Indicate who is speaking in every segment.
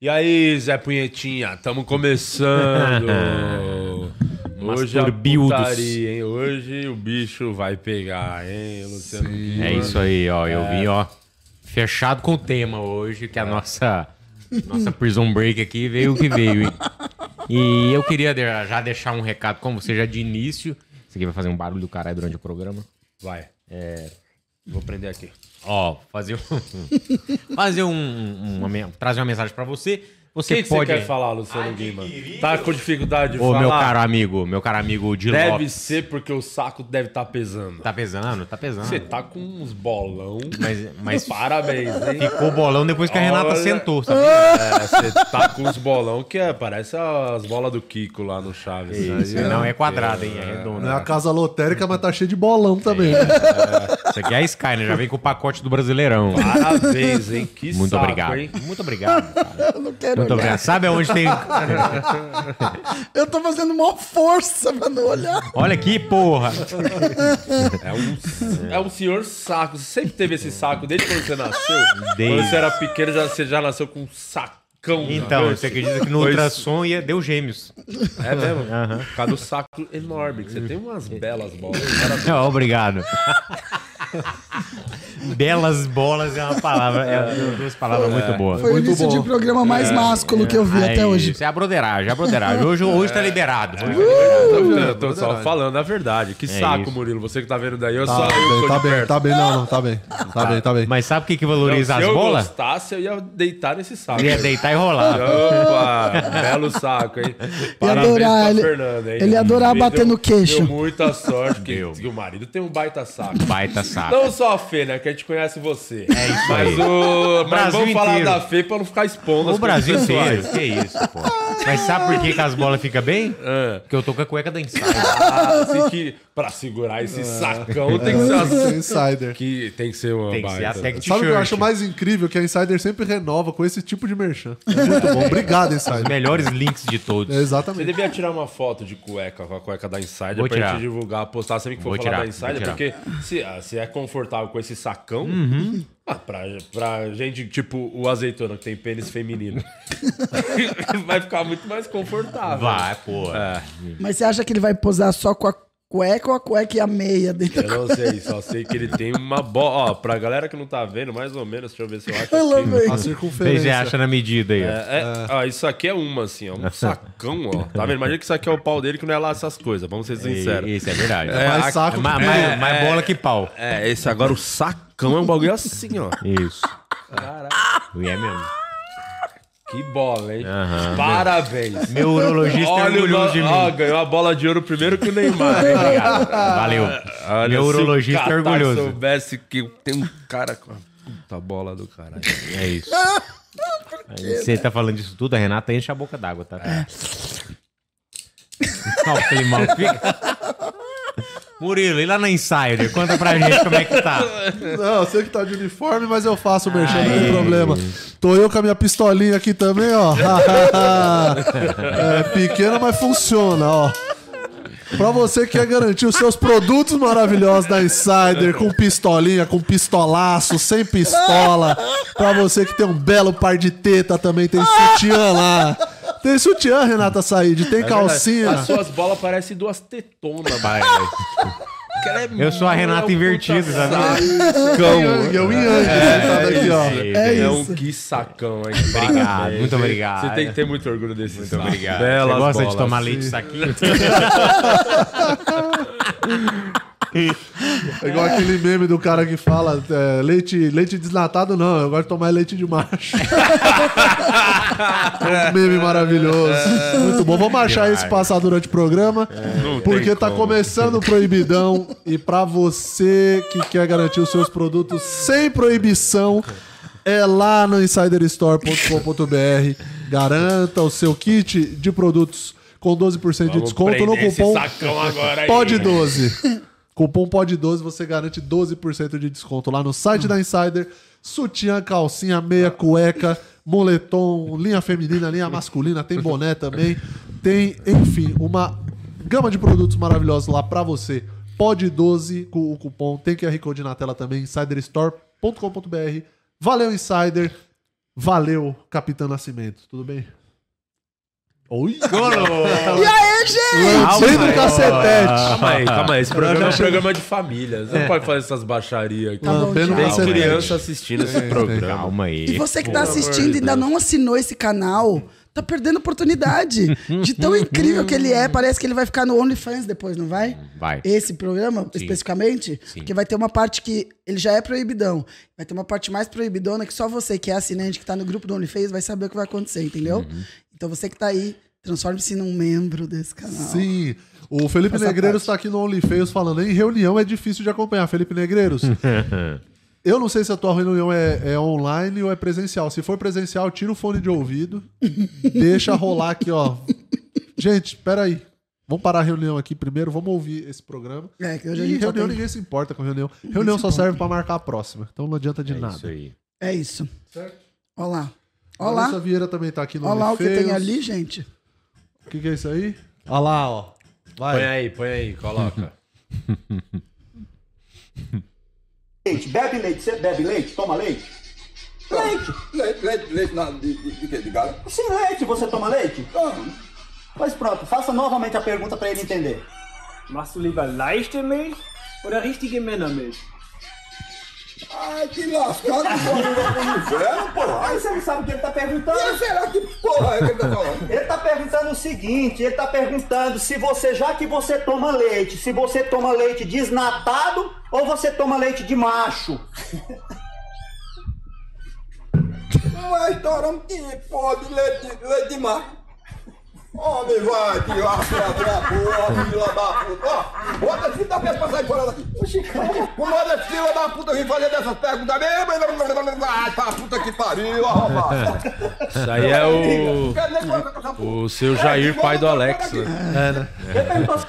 Speaker 1: E aí, Zé Punhetinha, tamo começando. Hoje a
Speaker 2: Masturbildos.
Speaker 1: putaria, hein? Hoje o bicho vai pegar, hein, Luciano? Huck?
Speaker 2: É isso aí, ó. Eu vim, ó, fechado com o tema hoje,
Speaker 1: É.
Speaker 2: que a nossa nossa prison break aqui veio o que veio, hein? E eu queria de- já deixar um recado com você já de início. Isso aqui vai fazer um barulho do caralho durante o programa. É,
Speaker 1: Vai. Vou prender aqui.
Speaker 2: Ó, fazer um fazer um, um- uma men- trazer uma mensagem pra você.
Speaker 1: O que
Speaker 2: Você
Speaker 1: que você
Speaker 2: pode
Speaker 1: quer falar, Luciano Guima? Tá com dificuldade de
Speaker 2: Ô,
Speaker 1: falar?
Speaker 2: meu caro amigo, meu caro amigo de
Speaker 1: Deve
Speaker 2: Lopes.
Speaker 1: ser porque o saco deve estar pesando.
Speaker 2: Tá pesando, tá pesando.
Speaker 1: Você tá com uns bolão.
Speaker 2: Mas, mas
Speaker 1: Parabéns, hein?
Speaker 2: ficou bolão depois que a Renata
Speaker 1: Olha.
Speaker 2: sentou, sabe?
Speaker 1: É, você tá com uns bolão que é, parece as bolas do Kiko lá no Chaves. né?
Speaker 2: Isso, não é quadrado, hein? É
Speaker 1: Tipo,
Speaker 2: redondo.
Speaker 3: Não é a casa lotérica, mas tá cheio de bolão também. né?
Speaker 2: Isso aqui é a Sky, né? Já vem com o pacote do Brasileirão.
Speaker 1: Parabéns, hein? Que
Speaker 2: Muito
Speaker 1: saco,
Speaker 2: obrigado.
Speaker 1: hein?
Speaker 2: Muito obrigado. cara.
Speaker 4: Eu não quero
Speaker 2: Muito
Speaker 4: olhar.
Speaker 2: obrigado. Sabe aonde tem.
Speaker 4: Eu tô fazendo maior força pra não olhar.
Speaker 2: Olha aqui, porra.
Speaker 1: É um, é um senhor saco. Você sempre teve esse saco desde quando você nasceu?
Speaker 2: Desde.
Speaker 1: Quando você era pequeno, já, você já nasceu com um sacão. na
Speaker 2: Então,
Speaker 1: cabeça.
Speaker 2: você acredita que no
Speaker 1: Pois-
Speaker 2: ultrassom ia... deu gêmeos.
Speaker 1: É mesmo? Por causa do saco enorme, que você tem umas belas bolas.
Speaker 3: É
Speaker 2: Ó, obrigado. Belas bolas é uma palavra. É duas palavras muito boas.
Speaker 4: Foi
Speaker 3: Muito
Speaker 4: o início
Speaker 3: bom.
Speaker 4: tipo de programa
Speaker 1: É,
Speaker 4: mais másculo que eu vi
Speaker 2: Aí,
Speaker 4: até hoje.
Speaker 2: Isso é a broderagem, é a broderagem. Hoje, hoje tá liberado.
Speaker 3: é
Speaker 1: Eu tô só falando a verdade. Que saco,
Speaker 2: É isso.
Speaker 1: Murilo. Você que tá vendo daí, eu só
Speaker 3: Tá
Speaker 1: eu
Speaker 3: bem,
Speaker 1: sou
Speaker 3: tá
Speaker 1: de
Speaker 3: bem,
Speaker 1: perto.
Speaker 3: tá bem, não, não, tá bem. Tá bem, tá bem.
Speaker 2: Mas sabe o que, que
Speaker 1: Então,
Speaker 2: valoriza
Speaker 1: se
Speaker 2: as
Speaker 1: eu
Speaker 2: bolas?
Speaker 1: gostasse, eu ia deitar nesse saco.
Speaker 2: Ia deitar e rolar.
Speaker 1: Opa, belo saco, hein?
Speaker 4: adorar, ele-
Speaker 1: Fernanda, hein?
Speaker 4: ele ia adorar
Speaker 1: Me
Speaker 4: bater
Speaker 1: deu-
Speaker 4: no queixo.
Speaker 1: Deu muita sorte que,
Speaker 2: Deu.
Speaker 1: que o marido tem um baita saco.
Speaker 2: Baita saco.
Speaker 1: Não só a Fê, né? Que a gente conhece você. É
Speaker 2: isso
Speaker 1: mas
Speaker 2: aí.
Speaker 1: O... Mas
Speaker 2: Brasil
Speaker 1: vamos falar
Speaker 2: inteiro.
Speaker 1: da Fê pra não ficar expondo
Speaker 2: O
Speaker 1: as
Speaker 2: Brasil
Speaker 1: coisas pessoais.
Speaker 2: inteiro. Que isso, pô. Mas sabe por que, que as bolas ficam bem? Porque eu tô com a cueca da Insight.
Speaker 1: Ah, assim que pra segurar esse sacão tem
Speaker 4: É.
Speaker 1: que ser
Speaker 3: Esse
Speaker 1: assim.
Speaker 3: Insider.
Speaker 1: Que tem que ser uma
Speaker 2: Tem que ser a
Speaker 1: baita.
Speaker 2: tech
Speaker 3: Sabe o que eu acho
Speaker 2: mais...
Speaker 3: mais incrível? Que a Insider sempre renova com esse tipo de merchan. Muito bom. Obrigado, Insider.
Speaker 2: Melhores links de
Speaker 3: É,
Speaker 2: todos.
Speaker 1: Você
Speaker 3: exatamente.
Speaker 1: devia tirar uma foto de cueca com a cueca da Insider
Speaker 2: Vou
Speaker 1: pra
Speaker 2: tirar.
Speaker 1: gente divulgar, postar sempre que for
Speaker 2: Vou
Speaker 1: falar
Speaker 2: tirar, Uhum.
Speaker 1: da Insider,
Speaker 2: vou
Speaker 1: porque se, ah, se é confortável com esse sacão, ah, pra, pra gente, tipo o azeitona que tem pênis feminino, vai ficar muito mais confortável.
Speaker 2: Vai, pô.
Speaker 1: É.
Speaker 4: Mas você acha que ele vai posar só com a cueca ou a cueca e a meia dentro
Speaker 1: Eu
Speaker 4: da
Speaker 1: não sei, só sei que ele tem uma bola. Ó, pra galera que não tá vendo, mais ou menos, deixa eu ver se eu acho.
Speaker 4: Eu
Speaker 1: aqui.
Speaker 4: lembrei.
Speaker 3: A
Speaker 2: Vocês já
Speaker 3: circunferência.
Speaker 2: acham na medida aí. ó.
Speaker 1: É, é, ó, isso aqui é uma, assim, ó. Um sacão, ó. Tá vendo? Imagina que isso aqui é o pau dele que não é lá essas coisas. Vamos ser
Speaker 2: E-
Speaker 1: sinceros.
Speaker 2: Isso é verdade.
Speaker 3: É mais
Speaker 1: a-
Speaker 3: saco
Speaker 2: Ma-
Speaker 3: que
Speaker 2: mais,
Speaker 3: pelo.
Speaker 2: mais bola que pau.
Speaker 1: É, esse agora, o sacão é um bagulho assim, ó.
Speaker 2: Isso. E é mesmo.
Speaker 1: Que bola, hein? Parabéns.
Speaker 2: Meu urologista é
Speaker 1: Olha,
Speaker 2: orgulhoso
Speaker 1: o
Speaker 2: de
Speaker 1: de
Speaker 2: mim.
Speaker 1: ganhou a bola de ouro primeiro que o Neymar. hein?
Speaker 2: Obrigado. Valeu.
Speaker 1: Olha,
Speaker 2: Meu
Speaker 1: se o
Speaker 2: urologista é
Speaker 1: Catar
Speaker 2: orgulhoso.
Speaker 1: soubesse que tem um cara com a puta bola do caralho.
Speaker 2: É isso.
Speaker 3: Ah,
Speaker 2: Aí Você
Speaker 3: né?
Speaker 2: tá falando disso tudo, a Renata enche a boca d'água, tá?
Speaker 3: É.
Speaker 2: Olha o climão que fica. Murilo, e lá na Insider? Conta pra gente como é que tá.
Speaker 3: Não, eu sei que tá de uniforme, mas eu faço o merchan, não
Speaker 2: Aí.
Speaker 3: tem problema. Tô eu com a minha pistolinha aqui também, ó. é pequena, mas funciona, ó. Pra você que quer garantir os seus produtos maravilhosos da Insider, com pistolinha, com pistolaço, sem pistola. Pra você que tem um belo par de teta também, tem sutiã lá. Tem sutiã, Renata Said, tem calcinha.
Speaker 1: As suas bolas parecem duas tetonas,
Speaker 2: Vai.
Speaker 1: cara. É
Speaker 2: Eu sou a Renata invertida, sabe?
Speaker 1: Sacão.
Speaker 3: Eu em Angra, sentado aqui, ó.
Speaker 1: É,
Speaker 4: É
Speaker 1: um
Speaker 4: isso.
Speaker 1: que sacão, hein?
Speaker 2: Obrigado, muito obrigado.
Speaker 1: Você tem que ter muito orgulho desse Muito
Speaker 2: Obrigado. Você gosta de tomar leite saquinho?
Speaker 3: É igual aquele meme do cara que fala é, leite, leite desnatado, não, eu gosto de tomar leite de macho. É um meme maravilhoso. Muito bom. Vamos achar esse passar durante o programa, porque tá começando o proibidão. E pra você que quer garantir os seus produtos sem proibição, é lá no insiderstore.com.br. Garanta o seu kit de produtos com 12% de desconto no cupom
Speaker 1: sacão agora aí.
Speaker 3: Pode 12. Cupom Pode 12 você garante 12% de desconto lá no site da Insider. Sutiã, calcinha, meia, cueca, moletom, linha feminina, linha masculina, tem boné também. Tem, enfim, uma gama de produtos maravilhosos lá pra você. Pode 12 com o cupom. Tem QR Code na tela também, insiderstore.com.br. Valeu, Insider. Valeu, Capitão Nascimento. Tudo bem? Oi!
Speaker 4: E aí, gente?
Speaker 3: Lancei do cacetete.
Speaker 1: Calma aí, calma aí. Esse programa é um
Speaker 3: já
Speaker 1: programa de família. Você
Speaker 3: É.
Speaker 1: não pode fazer essas baixarias aqui.
Speaker 4: Tá bom,
Speaker 3: Lambendo
Speaker 4: tchau.
Speaker 1: Tem
Speaker 3: cacetete.
Speaker 1: criança assistindo esse programa.
Speaker 2: Calma aí.
Speaker 4: E você que tá assistindo e ainda não assinou esse canal, tá perdendo oportunidade. De tão incrível que ele é, parece que ele vai ficar no OnlyFans depois, não vai?
Speaker 2: Vai.
Speaker 4: Esse programa, especificamente, porque vai ter uma parte que ele já é proibidão. Vai ter uma parte mais proibidona que só você que é assinante, que tá no grupo do OnlyFans, vai saber o que vai acontecer, entendeu? Então você que tá aí, transforme-se num membro desse canal.
Speaker 3: Sim. O Felipe
Speaker 4: Faça
Speaker 3: Negreiros
Speaker 4: parte.
Speaker 3: tá aqui no OnlyFans falando, em reunião é difícil de acompanhar. Felipe Negreiros, eu não sei se a tua reunião é, é online ou é presencial. Se for presencial, tira o fone de ouvido, deixa rolar aqui, ó. Gente, peraí. Vamos parar a reunião aqui primeiro, vamos ouvir esse programa.
Speaker 4: É, que
Speaker 3: E
Speaker 4: hoje a gente só
Speaker 3: reunião,
Speaker 4: tem-
Speaker 3: ninguém se importa com reunião. Reunião
Speaker 4: se
Speaker 3: só
Speaker 4: importa.
Speaker 3: serve pra marcar a próxima. Então não adianta de
Speaker 2: É
Speaker 3: nada.
Speaker 2: isso aí.
Speaker 4: É isso.
Speaker 3: Certo?
Speaker 4: Olá.
Speaker 3: Vanessa
Speaker 4: Olá.
Speaker 3: Vieira também tá aqui no
Speaker 4: Olá o que
Speaker 3: OnlyFans.
Speaker 4: tem ali, gente.
Speaker 3: O que, que é isso aí? Olha lá, ó.
Speaker 1: Põe
Speaker 3: Vai.
Speaker 1: aí, põe aí, coloca.
Speaker 5: Leite, bebe leite, você bebe leite, toma leite? Leite!
Speaker 6: Leite, leite, leite na, de, de, de quê? De galo?
Speaker 5: Sim, leite, você toma leite?
Speaker 6: Toma.
Speaker 5: Pois pronto, faça novamente a pergunta pra ele entender.
Speaker 7: Machst du lieber leichte Milch oder richtige Männermilch?
Speaker 6: Ai, que lascado, porra, eu vou pro inferno, porra.
Speaker 5: Aí você não sabe o que ele tá
Speaker 6: Ai,
Speaker 5: perguntando?
Speaker 6: será que porra é que ele tá falando?
Speaker 5: Ele tá perguntando o seguinte, ele tá perguntando se você, já que você toma leite, se você toma leite desnatado ou você toma leite de macho.
Speaker 6: Vai estourando que porra de leite, de- leite de mar. Homem, vai, que abre a tua porra, fila da puta. Ó, bota esse da vez pra sair fora daqui. Como é fila da puta vem fazer dessas perguntas mesmo? Ai, pra puta que pariu, ó, rapaz.
Speaker 1: Isso aí é
Speaker 6: Não
Speaker 1: o.
Speaker 6: quero nem falar com essa porra.
Speaker 1: O seu Jair, pai do Alex. né?
Speaker 3: É,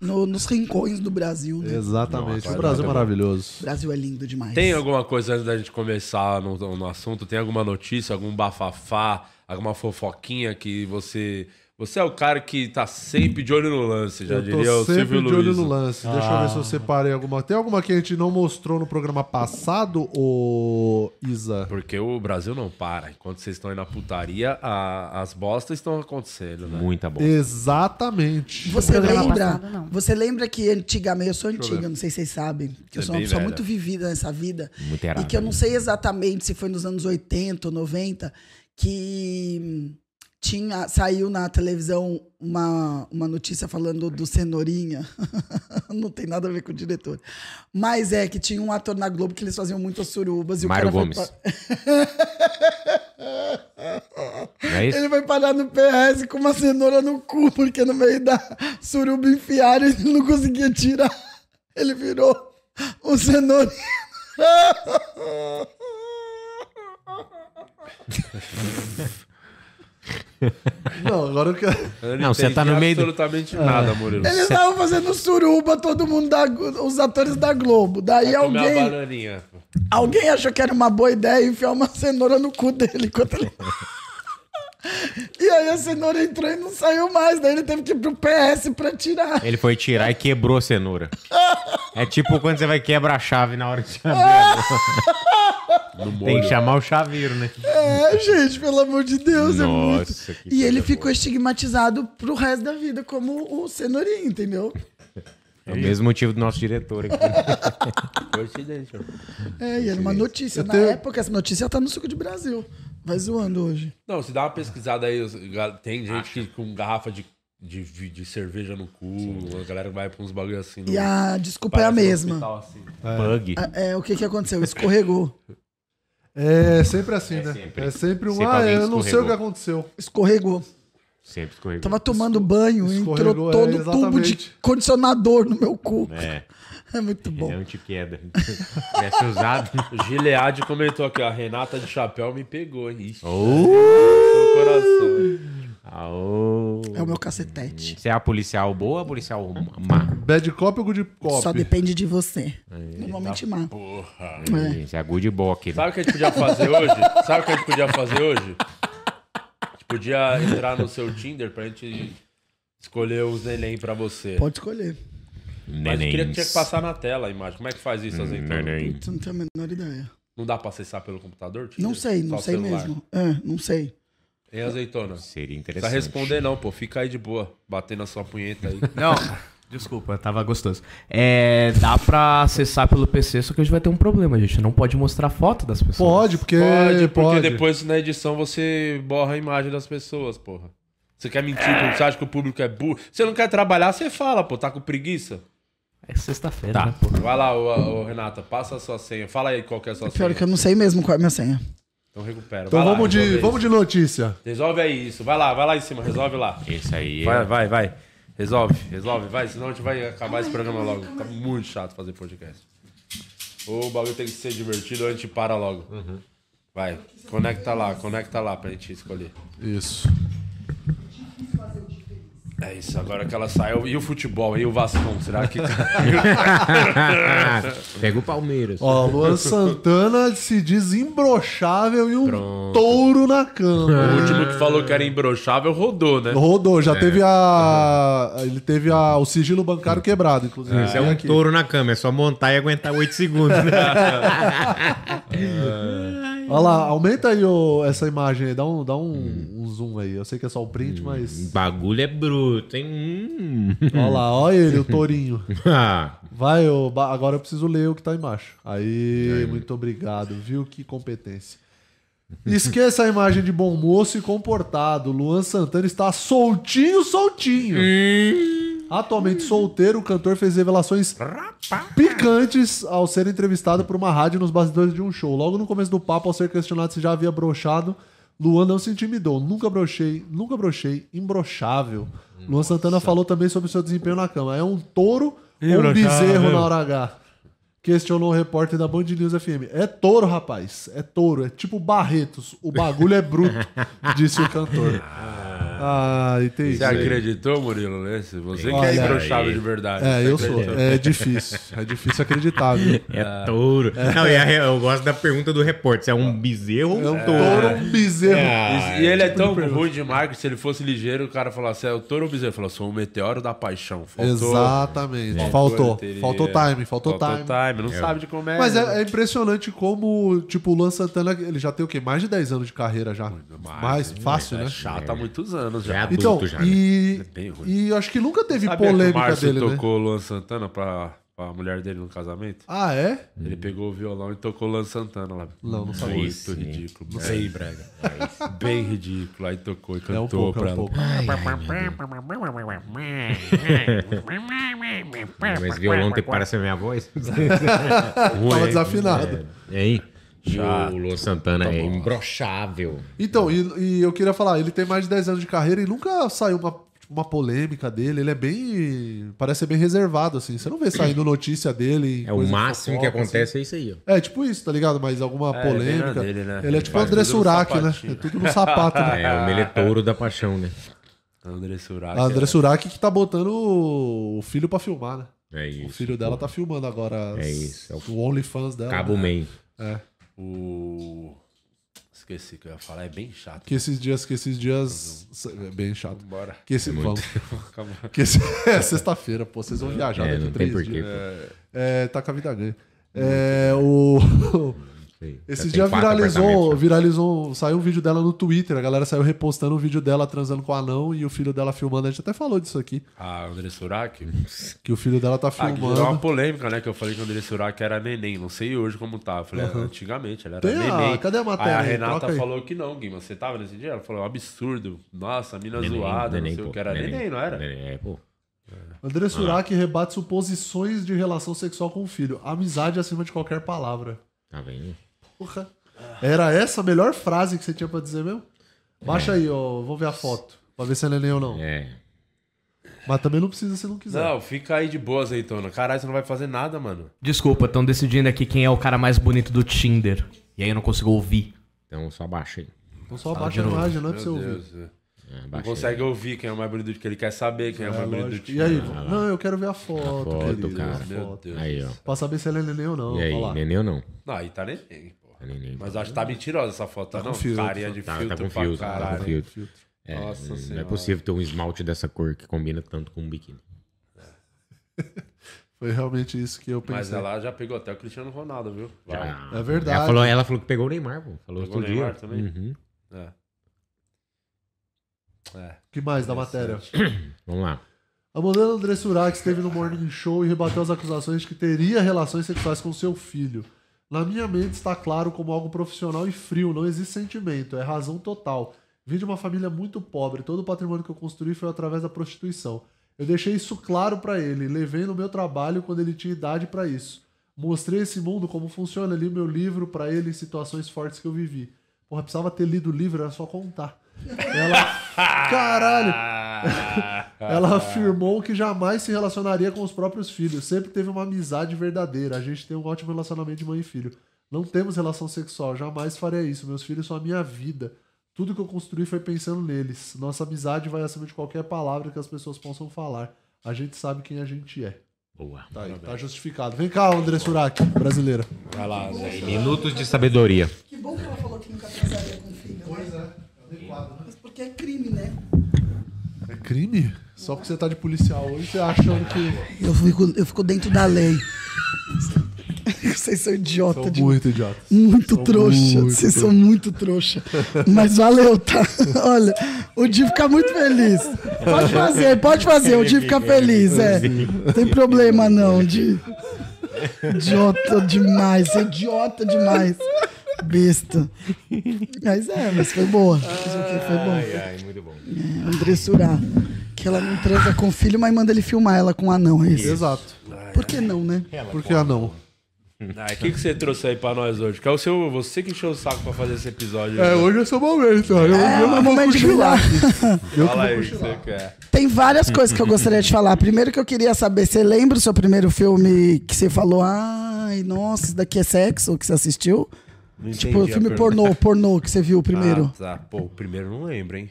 Speaker 4: No- nos rincões do Brasil, né?
Speaker 3: Exatamente. o Brasil é maravilhoso.
Speaker 4: O Brasil é lindo demais.
Speaker 1: Tem alguma coisa antes da gente começar no, no assunto? Tem alguma notícia, algum bafafá, alguma fofoquinha que você. Você é o cara que tá sempre de olho no lance, já
Speaker 3: Eu
Speaker 1: diria o
Speaker 3: tô sempre
Speaker 1: Silvio
Speaker 3: de olho
Speaker 1: Luiz.
Speaker 3: no lance. Deixa eu ver se eu separei alguma. Tem alguma que a gente não mostrou no programa passado, ô Isa?
Speaker 1: Porque o Brasil não para. Enquanto vocês estão aí na putaria, a- as bostas estão acontecendo, né?
Speaker 2: Muita boa.
Speaker 3: Exatamente.
Speaker 4: Você
Speaker 8: Programa
Speaker 4: lembra?
Speaker 8: passado, não.
Speaker 4: você lembra que antigamente, eu sou antiga, não sei se vocês sabem, que eu
Speaker 1: Você é
Speaker 4: sou uma
Speaker 1: bem
Speaker 4: pessoa
Speaker 1: velha.
Speaker 4: muito vivida nessa vida.
Speaker 2: Muito errado.
Speaker 4: E que eu não sei exatamente se foi nos anos 80 ou 90 que hum, tinha, saiu na televisão uma, uma notícia falando do Cenourinha. não tem nada a ver com o diretor. Mas é que tinha um ator na Globo que eles faziam muitas surubas. E
Speaker 2: Mário
Speaker 4: o cara
Speaker 2: Gomes.
Speaker 4: Foi, pa-
Speaker 2: Não é isso?
Speaker 4: Ele vai parar no PS com uma cenoura no cu, porque no meio da suruba enfiaram e ele não conseguia tirar. Ele virou um cenoura.
Speaker 3: Não, agora eu quero.
Speaker 1: Eu
Speaker 2: Não, você
Speaker 1: entendi
Speaker 2: tá no meio do- É.
Speaker 1: absolutamente nada, Murilo.
Speaker 4: Eles estavam fazendo suruba, todo mundo, da, os atores da Globo. Daí
Speaker 1: Vai comer uma
Speaker 4: alguém,
Speaker 1: bananinha.
Speaker 4: alguém achou que era uma boa ideia enfiar uma cenoura no cu dele. Enquanto ele... e aí a cenoura entrou e não saiu mais. Daí ele teve que ir pro PS pra tirar.
Speaker 2: Ele foi tirar e quebrou a cenoura. É tipo quando você vai quebrar a chave na hora de abrir. a boca. Tem que chamar o chaveiro, né?
Speaker 4: É, gente, pelo amor de Deus, é muito.
Speaker 2: Nossa, que
Speaker 4: E ele
Speaker 2: coisa
Speaker 4: ficou estigmatizado pro resto da vida como o cenourinho, entendeu?
Speaker 2: É o mesmo motivo do nosso diretor aqui.
Speaker 4: É, e era uma notícia.
Speaker 3: Eu
Speaker 4: Na
Speaker 3: tenho-
Speaker 4: época, essa notícia tá no suco de Brasil. Vai zoando hoje.
Speaker 1: Não, se dá uma pesquisada aí, os- ga- tem gente que com garrafa de, de, vi- de cerveja no cu, a galera vai pra uns bagulho assim.
Speaker 4: E
Speaker 1: no-
Speaker 4: a desculpa é a
Speaker 1: parece um
Speaker 4: mesma.
Speaker 1: hospital, assim.
Speaker 2: Bug.
Speaker 4: É, o que que aconteceu? Escorregou.
Speaker 3: É sempre assim, né?
Speaker 2: sempre.
Speaker 3: É sempre um.
Speaker 2: Sempre
Speaker 3: ah,
Speaker 2: alguém
Speaker 3: eu não sei o
Speaker 2: escorregou.
Speaker 3: que aconteceu.
Speaker 4: Escorregou.
Speaker 2: Sempre escorregou.
Speaker 4: Tava tomando banho,
Speaker 3: Escorregou,
Speaker 4: entrou
Speaker 3: é,
Speaker 4: todo o tubo de
Speaker 3: exatamente.
Speaker 4: condicionador no meu cu.
Speaker 2: É,
Speaker 4: É, muito
Speaker 2: ele é
Speaker 4: bom.
Speaker 2: antiqueda. Tivesse usado.
Speaker 1: Gilead comentou aqui, ó. Renata de chapéu me pegou, hein? Ixi,
Speaker 2: Oh!
Speaker 1: meu coração.
Speaker 2: Aô.
Speaker 4: É o meu cacetete.
Speaker 2: Você é a policial boa ou a policial má?
Speaker 3: Bad cop ou good cop?
Speaker 4: Só depende de você.
Speaker 1: tá
Speaker 4: Normalmente má. É.
Speaker 2: Você é a good bock, né?
Speaker 1: Sabe o que a gente podia fazer hoje? Sabe o que a gente podia fazer hoje? A gente podia entrar no seu Tinder pra gente escolher os neném pra você.
Speaker 4: Pode escolher.
Speaker 1: Mas eu queria que
Speaker 2: Nenéns.
Speaker 3: Hum,
Speaker 1: tinha que passar na tela a imagem. Como é que faz isso, Azeitona?
Speaker 2: Neném.
Speaker 4: Você não tem a menor ideia.
Speaker 1: Não dá pra acessar pelo computador? Tira?
Speaker 4: Não sei, não
Speaker 1: Só
Speaker 4: sei
Speaker 1: celular.
Speaker 4: mesmo. É, não sei.
Speaker 1: Hein, azeitona?
Speaker 2: Seria
Speaker 1: Não precisa
Speaker 2: interessante.
Speaker 1: responder não, pô. Fica aí de boa, batendo a sua punheta aí.
Speaker 8: Não, desculpa, tava gostoso. É, dá pra acessar pelo PC, só que hoje vai ter um problema, gente. Não pode mostrar foto das pessoas.
Speaker 3: Pode, porque.
Speaker 1: Pode, porque
Speaker 3: É, Pode,
Speaker 1: depois na edição você borra a imagem das pessoas, porra. Você quer mentir, pro- você acha que o público é burro? Você não quer trabalhar, você fala, pô, tá com preguiça?
Speaker 8: É sexta-feira, né, pô?
Speaker 1: Vai lá, ô, ô, Renata, passa a sua senha. Fala aí qual que é a sua
Speaker 4: Pior
Speaker 1: senha.
Speaker 4: que eu não sei mesmo qual é a minha senha.
Speaker 1: Então recupera.
Speaker 3: Então
Speaker 1: Vai lá,
Speaker 3: vamos, de,
Speaker 1: resolve
Speaker 3: vamos de notícia.
Speaker 1: aí. Resolve aí isso. Vai lá, vai lá em cima, resolve lá.
Speaker 2: Esse aí. é
Speaker 3: É.
Speaker 1: Vai, vai, vai. Resolve, resolve, vai, senão a gente vai acabar esse programa logo. Tá muito chato fazer podcast. O bagulho tem que ser divertido, a gente para logo.
Speaker 3: Uhum.
Speaker 1: Vai, conecta lá, conecta lá pra gente escolher.
Speaker 3: Isso.
Speaker 1: É isso, agora que ela saiu. E o futebol, e o Vascão, será que.
Speaker 2: Pega o Palmeiras.
Speaker 3: Ó, Luan Santana se diz imbrochável e um touro na
Speaker 1: o
Speaker 3: cama.
Speaker 1: último que falou que era imbrochável rodou, né?
Speaker 3: Rodou,
Speaker 2: É.
Speaker 3: já teve a. Ele teve a, o sigilo bancário quebrado, inclusive.
Speaker 2: Isso é um touro na cama, é só montar e aguentar 8 segundos. né?
Speaker 3: Olha lá, aumenta aí ô, essa imagem aí, dá, um, dá um, um zoom aí. Eu sei que é só o print, mas.
Speaker 2: Bagulho é bruto, hein? Hum.
Speaker 3: Olha lá, olha ele, o tourinho.
Speaker 2: Ah,
Speaker 3: Vai, ô, ba- agora eu preciso ler o que tá embaixo. Aí, muito obrigado, viu? Que competência. Esqueça a imagem de bom moço e comportado. Luan Santana está soltinho, soltinho. Atualmente solteiro, o cantor fez revelações picantes ao ser entrevistado por uma rádio nos bastidores de um show. Logo no começo do papo, ao ser questionado se já havia brochado, Luan não se intimidou. Nunca brochei, nunca brochei, imbrochável. Luan Santana falou também sobre o seu desempenho na cama. É um touro ou um bezerro na hora H? Questionou o repórter da Band News FM. É touro, rapaz. É touro. É tipo Barretos. O bagulho é bruto, disse o cantor. Ah, entendi.
Speaker 1: Você acreditou, Murilo? Nesse? Você que é
Speaker 3: Olha
Speaker 1: imbrochável
Speaker 2: aí.
Speaker 1: de verdade.
Speaker 3: É,
Speaker 1: Você
Speaker 3: eu sou.
Speaker 1: acreditou?
Speaker 3: É difícil. É difícil acreditar, viu?
Speaker 2: é touro. Não, e a, re- eu gosto da pergunta do repórter: se é um bezerro ou
Speaker 3: É
Speaker 2: um
Speaker 3: um
Speaker 2: touro? Ah,
Speaker 3: touro, um bezerro. Ah,
Speaker 1: E, e ele
Speaker 3: tipo
Speaker 1: é tão ruim de marketing, se ele fosse ligeiro, o cara falasse, é o touro ou o bezerro? Ele falou, sou um meteoro da paixão.
Speaker 3: Exatamente. Faltou.
Speaker 1: loteria.
Speaker 3: Faltou time, faltou,
Speaker 1: Faltou
Speaker 3: time.
Speaker 1: time, não sabe de como é.
Speaker 3: Mas é, é impressionante como, tipo, o Luan Santana, ele já tem o quê? Mais de 10 anos de carreira já. Mais, fácil, né?
Speaker 1: é chato tá há muitos anos
Speaker 2: É
Speaker 1: já. é
Speaker 2: adulto
Speaker 3: Então,
Speaker 2: já. né?
Speaker 3: e,
Speaker 1: bem ruim.
Speaker 3: e eu acho que nunca teve
Speaker 1: Sabia que o
Speaker 3: polêmica
Speaker 1: Márcio
Speaker 3: dele, né?
Speaker 1: tocou o Luan Santana pra, pra mulher dele no casamento?
Speaker 3: Ah, é?
Speaker 1: Ele pegou o violão e tocou o Luan Santana lá.
Speaker 3: Não, não sabia.
Speaker 1: Muito
Speaker 2: sim.
Speaker 1: ridículo. Bem brega. Bem ridículo. Aí tocou e
Speaker 3: É um
Speaker 1: cantou
Speaker 3: pouco,
Speaker 1: pra
Speaker 3: é
Speaker 1: ela.
Speaker 3: um pouco.
Speaker 2: Mas violão tem para ser minha voz? é.
Speaker 3: Tava desafinado.
Speaker 2: Hein? E
Speaker 1: Chato.
Speaker 2: o Luan Santana é imbrochável.
Speaker 3: Então, e, e eu queria falar, ele tem mais de 10 anos de carreira e nunca saiu uma, tipo, uma polêmica dele. Ele é bem. Parece ser bem reservado, assim. Você não vê saindo notícia dele.
Speaker 2: É o
Speaker 3: coisa de
Speaker 2: máximo que
Speaker 3: fofoca,
Speaker 2: acontece é isso aí, ó.
Speaker 3: assim. É tipo isso, tá ligado? Mas alguma
Speaker 1: É, ele é
Speaker 3: polêmica.
Speaker 1: dele, né?
Speaker 3: Ele é tipo o
Speaker 1: Faz
Speaker 3: André
Speaker 1: tudo no
Speaker 3: Surak, né?
Speaker 1: sapatinho.
Speaker 3: É tudo no sapato, né?
Speaker 2: É o meletouro da paixão, né?
Speaker 1: André Surak.
Speaker 3: A André Surak que tá botando o filho pra filmar, né?
Speaker 2: É
Speaker 3: O
Speaker 2: isso.
Speaker 3: filho dela tá filmando agora. as-
Speaker 2: É isso, é o-
Speaker 3: o OnlyFans dela.
Speaker 2: Cabo Man.
Speaker 1: O... Esqueci o que eu ia falar. É bem chato.
Speaker 3: Que esses dias, que esses dias. É bem chato.
Speaker 1: Bora.
Speaker 3: Que esse. Vamos.
Speaker 1: Acabou.
Speaker 3: Que esse... É sexta-feira, pô. Vocês vão viajar
Speaker 2: É,
Speaker 3: daqui
Speaker 2: não tem
Speaker 3: a três
Speaker 2: porquê.
Speaker 3: dias.
Speaker 2: pô.
Speaker 3: É, tá com a vida ganha. É, o.
Speaker 2: Sei. Já
Speaker 3: Esse
Speaker 2: tem
Speaker 3: dia
Speaker 2: quatro
Speaker 3: viralizou,
Speaker 2: apartamentos, né?
Speaker 3: viralizou, saiu um vídeo dela no Twitter, a galera saiu repostando um vídeo dela transando com o anão e o filho dela filmando, a gente até falou disso aqui,
Speaker 1: Ah, André Surak?
Speaker 3: que o filho dela tá
Speaker 1: Ah, que gerou uma
Speaker 3: filmando.
Speaker 1: polêmica, né? Que eu falei que o André Surak era neném. Não sei hoje como tá. Eu falei, antigamente ele era
Speaker 3: Tem a-
Speaker 1: neném.
Speaker 3: cadê a matéria
Speaker 1: Aí a
Speaker 3: aí?
Speaker 1: Renata
Speaker 3: Troca aí.
Speaker 1: falou que não, Guima. Você tava nesse dia? Ela falou, "É um absurdo. Nossa, a mina
Speaker 2: Neném,
Speaker 1: zoada, Tá não
Speaker 2: neném,
Speaker 1: sei
Speaker 2: pô,
Speaker 1: o que. Era neném, não era?
Speaker 2: Neném, é, pô.
Speaker 3: André Surak rebate suposições de relação sexual com o filho. Amizade acima de qualquer palavra.
Speaker 2: Tá vendo?
Speaker 3: Porra. Era essa a melhor frase que você tinha pra dizer mesmo? Baixa aí, ó, vou ver a foto, pra ver se é neném ou não.
Speaker 2: É.
Speaker 3: Mas também não precisa se não quiser.
Speaker 1: Não, fica aí de boa, azeitona. Caralho, você não vai fazer nada, mano.
Speaker 8: Desculpa, estão decidindo aqui quem é o cara mais bonito do Tinder. E aí eu não consigo ouvir.
Speaker 2: Então só baixa aí.
Speaker 3: Então só abaixa a imagem, não é pra você
Speaker 1: Meu
Speaker 3: ouvir.
Speaker 1: Deus.
Speaker 2: É,
Speaker 1: Não
Speaker 2: baixa aí.
Speaker 1: consegue ouvir quem é o mais bonito do que ele quer saber quem é, o
Speaker 3: É,
Speaker 1: mais bonito do
Speaker 3: lógico.
Speaker 1: time.
Speaker 3: E aí? Não, eu quero ver a foto,
Speaker 2: foto,
Speaker 3: querido,
Speaker 2: cara.
Speaker 3: a
Speaker 1: Meu
Speaker 3: foto.
Speaker 1: Deus.
Speaker 2: Aí, ó.
Speaker 3: Pra saber se ela é neném ou não.
Speaker 2: E aí,
Speaker 3: Olha lá.
Speaker 2: neném ou não?
Speaker 1: Não, aí tá neném, porra.
Speaker 2: Tá neném.
Speaker 1: Mas acho que tá mentirosa essa foto, tá
Speaker 3: com
Speaker 1: não?
Speaker 3: filtro.
Speaker 1: Carinha de
Speaker 2: Tá, tá
Speaker 1: filtro
Speaker 2: com
Speaker 1: pra
Speaker 2: filtro, tá
Speaker 1: caralho.
Speaker 2: com filtro.
Speaker 3: Filtro.
Speaker 2: É,
Speaker 1: Nossa
Speaker 2: não
Speaker 1: senhora.
Speaker 2: é possível ter um esmalte dessa cor que combina tanto com um biquíni.
Speaker 3: Foi realmente isso que eu pensei.
Speaker 1: Mas ela já pegou até o Cristiano Ronaldo, viu? Vai.
Speaker 3: É verdade.
Speaker 2: Ela falou, ela falou que pegou o Neymar, pô. Falou
Speaker 1: Pegou o
Speaker 2: outro
Speaker 1: Neymar
Speaker 2: dia.
Speaker 1: também?
Speaker 2: Uhum.
Speaker 1: É. É.
Speaker 3: O que mais da matéria?
Speaker 2: Vamos lá.
Speaker 3: A modelo André Surak esteve no Morning Show e rebateu as acusações de que teria relações sexuais com seu filho. Na minha mente está claro como algo profissional e frio, não existe sentimento, é razão total. Vim de uma família muito pobre, todo o patrimônio que eu construí foi através da prostituição. Eu deixei isso claro pra ele, levei no meu trabalho quando ele tinha idade pra isso. Mostrei esse mundo como funciona, li meu livro pra ele em situações fortes que eu vivi. Porra, precisava ter lido o livro, era só contar. Ela. Caralho!
Speaker 1: Ah.
Speaker 3: Ela afirmou que jamais se relacionaria com os próprios filhos. Sempre teve uma amizade verdadeira. A gente tem um ótimo relacionamento de mãe e filho. Não temos relação sexual, jamais faria isso. Meus filhos são a minha vida. Tudo que eu construí foi pensando neles. Nossa amizade vai acima de qualquer palavra que as pessoas possam falar. A gente sabe quem a gente é.
Speaker 2: Boa.
Speaker 3: Tá aí, tá justificado. Vem cá, André Surak, brasileira.
Speaker 1: Vai lá, Zé.
Speaker 2: Minutos de sabedoria.
Speaker 4: Que bom que ela falou que nunca casaria com filho, né? Mas porque é crime, né?
Speaker 3: É crime? Só porque você tá de policial hoje, você achando que.
Speaker 4: Eu fico, eu fico dentro da lei. Vocês são idiota
Speaker 3: São
Speaker 4: de
Speaker 3: muito idiota.
Speaker 4: Muito
Speaker 3: São
Speaker 4: trouxa.
Speaker 3: muito
Speaker 4: Vocês são
Speaker 3: trouxa.
Speaker 4: muito trouxa. Mas valeu, tá? Olha, o Di fica muito feliz. Pode fazer, pode fazer. O Di fica feliz, é. Não tem problema, não, Di. Idiota demais. você é Idiota demais. Besta. Mas é, mas foi boa. Isso aqui foi bom.
Speaker 2: Ai,
Speaker 1: É,
Speaker 2: ai, muito bom.
Speaker 4: André Surá. Que ela não transa com o filho, mas manda ele filmar ela com um anão, é isso?
Speaker 3: Exato. É.
Speaker 4: Por que não, né?
Speaker 3: Por que não?
Speaker 1: Ah, o que, que você trouxe aí pra nós hoje? Que é o seu, você que encheu o saco pra fazer esse episódio. né?
Speaker 3: É, hoje é seu momento. ó. Eu, eu não vou
Speaker 4: momento É, de
Speaker 3: cochilar.
Speaker 1: Fala aí o que é. você quer.
Speaker 4: Tem várias coisas que eu gostaria de falar. Primeiro que eu queria saber, você lembra o seu primeiro filme que você falou, ai, nossa, isso daqui é sexo que você assistiu?
Speaker 1: Não
Speaker 4: tipo, o
Speaker 1: entendi a
Speaker 4: filme
Speaker 1: pergunta.
Speaker 4: pornô, pornô que você viu primeiro.
Speaker 1: Ah, tá. Pô, o primeiro eu não lembro, hein?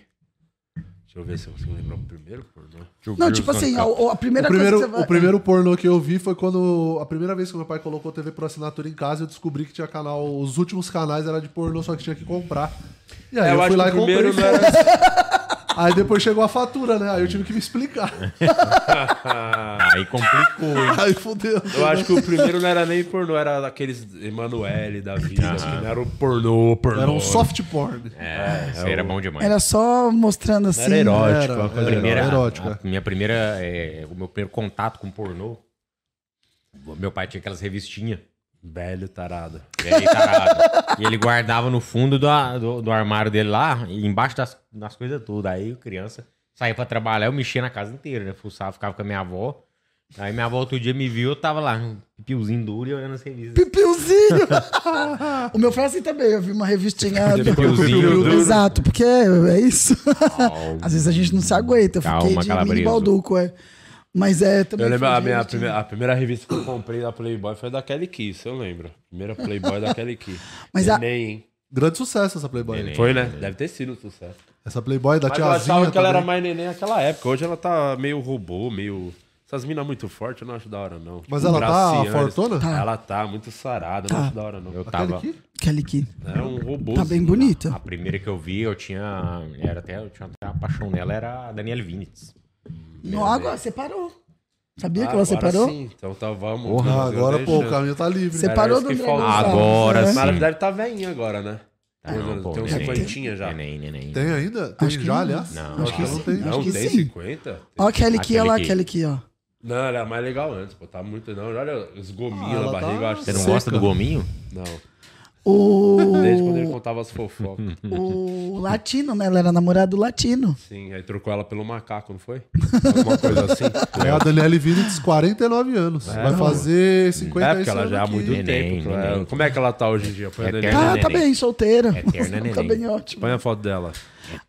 Speaker 1: Deixa eu ver se eu consigo lembrar o primeiro pornô.
Speaker 4: Não, tipo assim, a, a primeira
Speaker 3: O primeiro,
Speaker 4: coisa que você vai...
Speaker 3: o primeiro pornô que eu vi foi quando. A primeira vez que meu pai colocou TV por assinatura em casa, eu descobri que tinha canal. Os últimos canais era de pornô, só que tinha que comprar. E aí
Speaker 1: É,
Speaker 3: eu, fui lá e comprei.
Speaker 1: primeiro não era...
Speaker 3: Aí depois chegou a fatura, né? Aí eu tive que me explicar.
Speaker 2: Aí complicou, hein?
Speaker 3: aí fudeu.
Speaker 1: Eu acho que o primeiro não era nem pornô, era daqueles Emanuele da vida, que não era o pornô, pornô.
Speaker 3: Era um soft porn.
Speaker 2: É, isso aí era bom demais.
Speaker 4: Era só mostrando assim...
Speaker 1: Era erótico,
Speaker 3: Era,
Speaker 1: uma coisa assim. erótica.
Speaker 2: primeira,
Speaker 3: era. erótico,
Speaker 2: a- a minha primeira, é, o meu primeiro contato com pornô, o meu pai tinha aquelas revistinhas.
Speaker 1: Velho tarado.
Speaker 2: velho e tarado. e ele guardava no fundo da- do, do armário dele lá, e embaixo das, das coisas tudo. Aí o criança saía pra trabalhar, eu mexia na casa inteira, né? Fuçava, ficava com a minha avó. Aí minha avó outro dia me viu, eu tava lá, um pipiozinho duro e olhando as revistas.
Speaker 4: Pipiuzinho! o meu foi assim também, eu vi uma revistinha... do-
Speaker 2: Pipiozinho
Speaker 1: né?
Speaker 2: duro.
Speaker 4: Exato, porque é isso. Às vezes a gente não se aguenta, eu fiquei
Speaker 2: Calma,
Speaker 4: de
Speaker 2: Calabreso.
Speaker 4: mini balduco, é. Mas é também...
Speaker 1: Eu lembro,
Speaker 4: foi
Speaker 1: a,
Speaker 4: de
Speaker 1: minha, a,
Speaker 4: revistinha.
Speaker 1: primeira, a primeira revista que eu comprei da Playboy foi da Kelly Key, isso eu lembro. Primeira Playboy da Kelly Key.
Speaker 4: Mas a-
Speaker 1: Neném, hein?
Speaker 3: Grande sucesso essa Playboy.
Speaker 1: Foi, né? Deve ter sido um sucesso.
Speaker 3: Essa Playboy da
Speaker 1: Mas eu
Speaker 3: tiazinha.
Speaker 1: achava que ela
Speaker 3: também.
Speaker 1: era mais neném naquela época. Hoje ela tá meio robô, meio. Essas minas muito fortes, eu não acho da hora, não.
Speaker 3: Mas ela tá
Speaker 1: Graciane.
Speaker 3: fortona? Tá.
Speaker 1: Ela tá muito sarada, eu não acho da hora, não.
Speaker 2: Eu
Speaker 3: Aquele
Speaker 2: tava.
Speaker 3: aqui?
Speaker 4: Kelly Key.
Speaker 1: É um robô.
Speaker 4: Tá bem bonita.
Speaker 2: A primeira que eu vi, eu tinha. Era até, eu tinha até a paixão nela, era a Daniela Vinitz.
Speaker 4: Não, agora separou. Sabia
Speaker 1: Ah,
Speaker 4: que ela
Speaker 1: agora
Speaker 4: separou?
Speaker 1: sim. Então tá, vamos.
Speaker 3: Ah,
Speaker 1: Não,
Speaker 3: agora,
Speaker 1: eu
Speaker 3: pô, o
Speaker 1: deixo.
Speaker 3: caminho tá livre.
Speaker 4: Você
Speaker 1: Era
Speaker 4: parou
Speaker 1: isso
Speaker 4: do
Speaker 1: que
Speaker 4: André
Speaker 1: falava.
Speaker 4: Gonçalves,
Speaker 2: Agora
Speaker 4: né?
Speaker 2: sim.
Speaker 1: Mas ela deve estar velhinha agora, né?
Speaker 4: Tá.
Speaker 2: Ah, não, pô,
Speaker 1: tem uns
Speaker 2: neném.
Speaker 1: 50 já.
Speaker 2: Neném, neném.
Speaker 3: Tem ainda? Tem
Speaker 4: Acho que
Speaker 3: já,
Speaker 4: não.
Speaker 3: aliás?
Speaker 2: Não,
Speaker 3: acho que
Speaker 2: acho
Speaker 3: não
Speaker 4: que
Speaker 3: tem.
Speaker 4: sim.
Speaker 1: Não,
Speaker 4: Acho que
Speaker 1: tem
Speaker 4: sim.
Speaker 1: 50?
Speaker 4: Ó, a Kelly
Speaker 2: A
Speaker 4: Key, olha lá, a Kelly
Speaker 2: Kelly
Speaker 4: Key, ó.
Speaker 1: Não, ela é mais legal antes, pô. Tá muito não. Olha os
Speaker 3: Ah,
Speaker 1: gominhos
Speaker 3: ela
Speaker 1: na barriga,
Speaker 3: tá-
Speaker 1: eu acho.
Speaker 2: Você não
Speaker 1: que-
Speaker 2: gosta do gominho?
Speaker 1: Não.
Speaker 4: O,
Speaker 1: Desde quando ele contava as fofocas.
Speaker 4: o latino, né? Ela era namorada do latino.
Speaker 1: Sim, aí trocou ela pelo macaco, não foi? Alguma coisa assim.
Speaker 3: É a Daniele Vinitz, 49 anos. Vai fazer 50
Speaker 1: É, porque ela já há muito
Speaker 2: Neném,
Speaker 1: tempo.
Speaker 2: neném.
Speaker 1: claro. Como é que ela tá hoje em dia? Põe, a,
Speaker 2: Eterna.
Speaker 1: Daniela.
Speaker 4: Tá, tá
Speaker 2: neném.
Speaker 4: bem, solteira.
Speaker 2: Eterna neném.
Speaker 4: tá bem ótimo.
Speaker 1: É Põe a foto dela.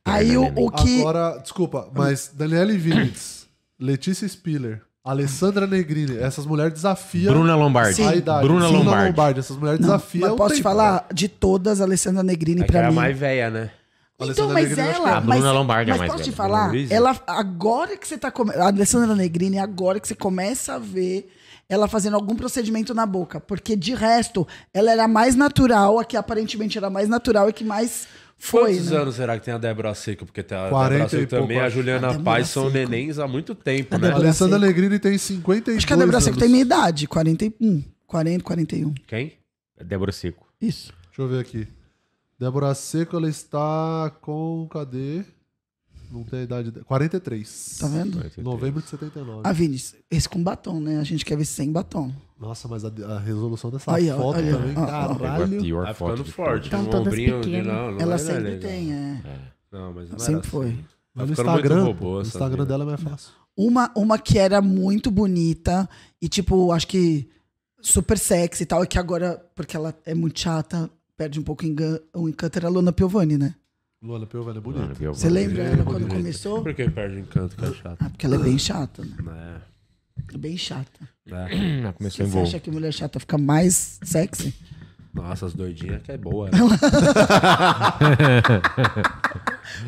Speaker 4: Aí o, o que...
Speaker 3: Agora, desculpa, mas Daniele Vinitz, Letícia Spiller, Alessandra Negrini, essas mulheres desafiam
Speaker 2: Bruna Lombardi.
Speaker 3: a idade.
Speaker 2: Bruna Lombardi.
Speaker 3: Essas mulheres
Speaker 4: Não,
Speaker 3: desafiam.
Speaker 4: mas
Speaker 3: o
Speaker 4: posso te
Speaker 3: tempo.
Speaker 4: falar? De todas, a Alessandra Negrini,
Speaker 1: É que
Speaker 4: pra
Speaker 1: era
Speaker 4: mim...
Speaker 1: mais velha, né?
Speaker 4: Então,
Speaker 3: Alessandra
Speaker 4: mas
Speaker 3: Negrini, acho
Speaker 4: ela...
Speaker 2: a
Speaker 4: mas,
Speaker 2: Bruna Lombardi é
Speaker 4: mas
Speaker 2: mais
Speaker 4: posso te
Speaker 2: velha.
Speaker 4: falar?
Speaker 1: Luiz?
Speaker 4: Ela, agora que você tá... Come... A Alessandra Negrini, agora que você começa a ver ela fazendo algum procedimento na boca. Porque de resto, ela era a mais natural, a que aparentemente era a mais natural e que mais foi.
Speaker 1: Quantos
Speaker 4: né?
Speaker 1: anos será que tem a Débora Seco? Porque tem a
Speaker 3: 40
Speaker 1: Débora
Speaker 3: e
Speaker 1: Seco
Speaker 3: pouco,
Speaker 1: também, a
Speaker 3: acho.
Speaker 1: Juliana
Speaker 4: A Débora
Speaker 1: Paz são
Speaker 4: Seco.
Speaker 1: nenéns há muito tempo, né?
Speaker 4: Débora-
Speaker 3: Alessandra
Speaker 4: Seco.
Speaker 3: Negrini tem 52
Speaker 4: Acho que a Débora
Speaker 3: anos.
Speaker 4: Seco tem minha idade, 41. 40, 41.
Speaker 1: Quem?
Speaker 2: É Débora Seco.
Speaker 4: Isso.
Speaker 3: Deixa eu ver aqui. Débora Seco, ela está com. Cadê? Não tem a idade. de- 43.
Speaker 4: Tá vendo?
Speaker 3: Novembro de 79.
Speaker 4: Ah, Vinícius, esse com batom, né? A gente quer ver sem batom.
Speaker 3: Nossa, mas a, a resolução dessa
Speaker 4: Aí, ó,
Speaker 3: foto
Speaker 4: aí, ó.
Speaker 3: também,
Speaker 4: Ó, ó.
Speaker 2: Pegou a
Speaker 3: caralho.
Speaker 2: pior
Speaker 1: Tá
Speaker 2: foto
Speaker 1: ficando
Speaker 2: de
Speaker 1: forte.
Speaker 2: todas.
Speaker 9: Então,
Speaker 1: um
Speaker 9: todas
Speaker 1: ombrinho de-
Speaker 9: pequenas.
Speaker 1: não, não
Speaker 4: ela
Speaker 2: é
Speaker 1: era
Speaker 4: sempre
Speaker 1: legal.
Speaker 4: tem, é.
Speaker 1: Não, mas não
Speaker 4: Sempre
Speaker 1: era assim.
Speaker 4: foi.
Speaker 1: Tá
Speaker 3: Mas no
Speaker 1: ficando muito
Speaker 3: Instagram,
Speaker 1: robô
Speaker 3: no
Speaker 1: essa
Speaker 3: Instagram
Speaker 1: mina.
Speaker 3: dela é mais fácil.
Speaker 4: Uma, uma que era muito bonita e, tipo, acho que super sexy e tal, e que agora, porque ela é muito chata, perde um pouco o engan- o encanto, era a Luna Piovani, né?
Speaker 3: Luana Piovani é bonita.
Speaker 2: Mano, Biel,
Speaker 4: Você
Speaker 2: mano.
Speaker 4: lembra ela quando começou?
Speaker 1: Por que perde o encanto, que é chato?
Speaker 4: Ah, porque ela é bem chata, né?
Speaker 1: É,
Speaker 4: É Bem chata.
Speaker 1: né?
Speaker 2: Ah, Começou em
Speaker 4: Você
Speaker 2: voo.
Speaker 4: acha que mulher chata fica mais sexy?
Speaker 1: Nossa, as doidinhas que é boa.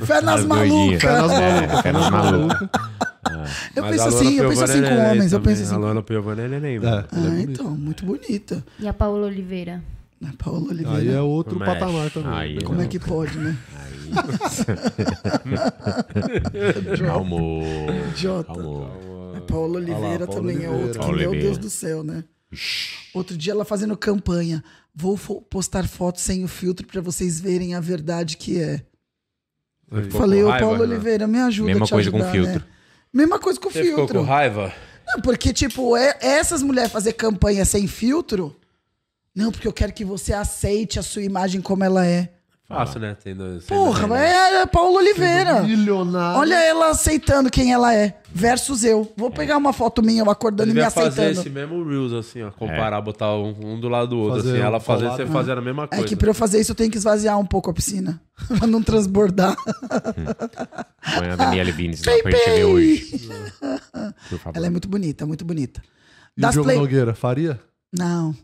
Speaker 4: Fé nas
Speaker 2: doidinhas.
Speaker 1: Ah,
Speaker 4: malucas!
Speaker 3: Pernas malucas.
Speaker 2: É, pernas malucas.
Speaker 4: Eu penso assim, eu penso assim com homens, eu penso assim.
Speaker 1: é A Luana Piovani é neném,
Speaker 3: É,
Speaker 1: velho.
Speaker 3: ela é
Speaker 4: Ah,
Speaker 3: bonita.
Speaker 4: então, muito bonita.
Speaker 9: E a Paola Oliveira.
Speaker 4: A Paola
Speaker 3: Aí
Speaker 4: Oliveira.
Speaker 3: é outro
Speaker 2: Mexe.
Speaker 3: patamar também.
Speaker 2: Aí,
Speaker 3: né?
Speaker 4: Como é que pode, né? é?
Speaker 2: Calmou.
Speaker 4: Idiota.
Speaker 2: Calmou.
Speaker 1: Ah,
Speaker 4: A Paola Oliveira também é outro. que,
Speaker 2: Paola
Speaker 4: Meu
Speaker 2: Oliveira.
Speaker 4: Deus do céu, né? Outro dia ela fazendo campanha. Vou fo- postar fotos sem o filtro pra vocês verem a verdade que é.
Speaker 1: Ficou
Speaker 4: Falei,
Speaker 1: com
Speaker 4: ô
Speaker 1: raiva,
Speaker 4: Paola
Speaker 1: né?
Speaker 4: Oliveira, me ajuda
Speaker 2: Mesma
Speaker 4: a te
Speaker 2: coisa com
Speaker 4: ajudar, né?
Speaker 2: filtro.
Speaker 4: Mesma coisa com
Speaker 1: Você ficou com
Speaker 4: filtro.
Speaker 1: raiva?
Speaker 4: Não, porque, tipo, é, essas mulheres fazer campanha sem filtro... Não, porque eu quero que você aceite a sua imagem como ela é.
Speaker 1: Fácil, né? Tem dois,
Speaker 4: Porra, mas é a Paola Oliveira.
Speaker 3: Milionário.
Speaker 4: Olha ela aceitando quem ela é, versus eu. Vou pegar uma foto minha eu acordando
Speaker 1: É. Ele
Speaker 4: e me
Speaker 1: vai fazer
Speaker 4: aceitando.
Speaker 1: esse mesmo Reels, assim, ó. Comparar, botar um, um do lado do outro,
Speaker 3: Fazer
Speaker 1: assim.
Speaker 3: um
Speaker 1: Ela fazer,
Speaker 3: colado.
Speaker 1: você fazer a mesma
Speaker 4: É
Speaker 1: coisa.
Speaker 4: que pra eu fazer isso eu tenho que esvaziar um pouco a piscina. pra não transbordar.
Speaker 2: Põe a Daniele Vines lá pra gente ver hoje. Por favor.
Speaker 4: Ela é muito bonita, muito bonita.
Speaker 3: E o
Speaker 4: Das
Speaker 3: Diogo
Speaker 4: play...
Speaker 3: Nogueira, faria?
Speaker 4: Não,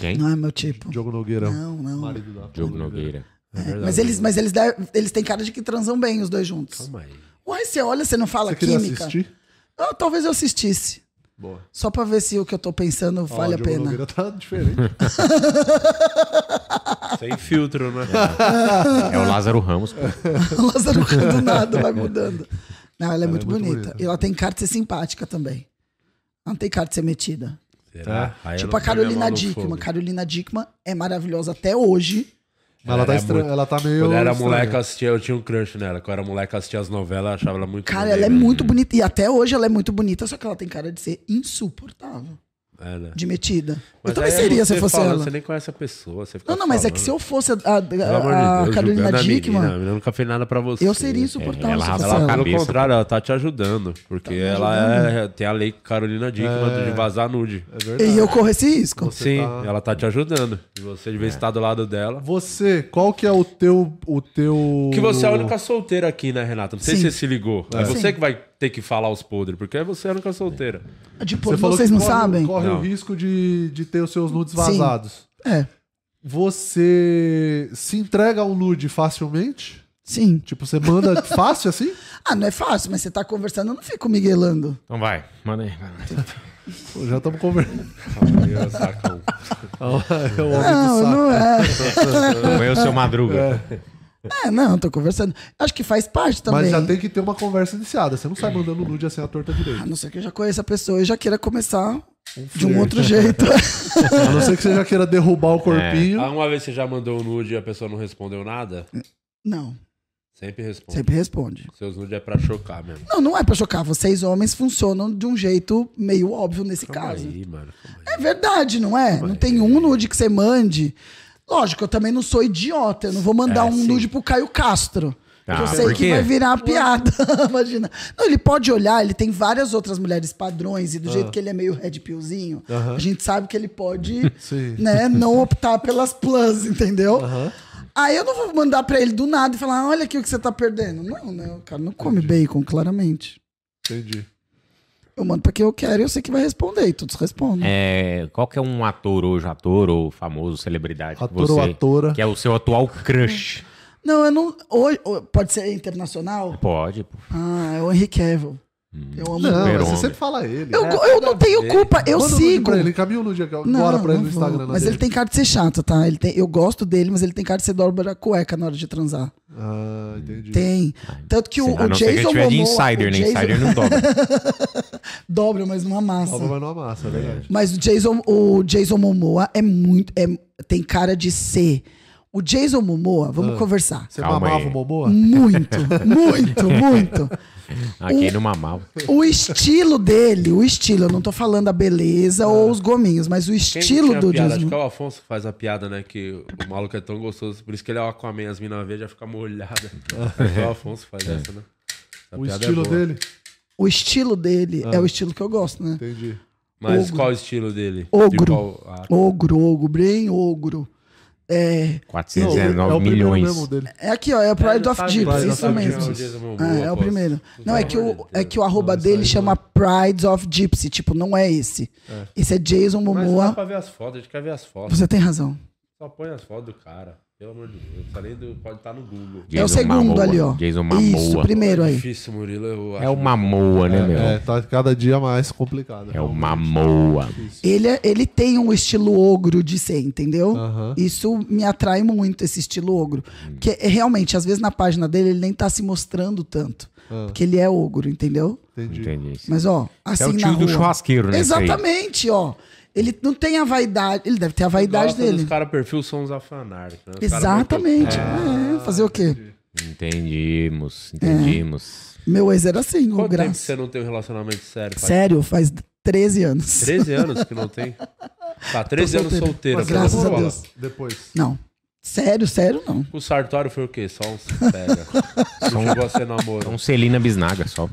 Speaker 2: Quem?
Speaker 4: não é meu tipo.
Speaker 3: Diogo Nogueira.
Speaker 4: Não, não.
Speaker 3: Marido da
Speaker 2: Diogo Nogueira.
Speaker 4: É, mas eles, mas eles, devem- eles têm cara de que transam bem os dois juntos.
Speaker 1: Calma aí.
Speaker 4: Uai, você olha, você não fala
Speaker 3: Você queria
Speaker 4: química.
Speaker 3: assistir?
Speaker 4: Ah, talvez eu assistisse.
Speaker 3: Boa.
Speaker 4: Só pra ver se o que eu tô pensando
Speaker 3: Ó,
Speaker 4: vale
Speaker 3: o
Speaker 4: a
Speaker 3: Diogo
Speaker 4: pena.
Speaker 3: Nogueira tá diferente.
Speaker 1: Sem filtro, né?
Speaker 2: É o Lázaro Ramos. pô.
Speaker 3: tá-
Speaker 4: Lázaro Ramos do nada vai mudando. Não, ela é muito,
Speaker 3: muito
Speaker 4: bonita.
Speaker 3: bonita.
Speaker 4: E ela tem cara de ser simpática também. Ela não tem cara de ser metida.
Speaker 1: Será? Aí eu
Speaker 4: tipo
Speaker 1: É, não
Speaker 4: a Carolina
Speaker 1: ponho minha mão
Speaker 4: Dickman.
Speaker 1: no fogo.
Speaker 4: Carolina Dickman é maravilhosa até hoje.
Speaker 3: Mas ela,
Speaker 1: Ela
Speaker 3: tá
Speaker 1: é
Speaker 3: estranha.
Speaker 1: muito-
Speaker 3: Ela tá meio.
Speaker 1: Quando eu era
Speaker 3: estranha.
Speaker 1: moleque, eu assistia, eu tinha um crush nela. Quando eu era moleque, eu assistia as novelas, eu achava ela muito
Speaker 4: Cara,
Speaker 1: bonita.
Speaker 4: ela é muito bonita. E até hoje ela é muito bonita, só que ela tem cara de ser insuportável.
Speaker 1: É, né?
Speaker 4: De metida.
Speaker 1: Mas
Speaker 4: eu também
Speaker 1: aí é
Speaker 4: seria se
Speaker 1: você
Speaker 4: eu fosse
Speaker 1: falando,
Speaker 4: ela.
Speaker 1: Você nem conhece a pessoa. Você fica
Speaker 4: Não, não, mas é que
Speaker 1: falando.
Speaker 4: se eu fosse a, a-
Speaker 1: Pelo amor de
Speaker 4: a
Speaker 1: Deus,
Speaker 4: Carolina
Speaker 1: julgando a né?
Speaker 4: Dickman,
Speaker 1: menina, a menina nunca fez nada pra você.
Speaker 4: eu seria
Speaker 2: É,
Speaker 4: insuportável
Speaker 2: ela
Speaker 4: se eu fosse
Speaker 2: rasgava a
Speaker 4: ela.
Speaker 2: cabeça.
Speaker 1: Pelo contrário, ela tá É. te ajudando. Porque ela é- tem a lei Carolina Dickman de vazar nude.
Speaker 3: É verdade.
Speaker 4: E eu corro esse risco.
Speaker 1: Sim, ela tá te ajudando. E você de vez estar do lado dela.
Speaker 3: Você, qual que é o teu. O teu...
Speaker 1: Que você é a única solteira aqui, né, Renata? Não sei
Speaker 4: Sim.
Speaker 1: se você se ligou. É, você
Speaker 4: Sim.
Speaker 1: que vai ter que falar os podres, porque você é a única solteira.
Speaker 4: De
Speaker 3: Você
Speaker 4: podre,
Speaker 3: falou
Speaker 4: Ah, tipo, vocês
Speaker 3: que
Speaker 4: não
Speaker 3: corre-
Speaker 4: sabem?
Speaker 3: Corre o
Speaker 1: Não.
Speaker 3: risco de, de ter os seus nudes vazados.
Speaker 4: É,
Speaker 3: Você se entrega a um nude facilmente?
Speaker 4: sim.
Speaker 3: Tipo, você manda fácil assim?
Speaker 4: Ah, não é fácil, mas você tá conversando, eu não fico miguelando.
Speaker 2: Então vai, manda aí.
Speaker 3: Pô, já estamos conversando.
Speaker 1: Meu sacão.
Speaker 3: É o homem do
Speaker 4: Não,
Speaker 3: saco.
Speaker 4: não é.
Speaker 2: Foi o seu Madruga.
Speaker 4: É, não, tô conversando. Acho que faz parte também.
Speaker 3: Mas já tem que ter uma conversa iniciada. Você não sai mandando nude assim à torta direita.
Speaker 4: A não ser que eu já conheça a pessoa e já queira começar de
Speaker 3: flerte.
Speaker 4: um outro jeito.
Speaker 3: A não ser que você já queira derrubar o corpinho.
Speaker 1: Alguma vez você já mandou um nude e a pessoa não respondeu nada?
Speaker 4: não,
Speaker 1: Sempre responde.
Speaker 4: sempre responde.
Speaker 1: Seus nudes é pra chocar mesmo.
Speaker 4: Não, não é pra chocar. Vocês homens funcionam de um jeito meio óbvio nesse
Speaker 1: Calma
Speaker 4: caso.
Speaker 1: aí, mano. calma aí.
Speaker 4: É verdade, não é? Não tem um nude que você mande. Lógico, eu também não sou idiota. Eu não vou mandar
Speaker 1: É,
Speaker 4: um nude pro Caio Castro.
Speaker 2: Ah,
Speaker 4: que eu sei
Speaker 2: por
Speaker 4: que
Speaker 2: quê?
Speaker 4: vai virar uma piada. Imagina. Não, ele pode olhar, ele tem várias outras mulheres padrões, e do jeito que ele é meio red pillzinho, a gente sabe que ele pode
Speaker 3: Sim.
Speaker 4: né, não optar pelas plus, entendeu? Aí eu não vou mandar pra ele do nada e falar: olha aqui o que você tá perdendo. Não, né? O cara não come bacon, claramente.
Speaker 3: Entendi.
Speaker 4: Eu mando pra quem eu quero e eu sei que vai responder, e todos respondem.
Speaker 2: É, qual que é um ator hoje, ator ou famoso, celebridade? que
Speaker 3: Ator ou
Speaker 2: você-
Speaker 3: atora.
Speaker 2: Que é o seu atual crush.
Speaker 4: Não, eu não. Hoje, pode ser internacional?
Speaker 2: Pode, pô.
Speaker 4: Ah, é o Henry Cavill. Eu amo
Speaker 3: Não, mas você
Speaker 2: Super-homem.
Speaker 3: sempre fala ele.
Speaker 4: Eu, eu não tenho culpa, eu
Speaker 3: Manda um nude
Speaker 4: sigo.
Speaker 3: Pra ele, encaminha um nude agora pra ele no
Speaker 4: vou.
Speaker 3: Instagram. né?
Speaker 4: Mas ele tem cara de ser chato, tá? Ele tem, eu gosto dele, mas ele tem cara de ser dobra cueca na hora de transar.
Speaker 3: Ah, entendi.
Speaker 4: Tem. Tanto que o,
Speaker 2: A
Speaker 4: o
Speaker 2: não ser que ele
Speaker 4: Jason
Speaker 2: tiver
Speaker 4: Momoa...
Speaker 2: de insider, né?
Speaker 4: o Jason-
Speaker 2: Insider não dobra.
Speaker 4: Dobra, mas não amassa.
Speaker 3: Alba vai numa massa, é verdade.
Speaker 4: Mas o Jason, o Jason Momoa é muito... É, tem cara de ser... O Jason Momoa, vamos
Speaker 3: Ah.
Speaker 4: conversar.
Speaker 3: Você
Speaker 2: Calma
Speaker 3: mamava
Speaker 2: aí.
Speaker 3: o Momoa?
Speaker 4: Hum. Muito, muito, muito.
Speaker 2: Aqui não mamava.
Speaker 4: é O estilo dele, o estilo, eu não tô falando a beleza
Speaker 3: Ah.
Speaker 4: ou os gominhos, mas o estilo do
Speaker 1: piada, Acho
Speaker 4: Jason
Speaker 1: que é o Afonso que faz a piada, né? Que o maluco é tão gostoso. Por isso que ele é o Aquaman, as minas vê já fica molhada. Acho que é o Afonso que faz essa, né? Essa
Speaker 3: O
Speaker 1: piada é
Speaker 3: estilo
Speaker 1: boa.
Speaker 3: dele?
Speaker 4: O estilo dele
Speaker 3: Ah.
Speaker 4: é o estilo que eu gosto, né?
Speaker 3: Entendi.
Speaker 1: Mas
Speaker 4: Ogro.
Speaker 1: qual o estilo dele?
Speaker 4: Ogro.
Speaker 1: E qual- ah,
Speaker 4: Ogro, ogro, bem ogro. É,
Speaker 3: Não, é
Speaker 2: 419
Speaker 3: o primeiro mesmo
Speaker 2: milhões.
Speaker 3: dele.
Speaker 4: é aqui, ó, é o Pride of Jeeps,
Speaker 3: Pride of
Speaker 4: isso
Speaker 1: Jeeps.
Speaker 4: mesmo.
Speaker 1: Jason Momoa,
Speaker 4: Ah, é o
Speaker 1: aposto.
Speaker 4: primeiro. Não, é que o, é que o arroba
Speaker 3: Não, isso
Speaker 4: dele
Speaker 3: aí
Speaker 4: chama Pride of Gypsy, tipo, não é esse. Esse é Jason
Speaker 1: Mas não dá
Speaker 4: Momoa.
Speaker 1: pra ver as fotos, a gente quer ver as fotos.
Speaker 4: Você tem razão.
Speaker 1: Só põe as fotos do cara. Pelo amor de Deus. Tá nem do- pode estar no Google. É
Speaker 4: é o
Speaker 2: Jason
Speaker 4: segundo
Speaker 2: Momoa.
Speaker 4: ali, ó.
Speaker 2: Jason Momoa.
Speaker 4: Isso, primeiro aí.
Speaker 1: Difícil, Murilo. Eu
Speaker 2: É
Speaker 1: acho
Speaker 2: o Mamoa, né, meu?
Speaker 3: É,
Speaker 2: É,
Speaker 3: tá cada dia mais complicado.
Speaker 2: o Mamoa.
Speaker 4: Ele, é- ele tem um estilo ogro de ser, entendeu?
Speaker 3: Aham.
Speaker 4: Isso me atrai muito, esse estilo ogro. Porque é, realmente, às vezes na página dele, ele nem tá se mostrando tanto. Porque ele é ogro, entendeu?
Speaker 3: Entendi.
Speaker 2: Entendi. isso.
Speaker 4: Mas, ó, assim.
Speaker 2: é o
Speaker 4: na
Speaker 2: tio do
Speaker 4: rua-
Speaker 2: churrasqueiro, né? esse aí?
Speaker 4: Exatamente, ó. Ele não tem a vaidade. Ele deve ter a vaidade
Speaker 1: Gosta
Speaker 4: dele.
Speaker 1: Dos cara perfil são os afanarcos. Né? Os cara muito-
Speaker 4: Exatamente. É, fazer o quê?
Speaker 2: Entendimos,
Speaker 4: É.
Speaker 2: entendimos.
Speaker 4: Meu ex era assim,
Speaker 1: Quanto
Speaker 4: o
Speaker 1: tempo que
Speaker 4: Graça.
Speaker 1: você não tem um relacionamento sério? Faz
Speaker 4: Sério, faz 13 anos.
Speaker 1: 13 anos que não tem. Tá, 13
Speaker 4: Tô
Speaker 1: anos
Speaker 4: solteiro.
Speaker 1: solteiro.
Speaker 3: Mas
Speaker 1: pelo
Speaker 4: graças
Speaker 1: amor
Speaker 4: a
Speaker 1: de
Speaker 4: Deus.
Speaker 3: Depois.
Speaker 4: Não. Sério, sério, não.
Speaker 1: O Sartório foi o quê? Só uns pega. Não chegou a ser namoro.
Speaker 2: Então, Celina Bisnaga só.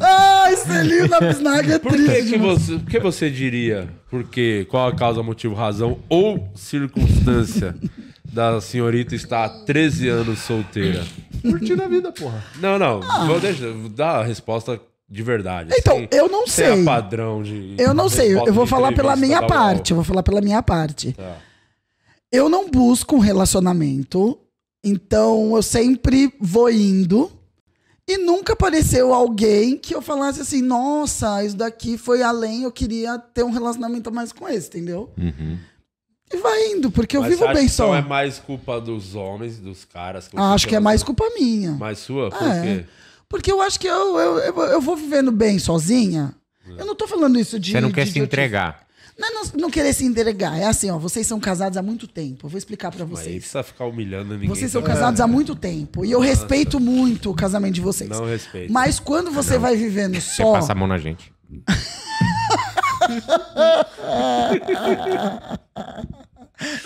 Speaker 4: Ai, Celina Bisnaga é
Speaker 1: Por que, que
Speaker 4: triste.
Speaker 1: você, por que você diria? Por quê? Qual a causa, motivo, razão ou circunstância da senhorita estar há 13 anos solteira?
Speaker 3: Curtindo a vida, porra.
Speaker 1: Não, não. Vou deixar, vou dar a resposta de verdade.
Speaker 4: Ah. Então,
Speaker 1: sem-
Speaker 4: eu não
Speaker 1: sem a
Speaker 4: sei.
Speaker 1: padrão de.
Speaker 4: Eu não sei, eu
Speaker 1: resposta
Speaker 4: vou
Speaker 1: de
Speaker 4: falar pela
Speaker 1: entrevista tá
Speaker 4: minha
Speaker 1: da UOL.
Speaker 4: parte. Eu vou falar pela minha parte.
Speaker 1: Tá.
Speaker 4: Eu não busco um relacionamento, então eu sempre vou indo. E nunca apareceu alguém que eu falasse assim, nossa, isso daqui foi além, eu queria ter um relacionamento a mais com esse, entendeu? E vai indo, porque eu
Speaker 1: Uhum. Mas você
Speaker 4: vivo
Speaker 1: acha
Speaker 4: bem
Speaker 1: que
Speaker 4: só.
Speaker 1: Então é mais culpa dos homens, dos caras.
Speaker 4: Ah, Acho que é mais culpa minha.
Speaker 1: Mais sua? Por
Speaker 4: Ah, é.
Speaker 1: quê?
Speaker 4: Porque eu acho que eu, eu, eu, eu vou vivendo bem sozinha.
Speaker 1: É.
Speaker 4: Eu não tô falando isso de.
Speaker 2: Você não quer
Speaker 4: de-
Speaker 2: se
Speaker 4: de-
Speaker 2: entregar.
Speaker 4: Não, é não, não querer se entregar. É assim, ó. Vocês são casados há muito tempo. Eu vou explicar pra
Speaker 1: Mas aí
Speaker 4: vocês.
Speaker 1: precisa ficar humilhando né? ninguém.
Speaker 4: Vocês são
Speaker 3: tá
Speaker 1: também.
Speaker 4: casados há muito tempo. E eu respeito muito o casamento de vocês.
Speaker 1: Não respeito.
Speaker 4: Mas quando você vai vivendo
Speaker 2: Você
Speaker 4: só.
Speaker 2: passa a mão na gente.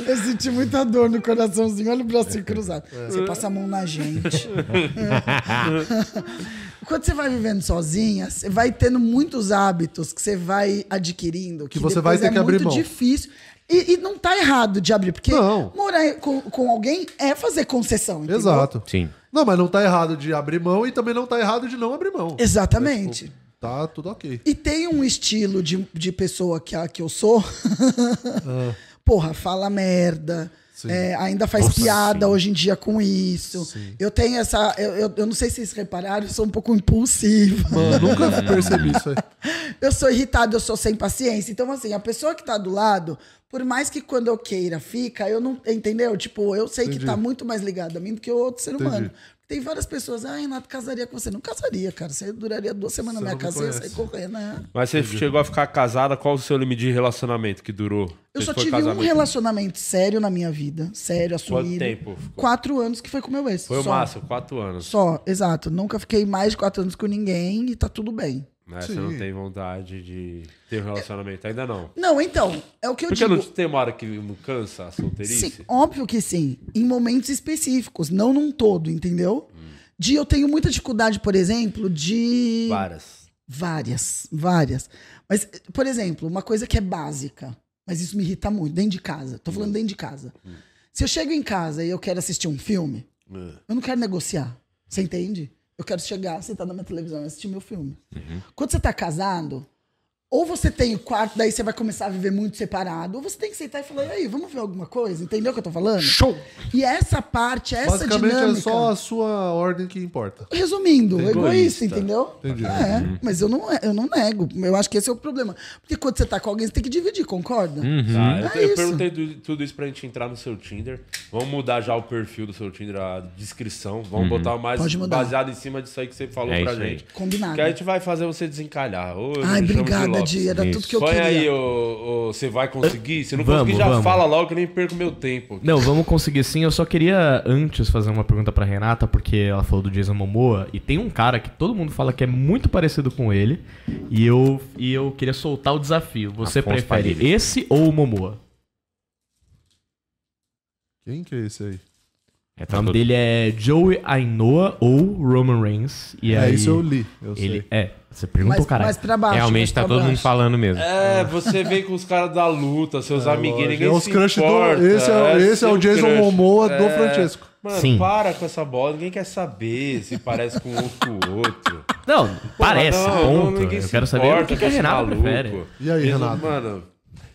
Speaker 4: Eu senti muita dor no coraçãozinho. Olha o bracinho cruzado.
Speaker 3: É.
Speaker 4: Você passa a mão na gente. Quando você vai vivendo sozinha, você vai tendo muitos hábitos que você vai adquirindo. Que,
Speaker 3: você
Speaker 4: depois
Speaker 3: vai ter
Speaker 4: é
Speaker 3: que abrir
Speaker 4: muito
Speaker 3: mão.
Speaker 4: difícil. E, e não tá errado de abrir, porque
Speaker 3: Não.
Speaker 4: morar com, com alguém é fazer concessão. entendeu?
Speaker 3: Exato.
Speaker 2: Sim.
Speaker 3: Não, mas não tá errado de abrir mão e também não tá errado de não abrir mão.
Speaker 4: Exatamente.
Speaker 3: Tá tudo ok.
Speaker 4: E tem um estilo de, de pessoa que, a- que eu sou.
Speaker 2: Ah.
Speaker 4: Porra, fala merda. é, ainda faz
Speaker 2: Nossa,
Speaker 4: piada
Speaker 2: sim.
Speaker 4: hoje em dia com isso. Eu tenho essa. Eu, eu, eu não sei se vocês repararam, eu sou um pouco impulsiva.
Speaker 3: Mano, nunca percebi isso aí.
Speaker 4: Eu sou irritada, eu sou sem paciência. Então, assim, a pessoa que tá do lado, por mais que quando eu queira fica, eu não. Entendeu? Tipo, eu sei que tá muito mais ligado a mim do que o outro ser humano. Tem várias pessoas, ah, Renato, casaria com você. Não casaria, cara. Você duraria duas semanas na minha casa e ia sair correndo, né?
Speaker 1: Mas você chegou a ficar casada, qual o seu limite de relacionamento que durou?
Speaker 4: Eu
Speaker 1: Você
Speaker 4: só
Speaker 1: foi
Speaker 4: tive um
Speaker 1: casamento-
Speaker 4: relacionamento sério na minha vida. Sério,
Speaker 1: Quanto
Speaker 4: assumido.
Speaker 1: tempo ficou?
Speaker 4: Quatro anos que foi com meu ex.
Speaker 1: Foi o
Speaker 4: só.
Speaker 1: máximo, quatro anos.
Speaker 4: Só, exato. Nunca fiquei mais de quatro anos com ninguém e tá tudo bem.
Speaker 1: né? Você não tem vontade de ter um relacionamento, ainda não.
Speaker 4: Não, então, é o que eu
Speaker 1: Porque
Speaker 4: É, digo.
Speaker 1: não tem uma hora que não cansa a solteirice?
Speaker 4: Sim, óbvio que sim. Em momentos específicos, não num todo, entendeu? De eu tenho muita dificuldade, por exemplo, de.
Speaker 1: Várias.
Speaker 4: Várias, várias. Mas, por exemplo, uma coisa que é básica, mas isso me irrita muito, dentro de casa. Tô falando dentro de casa. Se eu chego em casa e eu quero assistir um filme,
Speaker 3: É.
Speaker 4: eu não quero negociar. Você
Speaker 3: Uhum.
Speaker 4: entende? Eu quero chegar, sentar na minha televisão e assistir meu filme. Quando você tá casado, Ou você tem o quarto, daí você vai começar a viver muito separado, ou você tem que sentar e falar, e aí, vamos ver alguma coisa? Entendeu o que eu tô falando? Show! E essa parte, essa
Speaker 3: Basicamente
Speaker 4: dinâmica...
Speaker 3: é só a sua ordem que importa.
Speaker 4: Resumindo, egoísta, entendeu?
Speaker 3: Entendi.
Speaker 4: É, mas eu não, eu não nego. Eu acho que esse é o problema. Porque quando você tá com alguém, você tem que dividir, concorda?
Speaker 2: Uhum.
Speaker 3: Uhum.
Speaker 1: Tá, eu,
Speaker 4: É
Speaker 1: eu
Speaker 4: isso.
Speaker 1: perguntei du- tudo isso pra gente entrar no seu Tinder. Vamos mudar já o perfil do seu Tinder, a descrição. Vamos botar mais
Speaker 4: Pode mudar.
Speaker 1: baseado em cima disso aí que você falou
Speaker 2: Uhum. É
Speaker 1: pra
Speaker 2: isso aí.
Speaker 1: gente.
Speaker 4: Combinado.
Speaker 1: Que a gente vai fazer você desencalhar. Ô, eu
Speaker 4: Ai,
Speaker 1: me chamo tipo, de
Speaker 4: obrigada,
Speaker 1: Lopes.
Speaker 4: Di. Era tudo que eu
Speaker 1: Põe
Speaker 4: queria.
Speaker 1: aí, ô, ô, você vai conseguir? Se não
Speaker 8: Vamos,
Speaker 1: conseguir, já
Speaker 8: vamos.
Speaker 1: fala logo que eu nem perco meu tempo.
Speaker 8: Não, vamos conseguir sim. Eu só queria antes fazer uma pergunta pra Renata, porque ela falou do Jason Momoa e tem um cara que todo mundo fala que é muito parecido com ele, e eu e eu queria soltar o desafio. Você
Speaker 2: Afonso
Speaker 8: prefere
Speaker 2: Padilha.
Speaker 8: esse ou o Momoa?
Speaker 3: Quem que é esse aí?
Speaker 2: É,
Speaker 8: O
Speaker 2: tá
Speaker 8: nome
Speaker 2: todo-
Speaker 8: dele é Joey Ainoa ou Roman Reigns. E
Speaker 3: é,
Speaker 8: aí
Speaker 3: isso eu li. Eu
Speaker 8: ele
Speaker 3: sei.
Speaker 8: é. Você perguntou,
Speaker 4: Mas,
Speaker 8: caralho.
Speaker 4: mas pra baixo.
Speaker 2: Realmente
Speaker 4: mas
Speaker 2: tá
Speaker 4: pra
Speaker 2: todo mundo
Speaker 4: baixo.
Speaker 2: falando mesmo.
Speaker 1: É, você vem com os caras da luta, seus amiguinhos, ninguém
Speaker 3: É os
Speaker 1: se
Speaker 3: crush do-
Speaker 1: importa.
Speaker 3: esse é- esse é o
Speaker 1: seu É.
Speaker 3: Jason Momoa do Francesco.
Speaker 1: Mano,
Speaker 8: Sim.
Speaker 1: para com essa bola, ninguém quer saber se parece com um ou com o outro.
Speaker 8: Não, parece,
Speaker 1: Não, não,
Speaker 8: ponto.
Speaker 1: ninguém
Speaker 8: eu
Speaker 1: se
Speaker 8: quero saber o
Speaker 1: importa
Speaker 8: que, que
Speaker 1: com
Speaker 8: a
Speaker 1: esse
Speaker 8: Renata
Speaker 1: maluco.
Speaker 8: prefere.
Speaker 3: E aí,
Speaker 1: Isso,
Speaker 3: Renato?
Speaker 1: Mano,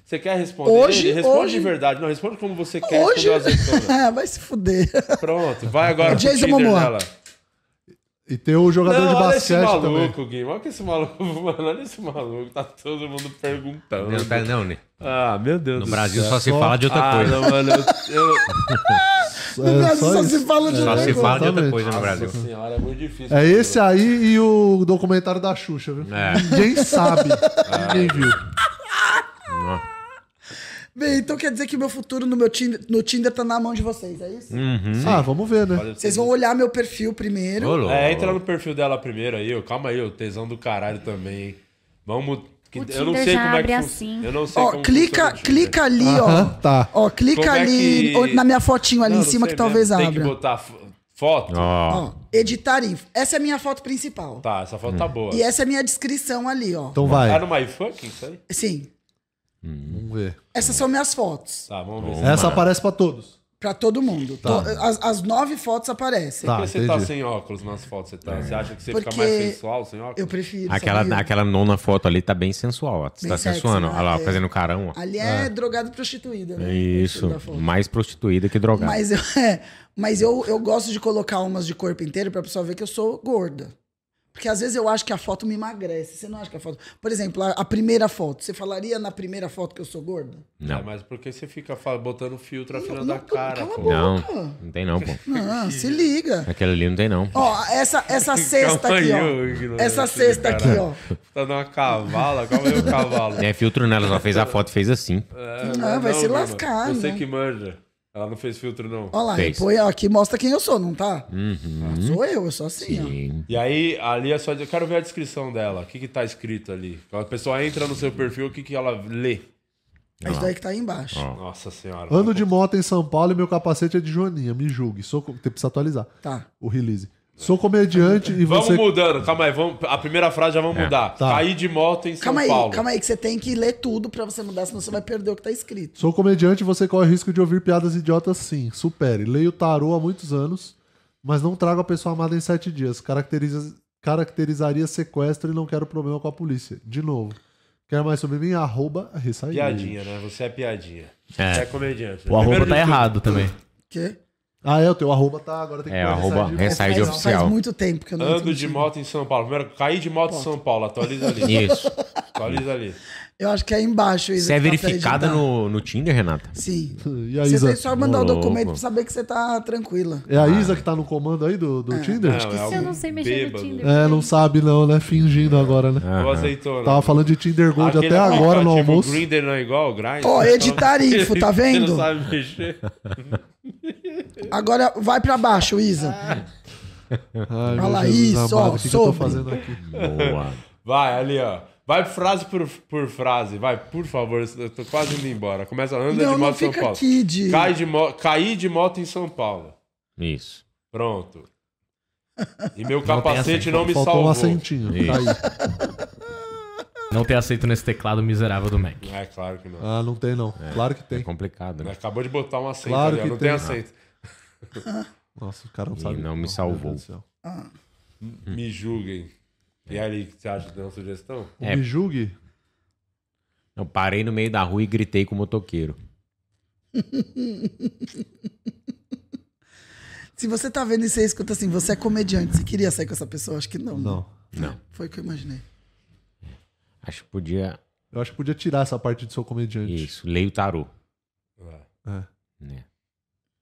Speaker 1: você quer responder?
Speaker 4: Hoje-
Speaker 1: ele? Responde
Speaker 4: hoje-
Speaker 1: de verdade. Não, responde como você quer
Speaker 4: Hoje.
Speaker 1: responder as pessoas.
Speaker 4: Ah, vai se fuder.
Speaker 1: Pronto, vai
Speaker 3: É
Speaker 1: agora pro
Speaker 4: Jason
Speaker 1: Tinder
Speaker 4: Momoa.
Speaker 1: dela.
Speaker 3: E tem o jogador de
Speaker 1: Não, olha esse
Speaker 3: basquete
Speaker 1: maluco,
Speaker 3: também.
Speaker 1: Gui. Olha que esse maluco, mano. Olha esse maluco. Tá todo mundo perguntando.
Speaker 2: Não, tá- não, né?
Speaker 1: Ah, meu Deus
Speaker 2: No
Speaker 1: do
Speaker 2: Brasil
Speaker 1: céu.
Speaker 2: só se
Speaker 3: só-
Speaker 2: fala de outra
Speaker 1: ah,
Speaker 2: coisa.
Speaker 1: Não, mano, eu- eu,
Speaker 4: No Brasil só
Speaker 3: É, isso. É.
Speaker 4: se fala de
Speaker 2: Só se
Speaker 4: negócio.
Speaker 2: fala de outra
Speaker 3: exatamente.
Speaker 2: coisa no Brasil.
Speaker 1: Nossa senhora, é muito difícil.
Speaker 3: É esse aí e o documentário da Xuxa, viu?
Speaker 2: É.
Speaker 3: Ninguém sabe. Ninguém viu.
Speaker 4: Bem, então quer dizer que meu futuro no meu Tinder, no Tinder tá na mão de vocês, é isso?
Speaker 3: Ah, vamos ver, né?
Speaker 4: Vocês vão olhar meu perfil primeiro.
Speaker 2: Ô, louco.
Speaker 1: É, entra no perfil dela primeiro aí, ó. calma aí, o tesão do caralho também. hein. Vamos. que-
Speaker 9: O
Speaker 1: eu não
Speaker 9: Tinder
Speaker 1: sei
Speaker 9: já
Speaker 1: como é que
Speaker 9: abre
Speaker 1: fun-
Speaker 9: assim.
Speaker 1: Eu não sei
Speaker 4: Ó,
Speaker 1: como
Speaker 4: clica,
Speaker 1: funciona o Tinder.
Speaker 4: clica ali,
Speaker 3: Aham,
Speaker 4: ó.
Speaker 3: tá.
Speaker 4: Ó, clica
Speaker 1: Como é
Speaker 4: ali
Speaker 1: que-
Speaker 4: ou na minha fotinho ali
Speaker 1: Não,
Speaker 4: em
Speaker 1: não
Speaker 4: cima
Speaker 1: sei
Speaker 4: que talvez
Speaker 1: mesmo. Tem
Speaker 4: abra.
Speaker 1: que botar fo- foto?
Speaker 2: Ó,
Speaker 4: Ó, editar info. Essa é a minha foto principal.
Speaker 1: Tá, essa foto tá boa.
Speaker 4: E essa é a minha descrição ali, ó.
Speaker 3: Então
Speaker 1: Tá
Speaker 3: vai.
Speaker 1: no MyFucking isso aí?
Speaker 4: Sim.
Speaker 3: Vamos ver.
Speaker 4: Essas são minhas fotos.
Speaker 1: Tá, vamos ver. se-
Speaker 3: Essa aparece pra todos.
Speaker 4: Pra todo mundo. To- as, as nove fotos aparecem.
Speaker 3: Tá,
Speaker 1: Por que você tá
Speaker 3: entendi.
Speaker 1: sem óculos nas fotos? Você, tá, você acha que você
Speaker 4: Ah, Porque
Speaker 1: fica mais sensual sem óculos?
Speaker 4: Eu prefiro.
Speaker 2: aquela,
Speaker 4: sabia?
Speaker 2: aquela nona foto ali tá bem sensual, ó. Você
Speaker 4: Bem
Speaker 2: tá
Speaker 4: sexy,
Speaker 2: sensuando.
Speaker 4: né?
Speaker 2: Olha lá, ó,
Speaker 4: É.
Speaker 2: fazendo carão, ó.
Speaker 4: Ali é, drogada e prostituída, né?
Speaker 2: Isso. Hum, tá.
Speaker 4: Da foto.
Speaker 2: Mais prostituída que drogada.
Speaker 4: Mas, eu, é, mas eu, eu gosto de colocar umas de corpo inteiro pra pessoa ver que eu sou gorda. Porque às vezes eu acho que a foto me emagrece. Você não acha que a foto. Por exemplo, a, a primeira foto. Você falaria na primeira foto que eu sou gorda?
Speaker 1: É,
Speaker 2: Não.
Speaker 1: mas por que você fica fa- botando filtro afinal da
Speaker 4: não, é
Speaker 1: cara?
Speaker 4: cala a
Speaker 1: pô?
Speaker 4: boca.
Speaker 2: Não, não tem não, pô.
Speaker 4: Não, se liga.
Speaker 2: Aquela ali não tem não.
Speaker 4: Ó, essa, essa cesta
Speaker 1: Calma
Speaker 4: aqui,
Speaker 1: aí,
Speaker 4: ó.
Speaker 1: ô ignorante
Speaker 4: Essa
Speaker 1: do
Speaker 4: cesta aqui,
Speaker 1: né, caralho.
Speaker 4: ó.
Speaker 1: Tá numa cavala? Calma aí, o cavalo.
Speaker 2: Não é filtro nela, ela só fez a foto e fez assim.
Speaker 1: É,
Speaker 4: Não, vai se
Speaker 1: Bruna,
Speaker 4: lascar,
Speaker 1: Você
Speaker 4: né?
Speaker 1: que manja. Ela não fez filtro, não.
Speaker 4: Olha lá,
Speaker 2: Fez. Uhum.
Speaker 4: põe aqui mostra quem eu sou, não tá? Sou eu, eu sou assim, ó.
Speaker 2: Sim.
Speaker 1: E aí, ali é só. Eu quero ver a descrição dela. O que, que tá escrito ali? Quando a pessoa entra no seu perfil, o que, que ela lê?
Speaker 4: É isso daí que tá aí embaixo.
Speaker 1: Nossa senhora.
Speaker 3: Ando de moto em São Paulo e meu capacete é de Joaninha. Me julgue. Sou... co- Tem precisa atualizar
Speaker 4: Tá.
Speaker 3: o release. Sou comediante e
Speaker 1: Vamos
Speaker 3: você...
Speaker 1: mudando, calma aí. Vamos... A primeira frase já vamos
Speaker 8: É.
Speaker 1: mudar.
Speaker 3: Tá.
Speaker 1: Caí de moto em São
Speaker 4: Calma aí,
Speaker 1: Paulo.
Speaker 4: calma aí, que você tem que ler tudo pra você mudar, senão você vai perder o que tá escrito.
Speaker 3: Sou comediante e você corre risco de ouvir piadas idiotas sim. Supere. Leio tarô há muitos anos, mas não trago a pessoa amada em sete dias. Caracteriza- Caracterizaria sequestro e não quero problema com a polícia. De novo. Quer mais sobre mim? Arroba ressaída.
Speaker 1: Piadinha, né? Você é piadinha. Você é
Speaker 2: É.
Speaker 1: comediante. né?
Speaker 8: O arroba
Speaker 1: Primeiro
Speaker 8: tá
Speaker 1: de tudo,
Speaker 8: errado também.
Speaker 4: Quê?
Speaker 3: Ah, é, o teu arroba tá agora. Tem que
Speaker 2: É,
Speaker 3: pôr
Speaker 2: arroba
Speaker 3: ressaída.
Speaker 2: ressaída
Speaker 4: Faz- Faz
Speaker 2: oficial.
Speaker 4: muito tempo que eu não
Speaker 1: Ando
Speaker 4: entro
Speaker 1: de
Speaker 4: no
Speaker 1: moto em São Paulo. Primeiro, caí de moto em São Paulo. Atualiza ali.
Speaker 2: Isso.
Speaker 1: Atualiza ali.
Speaker 4: Tinder. Eu acho que é embaixo. Isa,
Speaker 2: Você é
Speaker 4: que tá pra
Speaker 2: verificada
Speaker 4: editar.
Speaker 2: no, no Tinder, Renata?
Speaker 4: Sim.
Speaker 3: E a
Speaker 4: Você
Speaker 3: Isa?
Speaker 4: tem só mandar o
Speaker 2: Ô,
Speaker 4: documento
Speaker 2: louco.
Speaker 4: pra saber que você tá tranquila.
Speaker 3: É a
Speaker 2: Ah,
Speaker 3: Isa que tá no comando aí do, do Tinder?
Speaker 1: Não, é
Speaker 9: Isso eu
Speaker 1: algum
Speaker 9: não sei mexer
Speaker 1: bêbado.
Speaker 9: no Tinder.
Speaker 3: É, não sabe não, né?
Speaker 2: É.
Speaker 3: Fingindo agora, né?
Speaker 1: Ou
Speaker 2: Aham.
Speaker 1: azeitona.
Speaker 3: Tava falando de Tinder Gold
Speaker 1: Aquele
Speaker 3: até agora no
Speaker 1: aplicativo
Speaker 3: almoço.
Speaker 1: Grindr não é igual o Grindr?
Speaker 4: Ó, editar info, tá
Speaker 1: Você
Speaker 4: vendo?
Speaker 1: não sabe mexer.
Speaker 4: Agora vai pra baixo, Isa.
Speaker 1: Ah,
Speaker 3: Ai,
Speaker 4: Olha
Speaker 3: meu
Speaker 4: lá,
Speaker 3: Jesus
Speaker 4: isso,
Speaker 3: amado,
Speaker 4: ó,
Speaker 3: o que, que eu tô
Speaker 4: sobre.
Speaker 3: fazendo aqui?
Speaker 2: Boa.
Speaker 1: Vai, ali, ó. Vai frase por, por frase. Vai, por favor. Eu tô quase indo embora. Começa, anda
Speaker 4: Não,
Speaker 1: de moto
Speaker 4: não
Speaker 1: em São
Speaker 4: fica
Speaker 1: Paulo.
Speaker 4: aqui de.
Speaker 1: Cai de mo... Caí de moto em São Paulo.
Speaker 2: Isso.
Speaker 1: Pronto. E meu
Speaker 2: tem
Speaker 1: capacete
Speaker 2: essa,
Speaker 1: não me
Speaker 3: Faltou um
Speaker 1: salvou.
Speaker 3: acentinho. Tá
Speaker 2: Isso.
Speaker 3: Aí.
Speaker 8: Não ter aceito nesse teclado miserável do Mac.
Speaker 1: É claro que não.
Speaker 3: Ah, não tem não. Claro que
Speaker 2: É
Speaker 3: tem.
Speaker 2: complicado, né?
Speaker 1: Acabou de botar um acento
Speaker 3: Claro
Speaker 1: ali, ó.
Speaker 3: que
Speaker 1: não
Speaker 3: tem.
Speaker 1: tem acento.
Speaker 3: Nossa, o cara não
Speaker 2: E
Speaker 3: sabe.
Speaker 2: não me
Speaker 3: meu
Speaker 2: salvou.
Speaker 3: Deus do céu.
Speaker 1: Me julguem. E ali, você acha que tem uma sugestão?
Speaker 3: O
Speaker 2: É.
Speaker 3: Me julgue?
Speaker 2: Eu parei no meio da rua e gritei com o motoqueiro.
Speaker 4: Se você tá vendo isso e você escuta assim, você é comediante, você queria sair com essa pessoa? Acho que não. né?
Speaker 3: Não.
Speaker 4: Foi o que eu imaginei.
Speaker 2: Acho que podia.
Speaker 3: Eu acho que podia tirar essa parte do seu comediante.
Speaker 2: Isso, leio tarô.
Speaker 3: É.
Speaker 2: Né?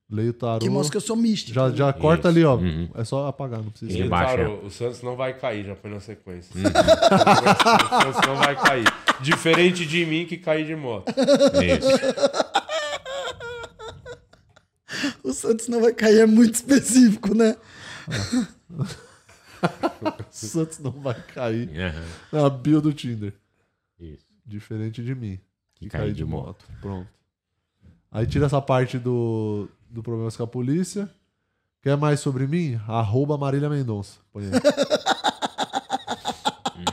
Speaker 3: Leio o tarô.
Speaker 4: Que mostra que eu sou místico.
Speaker 3: Já, já
Speaker 2: Isso.
Speaker 3: corta ali, ó.
Speaker 2: Uhum.
Speaker 3: É só apagar, não precisa.
Speaker 2: Sim.
Speaker 1: Ele
Speaker 2: Embaixo,
Speaker 1: parou. O Santos não vai cair, já foi na sequência. o Santos não vai cair. Diferente de mim que caí de moto.
Speaker 2: Isso.
Speaker 4: O Santos não vai cair, é muito específico, né?
Speaker 3: O Santos não vai cair
Speaker 2: Aham.
Speaker 3: na bio do Tinder.
Speaker 2: É. Isso.
Speaker 3: Diferente de mim.
Speaker 2: Que caí de moto.
Speaker 3: Pronto. Aí tira essa parte do, do Problemas com a Polícia. Quer mais sobre mim? Arroba Marília Mendonça. Põe aí.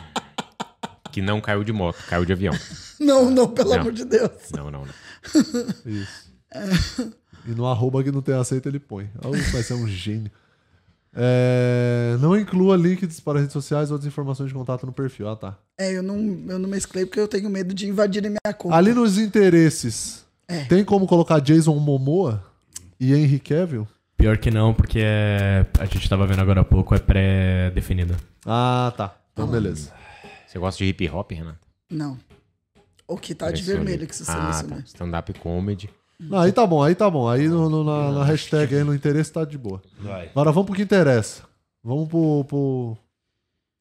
Speaker 2: Que não caiu de moto, caiu de avião.
Speaker 4: Não, não, pelo
Speaker 2: Não.
Speaker 4: amor de Deus.
Speaker 2: Não, não, não.
Speaker 3: Isso. E no arroba que não tem aceito, ele põe. Ah, o Vai ser um gênio. É, não inclua links para redes sociais ou outras informações de contato no perfil. Ah, tá.
Speaker 4: É, eu não, eu não mesclei porque eu tenho medo de invadirem minha conta.
Speaker 3: Ali nos interesses,
Speaker 4: É.
Speaker 3: tem como colocar Jason Momoa e Henry Cavill?
Speaker 8: Pior que não, porque é... a gente tava vendo agora há pouco, é pré-definida.
Speaker 3: Ah, tá. Então, beleza.
Speaker 2: Você gosta de hip hop, Renato?
Speaker 4: Não. O que tá de
Speaker 2: Pressione.
Speaker 4: vermelho que você
Speaker 2: Ah,
Speaker 4: selecionou.
Speaker 2: tá. Stand-up comedy.
Speaker 3: Não, aí tá bom, aí tá bom. Aí no- no- na, na hashtag, aí no interesse, tá de boa.
Speaker 1: Vai.
Speaker 3: Agora vamos pro que interessa. Vamos pro... pro-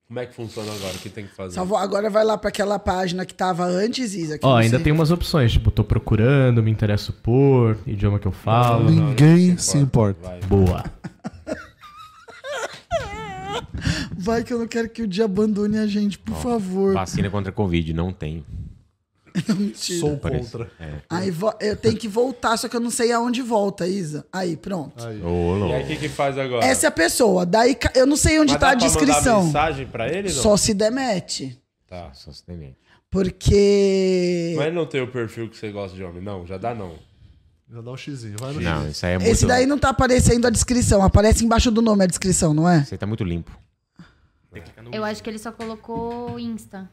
Speaker 1: Como é que funciona agora? O que tem que fazer?
Speaker 4: Só vou- agora vai lá pra aquela página que tava antes, Isa. que
Speaker 8: Ó,
Speaker 4: eu não
Speaker 8: ainda
Speaker 4: sei.
Speaker 6: um-
Speaker 8: tem umas opções, tipo, tô procurando, me interesso por, idioma que eu falo.
Speaker 3: Ninguém se importa.
Speaker 1: Vai.
Speaker 8: Boa.
Speaker 4: Vai que eu não quero que o dia abandone a gente, por favor.
Speaker 2: Vacina contra a Covid, não tem.
Speaker 4: Mentira.
Speaker 3: Sou
Speaker 2: Parece.
Speaker 3: contra.
Speaker 4: Aí vo- eu tenho que voltar, só que eu não sei aonde volta, Isa. Aí, pronto.
Speaker 3: Aí.
Speaker 2: Ô,
Speaker 1: E
Speaker 2: louco.
Speaker 1: aí, o que, que faz agora?
Speaker 4: Essa é a pessoa. Daí ca- eu não sei onde
Speaker 1: Mas
Speaker 4: tá a
Speaker 1: dá pra mandar
Speaker 4: descrição.
Speaker 1: mensagem pra ele, não?
Speaker 4: Só se demete.
Speaker 1: Tá.
Speaker 2: Só se tem gente.
Speaker 4: Porque.
Speaker 1: Mas ele não tem o perfil que você gosta de homem. Não, já dá não.
Speaker 3: Já dá um xizinho. Vai no xizinho.
Speaker 2: Não, isso aí é muito.
Speaker 4: Esse daí não tá aparecendo a descrição. Aparece embaixo do nome a descrição, não é?
Speaker 2: Isso aí tá muito limpo.
Speaker 9: Eu acho que ele só colocou Insta.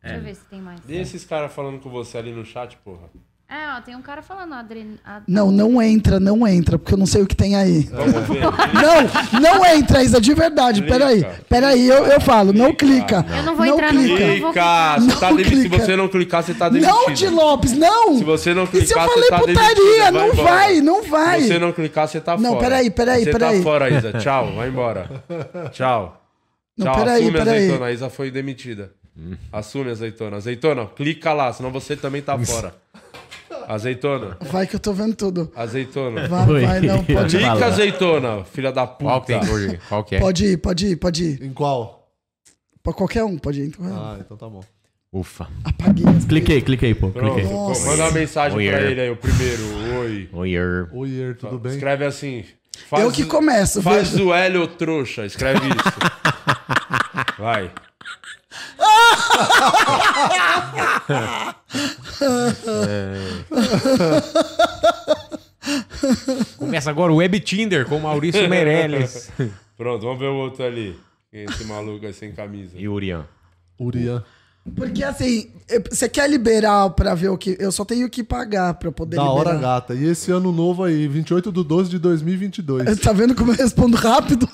Speaker 9: Deixa eu ver se tem mais.
Speaker 1: E esses caras falando com você ali no chat, porra?
Speaker 9: É, ó, tem um cara falando adren... a-
Speaker 4: Não, não entra, não entra, porque eu não sei o que tem aí.
Speaker 1: Vamos ver.
Speaker 4: Não, não entra, Isa, de verdade.
Speaker 1: Clica.
Speaker 4: Peraí, peraí, eu, eu falo, não clica.
Speaker 9: Eu não vou entrar no grupo.
Speaker 4: clica.
Speaker 1: Clica!
Speaker 9: vou
Speaker 4: clicar.
Speaker 1: Você tá
Speaker 4: Não
Speaker 1: demitido. Se
Speaker 4: clica.
Speaker 1: você não clicar, você tá demitido.
Speaker 4: Não, de Lopes, não!
Speaker 1: Se você não
Speaker 4: E se eu
Speaker 1: clicar,
Speaker 4: falei
Speaker 1: você tá
Speaker 4: putaria?
Speaker 1: demitido, vai
Speaker 4: não
Speaker 1: embora.
Speaker 4: vai, não vai.
Speaker 1: Se você não clicar, você tá
Speaker 4: Não,
Speaker 1: fora.
Speaker 4: peraí, peraí,
Speaker 1: você
Speaker 4: peraí.
Speaker 1: tá fora, Isa. Tchau, vai embora. Tchau.
Speaker 4: Não,
Speaker 1: Tchau,
Speaker 4: peraí,
Speaker 1: assume
Speaker 4: peraí. Hum.
Speaker 1: azeitona. A Isa foi demitida. Assume azeitona. Azeitona, clica lá, senão você também tá fora. Azeitona,
Speaker 4: Vai que eu tô vendo tudo.
Speaker 1: azeitona.
Speaker 4: Vai,
Speaker 8: Oi.
Speaker 4: vai, não, pode ir.
Speaker 1: né? Clica, azeitona, filha da
Speaker 2: Qual que
Speaker 1: puta.
Speaker 2: tem hoje? Qual que é?
Speaker 4: Pode ir, pode ir, pode ir.
Speaker 3: Em qual?
Speaker 4: Pra qualquer um, pode ir. Então,
Speaker 3: Ah, então tá bom.
Speaker 2: Ufa.
Speaker 4: Apaguei. as-
Speaker 8: Cliquei, cliquei, pô,
Speaker 1: Pronto,
Speaker 8: cliquei.
Speaker 1: pô, manda uma mensagem
Speaker 2: Oi,
Speaker 1: pra
Speaker 2: Yer.
Speaker 1: ele aí, o primeiro. Oi.
Speaker 2: Oi, er.
Speaker 3: Oi, Er, tudo bem?
Speaker 1: Escreve assim. faz-
Speaker 4: Eu que começo,
Speaker 1: Faz
Speaker 4: veja.
Speaker 1: o Hélio trouxa, escreve isso. Vai.
Speaker 2: Começa agora o Web Tinder com Maurício Meirelles.
Speaker 1: Pronto, vamos ver o outro ali. é Esse maluco aí sem camisa.
Speaker 2: e Urian.
Speaker 3: Urian.
Speaker 4: Porque assim, eu- você quer liberar pra ver o que. Eu só tenho que pagar pra poder
Speaker 3: Da
Speaker 4: liberar.
Speaker 3: hora gata. E esse ano novo aí, 28 de 12 de 2022.
Speaker 4: Tá vendo como eu respondo rápido?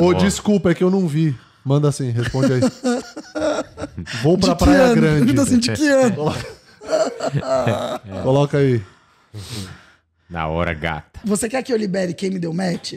Speaker 3: Ô, desculpa, é que eu não vi. Manda assim, responde aí. Vou pra
Speaker 4: De que
Speaker 3: Praia
Speaker 4: ano?
Speaker 3: Grande. é.
Speaker 4: Tá assim, de que ano?
Speaker 3: Coloca aí.
Speaker 2: Da hora, gata.
Speaker 4: Você quer que eu libere quem me deu match?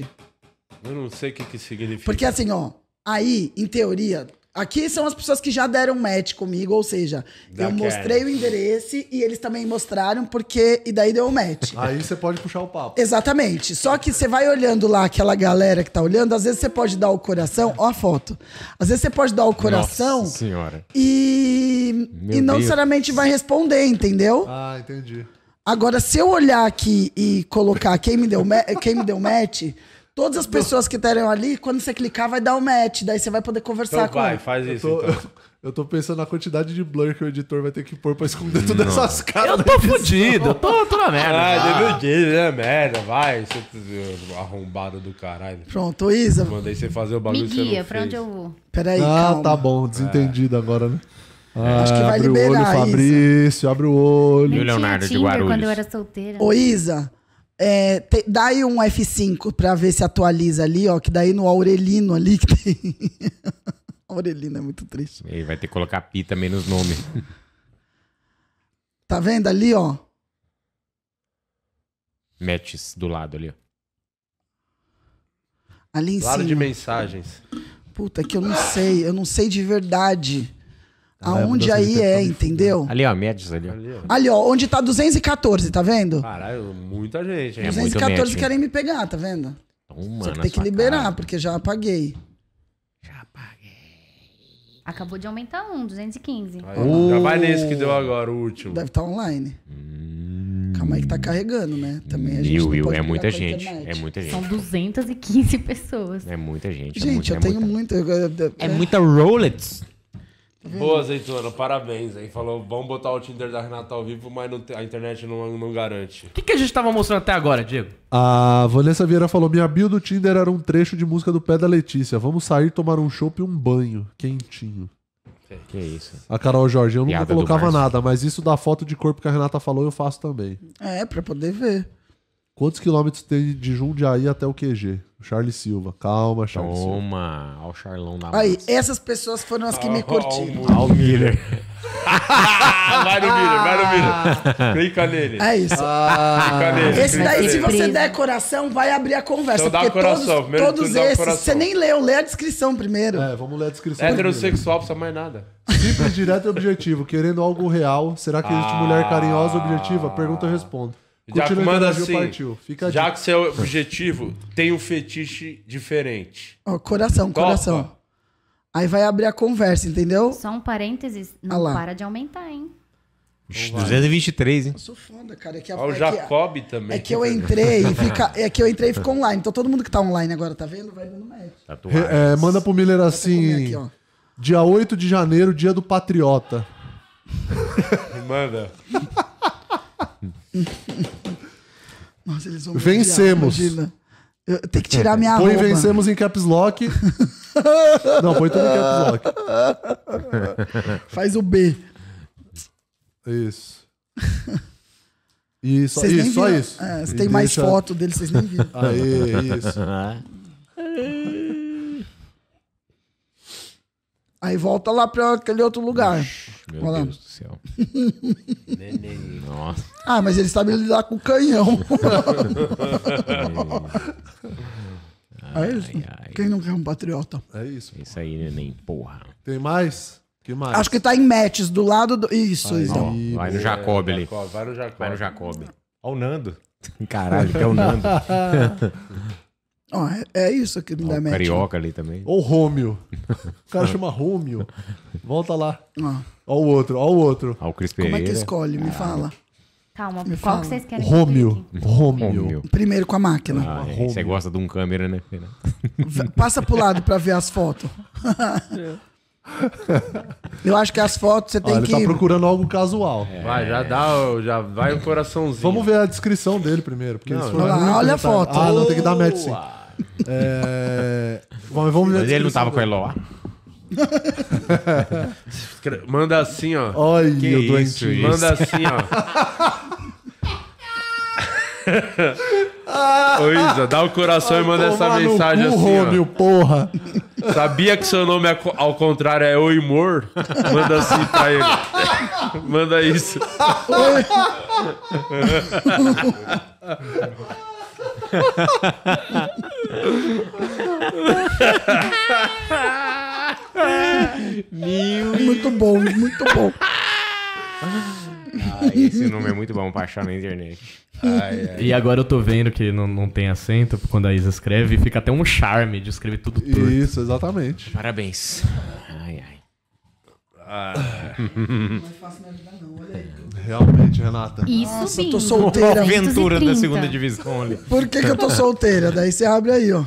Speaker 1: Eu não sei o que que significa.
Speaker 4: Porque assim, ó, aí, em teoria, aqui são as pessoas que já deram match comigo, ou seja, eu
Speaker 1: Daquela.
Speaker 4: mostrei o endereço e eles também mostraram porque e daí deu o match.
Speaker 3: Aí você pode puxar o papo.
Speaker 4: Exatamente. Só que você vai olhando lá aquela galera que tá olhando, às vezes você pode dar o coração, ó a foto. Às vezes você pode dar o coração
Speaker 2: Nossa senhora.
Speaker 4: e
Speaker 2: Meu
Speaker 4: e não
Speaker 2: Deus.
Speaker 4: necessariamente vai responder, entendeu?
Speaker 3: Ah, entendi.
Speaker 4: Agora, se eu olhar aqui e colocar quem me deu, ma- quem me deu match, todas as pessoas que estarem ali, quando você clicar, vai dar o match. Daí você vai poder conversar
Speaker 1: Então
Speaker 4: com
Speaker 1: vai,
Speaker 4: ela.
Speaker 1: faz
Speaker 3: Eu
Speaker 1: isso
Speaker 3: tô,
Speaker 1: então.
Speaker 3: eu tô pensando na quantidade de blur que o editor vai ter que pôr pra esconder todas essas caras.
Speaker 8: Fudido, eu tô, tô na merda.
Speaker 1: Ah, demitida, né? Merda, vai. Você tá arrombado do caralho.
Speaker 4: Pronto, Isa.
Speaker 1: Mandei você fazer o bagulho
Speaker 9: Me
Speaker 1: que você não
Speaker 4: é
Speaker 9: guia, pra
Speaker 1: fez.
Speaker 9: onde eu vou?
Speaker 4: Peraí,
Speaker 3: ah,
Speaker 4: calma.
Speaker 3: tá bom. Desentendido agora, né?
Speaker 4: Acho que vai
Speaker 3: abre o olho,
Speaker 4: liberar isso.
Speaker 3: Fabrício, abre o
Speaker 2: E
Speaker 3: olho.
Speaker 2: o Leonardo de
Speaker 9: Tinder
Speaker 2: Guarulhos?
Speaker 9: quando eu era solteira.
Speaker 4: Ô, Isa, é, te- dá aí um F5 pra ver se atualiza ali, ó. Que daí no Aurelino ali que tem. Aurelino é muito triste.
Speaker 2: E vai ter que colocar pi também nos nomes.
Speaker 4: Tá vendo ali, ó?
Speaker 2: Matches do lado ali, ó.
Speaker 4: Ali em
Speaker 1: Lado
Speaker 4: cima.
Speaker 1: de mensagens.
Speaker 4: Puta, que eu não sei. Eu não sei de verdade.
Speaker 2: Ah,
Speaker 3: Caralho,
Speaker 4: Aonde
Speaker 3: mudança de tempo
Speaker 4: aí
Speaker 3: tá
Speaker 4: é,
Speaker 3: me
Speaker 4: entendeu?
Speaker 2: Ali, ó, Matches ali, ó.
Speaker 1: Ali, ó.
Speaker 4: Ali, ó, onde tá 214, tá vendo?
Speaker 1: Caralho, muita gente, hein?
Speaker 2: Ah, É muito
Speaker 4: 214
Speaker 2: match, hein?
Speaker 4: querem me pegar, tá vendo?
Speaker 2: Toma,
Speaker 4: Só que
Speaker 2: na
Speaker 4: tem que
Speaker 2: sua
Speaker 4: liberar,
Speaker 2: cara.
Speaker 4: porque já apaguei.
Speaker 9: Acabou de aumentar um, 215.
Speaker 1: Aí, ó. Já vai nesse que deu agora, o último.
Speaker 4: Deve estar online. Calma aí que tá carregando, né? Também a gente
Speaker 2: Hum. Will,
Speaker 4: não
Speaker 2: Will,
Speaker 4: pode
Speaker 2: é
Speaker 4: brigar
Speaker 2: muita
Speaker 4: com a
Speaker 2: gente. É
Speaker 4: internet.
Speaker 2: muita
Speaker 9: São
Speaker 2: gente.
Speaker 9: 215 pessoas.
Speaker 2: É muita gente. é
Speaker 4: Gente,
Speaker 2: muita,
Speaker 4: eu
Speaker 2: é
Speaker 4: tenho
Speaker 2: muita.
Speaker 4: muito. eu- eu- eu-
Speaker 2: É muita Rolex.
Speaker 1: Boa, azeitona, parabéns. Aí falou, vamos botar o Tinder da Renata ao vivo, mas não te- a internet não, não garante.
Speaker 8: O que, que a gente tava mostrando até agora, Diego?
Speaker 3: A Vanessa Vieira falou: minha bio do Tinder era um trecho de música do pé da Letícia. Vamos sair, tomar um chopp e um banho. Quentinho.
Speaker 2: Que isso.
Speaker 3: A Carol Jorge, eu nunca
Speaker 2: Piada do
Speaker 3: colocava
Speaker 2: Márcio.
Speaker 3: nada, mas isso da foto de corpo que a Renata falou, eu faço também.
Speaker 4: É, pra poder ver.
Speaker 3: Quantos quilômetros tem de Jundiaí até o QG? O Charles Silva. Calma, Charles Silva.
Speaker 2: Toma. Olha o Charlão na
Speaker 4: Aí, é-
Speaker 2: massa.
Speaker 4: essas pessoas foram as que
Speaker 2: Ah,
Speaker 4: me curtiram.
Speaker 1: Ó, ó,
Speaker 2: Olha o Miller.
Speaker 1: ó, Vai no Miller, vai no Miller. Clica nele.
Speaker 4: É isso.
Speaker 2: Ah,
Speaker 1: Clica nele.
Speaker 4: Esse
Speaker 1: clica
Speaker 4: daí, é se
Speaker 1: nele.
Speaker 4: você der coração, vai abrir a conversa.
Speaker 1: Então dá
Speaker 4: Porque
Speaker 1: coração,
Speaker 4: todos,
Speaker 1: primeiro de
Speaker 4: todos
Speaker 1: tudo dá
Speaker 4: esses,
Speaker 1: coração.
Speaker 4: você nem leu, lê a descrição primeiro.
Speaker 3: É, vamos ler a descrição. primeiro.
Speaker 1: Heterossexual, precisa mais nada.
Speaker 3: Simples, direto e objetivo. Querendo algo real. Será que existe
Speaker 2: Ah.
Speaker 3: mulher carinhosa e objetiva? Pergunta eu respondo.
Speaker 1: Já
Speaker 3: Curtindo
Speaker 1: manda
Speaker 3: a interagir,
Speaker 1: assim.
Speaker 3: partiu. Fica a
Speaker 1: Já
Speaker 3: dica.
Speaker 1: que seu objetivo tem um fetiche diferente.
Speaker 4: Ó, coração,
Speaker 1: Topa.
Speaker 4: coração. Aí vai abrir a conversa, entendeu?
Speaker 9: Só um parênteses,
Speaker 4: Ah
Speaker 9: não
Speaker 4: lá.
Speaker 9: para de aumentar, hein?
Speaker 2: 223, hein?
Speaker 4: Eu sou foda, cara. É que, a,
Speaker 1: Olha o
Speaker 4: é que-
Speaker 1: Jacob também.
Speaker 4: é que eu entrei e fica. É que eu entrei e ficou online. Então todo mundo que tá online agora, tá vendo? Vai dando match.
Speaker 3: Re-
Speaker 2: Tatuagem.
Speaker 3: é, manda pro Miller assim.
Speaker 4: Aqui, ó.
Speaker 3: Dia 8 de janeiro, dia do patriota.
Speaker 1: Manda.
Speaker 4: Nossa, eles vão
Speaker 3: Vencemos.
Speaker 4: odiar, imagina. Eu tenho que tirar minha
Speaker 3: Põe
Speaker 4: roupa.
Speaker 3: vencemos em caps lock. Não, põe tudo em caps lock.
Speaker 4: Faz o B.
Speaker 3: Isso. Isso,
Speaker 4: Vocês nem
Speaker 3: isso, só
Speaker 4: viram.
Speaker 3: isso.
Speaker 4: É, se
Speaker 3: E
Speaker 4: tem mais
Speaker 3: deixa-
Speaker 4: foto dele, vocês nem viram.
Speaker 3: Aí, isso.
Speaker 4: Aí volta lá pra aquele outro lugar.
Speaker 2: Meu
Speaker 4: Olha lá.
Speaker 2: Deus do céu. Nossa.
Speaker 4: Ah, mas ele sabe lidar com o canhão. Aí eles-
Speaker 2: ai.
Speaker 4: É Quem não quer um patriota?
Speaker 3: É isso.
Speaker 2: Isso aí, neném. Porra.
Speaker 3: Tem mais? que mais?
Speaker 4: Acho que tá em matches do lado do. Isso, isso.
Speaker 2: Ó, vai no Jacob ali.
Speaker 1: Jacob, vai no Jacob.
Speaker 2: Vai no Jacob. Olha o Nando. Caralho, que é o Nando.
Speaker 4: Ó, é, é isso que me
Speaker 2: Ó,
Speaker 4: dá
Speaker 2: o
Speaker 4: match.
Speaker 2: Carioca ali também.
Speaker 3: Ou Rômio. O cara chama Rômio. Volta lá.
Speaker 4: Ó,
Speaker 3: Ó o outro, ó o outro.
Speaker 2: Olha o Cris
Speaker 4: como é que
Speaker 2: Pereira. Ah.
Speaker 4: escolhe? Me fala.
Speaker 9: Calma,
Speaker 4: Me
Speaker 9: qual
Speaker 4: fala.
Speaker 9: que vocês querem que eu
Speaker 3: Rômio.
Speaker 9: clique?
Speaker 2: Ô,
Speaker 3: Rômio.
Speaker 2: meu.
Speaker 4: Primeiro com a máquina.
Speaker 2: Ah, é, Você gosta de um câmera, né? Renato?
Speaker 4: V- Passa pro lado pra ver as fotos. Eu acho que as fotos você
Speaker 3: Ah,
Speaker 4: tem
Speaker 3: ele
Speaker 4: que.
Speaker 3: tá procurando algo casual.
Speaker 1: Vai, já dá, o- já vai o coraçãozinho.
Speaker 3: Vamos ver a descrição dele primeiro. Porque se for
Speaker 4: Olha lá,
Speaker 3: muito
Speaker 4: olha a
Speaker 3: detalhe-
Speaker 4: foto.
Speaker 3: Ah, não, tem que dar match sim. É... Vamos, vamos ver a
Speaker 2: Mas ele não
Speaker 3: descrição
Speaker 2: tava com o
Speaker 3: dele.
Speaker 2: Eloá.
Speaker 1: Escre- Manda assim, ó.
Speaker 3: Olha,
Speaker 2: Que
Speaker 3: o
Speaker 2: isso,
Speaker 3: doentinho.
Speaker 2: gente.
Speaker 1: Manda assim, ó. Ô Isa, dá o coração e manda essa
Speaker 3: Tomar no
Speaker 1: mensagem
Speaker 3: cu,
Speaker 1: assim. ó.
Speaker 3: Rômio, porra.
Speaker 1: Sabia que seu nome é co- ao contrário é Oimor? Manda assim pra ele. Manda isso.
Speaker 4: Muito bom, muito bom.
Speaker 2: Ah, esse nome é muito bom pra achar na internet.
Speaker 8: E agora eu tô vendo que não, não tem acento quando a Isa escreve, fica até um charme de escrever tudo torto.
Speaker 3: Isso, exatamente.
Speaker 2: Parabéns. Ai, ai.
Speaker 3: Realmente, Renata.
Speaker 9: Isso,
Speaker 4: Nossa, eu
Speaker 9: bingo.
Speaker 4: tô solteira.
Speaker 2: Aventura da
Speaker 9: 230.
Speaker 2: segunda divisão ali.
Speaker 4: Por que, que eu tô solteira? Daí você abre aí, ó.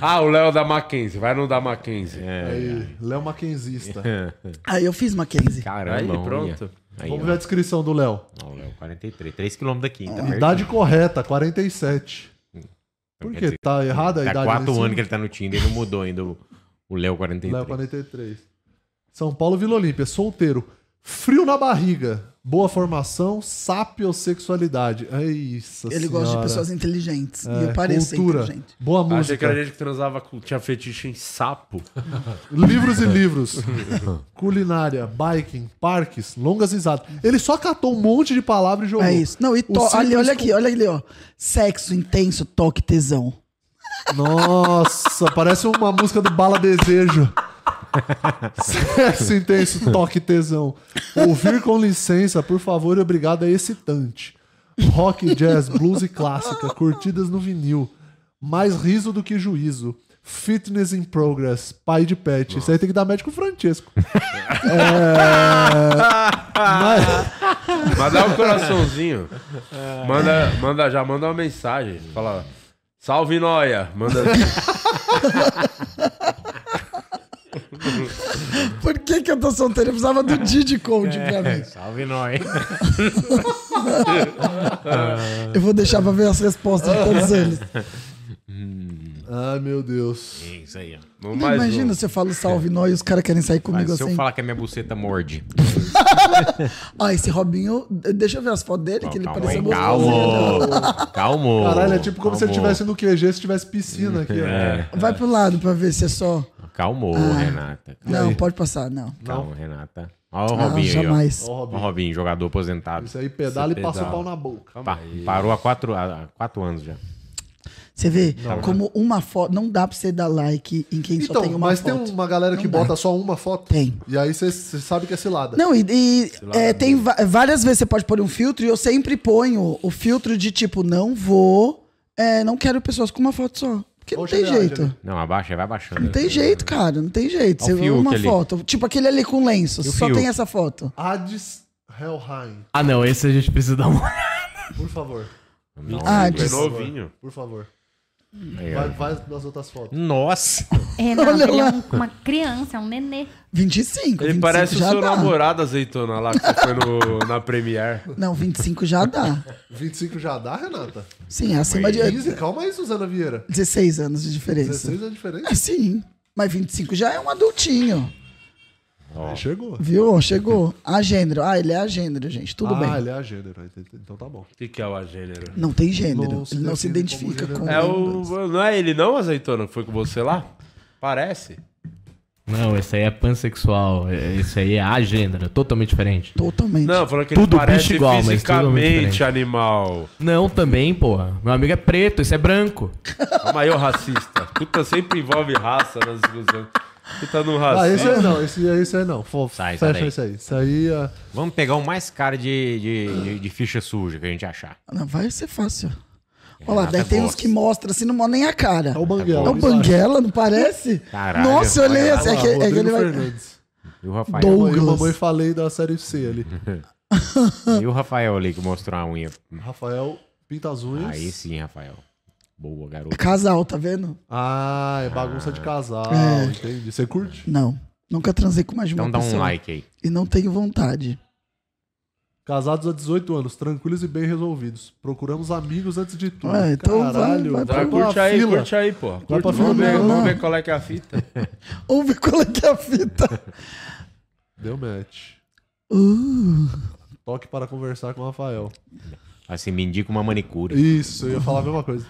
Speaker 1: Ah, o Léo da Mackenzie. Vai no da Mackenzie.
Speaker 2: É,
Speaker 3: Aí, Léo Mackenzista.
Speaker 4: Aí eu fiz Mackenzie.
Speaker 1: Aí,
Speaker 2: Caramba,
Speaker 1: pronto.
Speaker 2: olha. Aí,
Speaker 3: Vamos ver a descrição do Léo.
Speaker 2: ó. Ó, o Léo, 43. 3 km daqui,
Speaker 4: Ah,
Speaker 2: tá perto.
Speaker 3: Idade correta, 47.
Speaker 2: Então,
Speaker 3: Por
Speaker 2: quer
Speaker 3: que?
Speaker 2: dizer,
Speaker 3: Tá errada a
Speaker 2: Tá
Speaker 3: idade?
Speaker 2: 4
Speaker 3: nesse-
Speaker 2: anos que ele tá no Tinder, ele não mudou ainda o o Léo
Speaker 3: Léo é
Speaker 2: 43.
Speaker 3: 43. São Paulo, Vila Olímpia, solteiro. Frio na barriga. Boa formação, sapiosexualidade. Ai, isso. É,
Speaker 4: Ele gosta de pessoas inteligentes. e
Speaker 2: É,
Speaker 4: eu pareço ser
Speaker 3: cultura,
Speaker 4: inteligente.
Speaker 3: boa
Speaker 1: Achei que
Speaker 3: música.
Speaker 1: era gente que transava com. Tinha fetiche em sapo.
Speaker 3: Livros e livros. Culinária, biking, parques, longas risadas. Ele só catou um monte de palavras e jogou.
Speaker 4: É isso. Não, e
Speaker 3: O
Speaker 4: to...
Speaker 3: simples
Speaker 4: olha, olha aqui, olha ali, ó. Sexo intenso, toque tesão.
Speaker 3: Nossa, parece uma música do Bala Desejo. Sexo intenso, toque tesão. Ouvir com licença, por favor e obrigado é excitante. Rock, jazz, blues e clássica, curtidas no vinil. Mais riso do que juízo. Fitness in progress, pai de pet. Isso aí tem que dar médico Francesco. É,
Speaker 1: Manda um coraçãozinho. Manda, manda, já manda uma mensagem. Fala. Salve Noia! Manda.
Speaker 4: Por que, que eu tô solteiro? Eu precisava do Didi Code pra mim.
Speaker 2: Salve nós. É.
Speaker 4: Eu vou deixar pra ver as respostas de todos eles.
Speaker 3: Ai, meu Deus.
Speaker 2: É Isso aí, ó.
Speaker 1: Não
Speaker 4: Não
Speaker 1: mais
Speaker 4: Então,
Speaker 1: um. É
Speaker 4: imagina se eu falo salve nós e os caras querem sair
Speaker 2: Mas
Speaker 4: comigo
Speaker 2: se eu
Speaker 4: assim.
Speaker 2: falar que a minha buceta morde.
Speaker 4: Ah, esse Robinho, deixa eu ver as fotos dele, que ele parecia
Speaker 2: Calmo,
Speaker 4: gostoso. né,
Speaker 2: calmo. calmo.
Speaker 3: Caralho, é tipo como se ele
Speaker 2: Calmo.
Speaker 3: estivesse no QG, se tivesse piscina aqui. ó.
Speaker 4: né? Vai pro lado pra ver se é só.
Speaker 2: Calmou, Renata.
Speaker 4: Não, pode passar, Ah. não.
Speaker 2: Calma, Renata. Olha o
Speaker 4: Ah,
Speaker 2: Robinho aí,
Speaker 4: jamais.
Speaker 2: ó. Olha o Robinho, jogador aposentado.
Speaker 3: Isso aí pedala
Speaker 2: é
Speaker 3: e passa o
Speaker 1: pedala.
Speaker 3: pau na boca.
Speaker 4: é
Speaker 2: Pa- parou há quatro, há quatro anos já.
Speaker 4: Você vê
Speaker 2: né?
Speaker 4: como uma foto. Não dá pra você dar like em quem só
Speaker 3: Então,
Speaker 4: tem uma
Speaker 3: mas
Speaker 4: foto.
Speaker 2: um-
Speaker 3: tem uma galera que bota só uma foto.
Speaker 4: Tem.
Speaker 3: E aí você sabe que é cilada.
Speaker 4: Não, e, e, é, tem va- várias vezes você pode pôr um filtro e eu sempre ponho o filtro de tipo, não vou, é, não quero pessoas com uma foto só. Porque não
Speaker 3: Olha
Speaker 4: tem
Speaker 3: o Gerard
Speaker 4: jeito.
Speaker 3: ali.
Speaker 2: Não, abaixa, vai abaixando.
Speaker 4: Não tem jeito, cara. Não tem jeito. Você
Speaker 2: Olha o
Speaker 4: vê uma
Speaker 2: Fiuk ali.
Speaker 4: foto. Tipo aquele ali com lenço.
Speaker 2: E o
Speaker 4: Só
Speaker 2: Fiuk?
Speaker 4: tem essa foto.
Speaker 3: Hades Helheim.
Speaker 8: Ah, não, esse a gente precisa dar um- uma.
Speaker 3: Por favor,
Speaker 2: Não,
Speaker 4: Ah,
Speaker 1: É
Speaker 4: diz-
Speaker 1: novinho.
Speaker 3: por favor.
Speaker 2: aí, ó.
Speaker 3: Vai, vai nas outras fotos.
Speaker 2: Nossa!
Speaker 9: Renato,
Speaker 4: Olha
Speaker 9: ele é
Speaker 4: lá.
Speaker 9: um- uma criança, é um nenê.
Speaker 4: 25.
Speaker 1: Ele
Speaker 4: 25
Speaker 1: parece o
Speaker 4: já
Speaker 1: seu
Speaker 4: dá.
Speaker 1: namorado azeitona lá que você foi no, na Premiere.
Speaker 4: Não, 25 já dá.
Speaker 3: 25 já dá, Renata?
Speaker 4: Sim, é acima de
Speaker 3: 15? Calma aí, Suzana Vieira.
Speaker 4: 16 anos de diferença.
Speaker 3: 16 é diferente.
Speaker 4: É, Sim. Mas 25 já é um adultinho.
Speaker 3: Chegou.
Speaker 4: Viu? Chegou. A gênero. Ah, ele é a gênero, gente. Tudo
Speaker 3: ah,
Speaker 4: bem.
Speaker 3: ele é a gênero. Então tá bom.
Speaker 1: O que, que é o agênero?
Speaker 4: Não tem gênero.
Speaker 3: Não se
Speaker 4: ele não se
Speaker 3: define como
Speaker 4: identifica
Speaker 3: gênero.
Speaker 4: com.
Speaker 1: É o. Não é ele não, azeitona, que foi com você lá? Parece.
Speaker 8: Não, esse aí é pansexual. é- Esse aí é agênero, totalmente diferente.
Speaker 4: Totalmente.
Speaker 1: Não, falando que ele
Speaker 8: Tudo
Speaker 1: parece
Speaker 8: bicho igual, mas tudo é muito
Speaker 1: fisicamente
Speaker 8: diferente.
Speaker 1: animal.
Speaker 8: Não, também, porra. Meu amigo é preto, esse é branco.
Speaker 1: Calma aí, ô racista. Puta sempre envolve raça nas discussões. Puta no
Speaker 3: Ah, esse
Speaker 1: racista.
Speaker 3: aí não. Esse, esse aí não. Fo-
Speaker 2: Sai, sai
Speaker 3: fecha
Speaker 2: daí.
Speaker 3: isso aí. Isso aí ah,
Speaker 2: Vamos pegar o mais caro de, de, de- de ficha suja que a gente achar.
Speaker 4: Não, vai ser fácil. Olha lá,
Speaker 2: Renata
Speaker 4: daí tem uns
Speaker 2: gosta.
Speaker 4: que mostra assim, não mostra nem a cara.
Speaker 2: Tá
Speaker 3: é o Banguela.
Speaker 4: É o Banguela, não parece?
Speaker 2: Caralho,
Speaker 4: Nossa, eu olhei
Speaker 2: olha
Speaker 4: assim. É que,
Speaker 3: Olha lá,
Speaker 4: é que ele
Speaker 3: Rodrigo
Speaker 4: vai.
Speaker 3: Fernandes.
Speaker 2: E o Rafael,
Speaker 4: Dou-
Speaker 3: Mamãe,
Speaker 4: Douglas.
Speaker 3: mamãe falei da série C ali.
Speaker 4: Hum.
Speaker 2: e o Rafael ali que mostrou a unha.
Speaker 3: Rafael pinta as unhas.
Speaker 2: Aí sim, Rafael. Boa, garoto.
Speaker 4: Casal, tá vendo?
Speaker 3: Ah, é bagunça de casal.
Speaker 4: É.
Speaker 3: Entendi. Você curte?
Speaker 4: Não. Nunca transei com mais de uma
Speaker 2: Então dá um
Speaker 4: pessoa.
Speaker 2: like aí.
Speaker 4: E não tenho vontade.
Speaker 3: Casados há 18 anos, tranquilos e bem resolvidos. Procuramos amigos antes de tudo.
Speaker 4: Ué, então vai- vai
Speaker 1: Tá,
Speaker 3: Ah, vai pra
Speaker 1: curte
Speaker 3: é uma
Speaker 1: aí,
Speaker 3: fila.
Speaker 1: curte aí, pô. Curte,
Speaker 3: pra
Speaker 1: vamos,
Speaker 3: fila
Speaker 1: ver,
Speaker 3: mesmo,
Speaker 1: vamos
Speaker 4: né?
Speaker 1: ver qual é que é a fita.
Speaker 4: Vamos ver qual é que é a fita.
Speaker 3: Deu match.
Speaker 4: Uh,
Speaker 3: Toque para conversar com o Rafael.
Speaker 2: Assim, me indica uma manicure.
Speaker 3: Isso, eu ia falar a mesma coisa.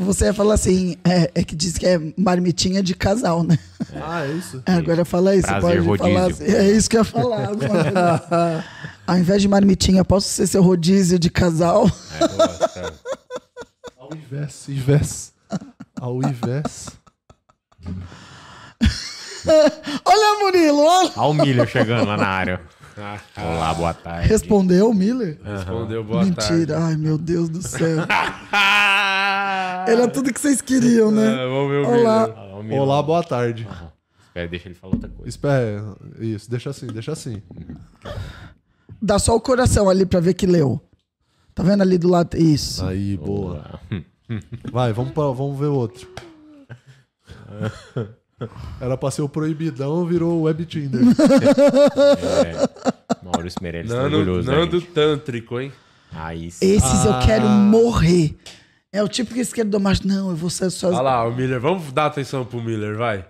Speaker 4: você ia falar assim, é, é que diz que é marmitinha de casal, né?
Speaker 3: Ah, é isso?
Speaker 4: É, agora fala isso,
Speaker 2: Prazer,
Speaker 4: pode falar assim.
Speaker 2: rodízio.
Speaker 4: É isso que eu ia falar. alguma coisa. Ao invés de marmitinha, posso ser seu rodízio de casal?
Speaker 3: Ao invés, invés. Ao invés.
Speaker 4: Olha, Murilo, olha.
Speaker 2: Olha o milho chegando lá na área. Olá, boa tarde.
Speaker 4: Respondeu, Miller?
Speaker 1: Respondeu, boa tarde.
Speaker 4: Mentira. Ai, meu Deus do céu. Era tudo que vocês queriam, né?
Speaker 1: Ah, vamos ver o
Speaker 4: Olá.
Speaker 1: vídeo.
Speaker 2: Olha lá o milho.
Speaker 3: Olá, boa tarde.
Speaker 2: Espera, deixa ele falar outra coisa.
Speaker 3: Espera, isso, deixa assim, deixa assim.
Speaker 4: Dá só o coração ali pra ver que leu. Tá vendo ali do lado? Isso.
Speaker 3: Aí, boa.
Speaker 2: Olá.
Speaker 3: Vai, vamos, pra, vamos ver outro. Era pra ser o proibidão, virou o web Tinder.
Speaker 2: É. Maurício Meirelles tá
Speaker 1: Nando,
Speaker 2: orgulhoso. da
Speaker 1: Nando
Speaker 2: gente.
Speaker 1: Tântrico, hein?
Speaker 2: Aí sim.
Speaker 4: Esses eu quero morrer. É o tipo que esquerdo mais. Não, eu vou ser só.
Speaker 1: Olha lá, o Miller. Vamos dar atenção pro Miller, vai.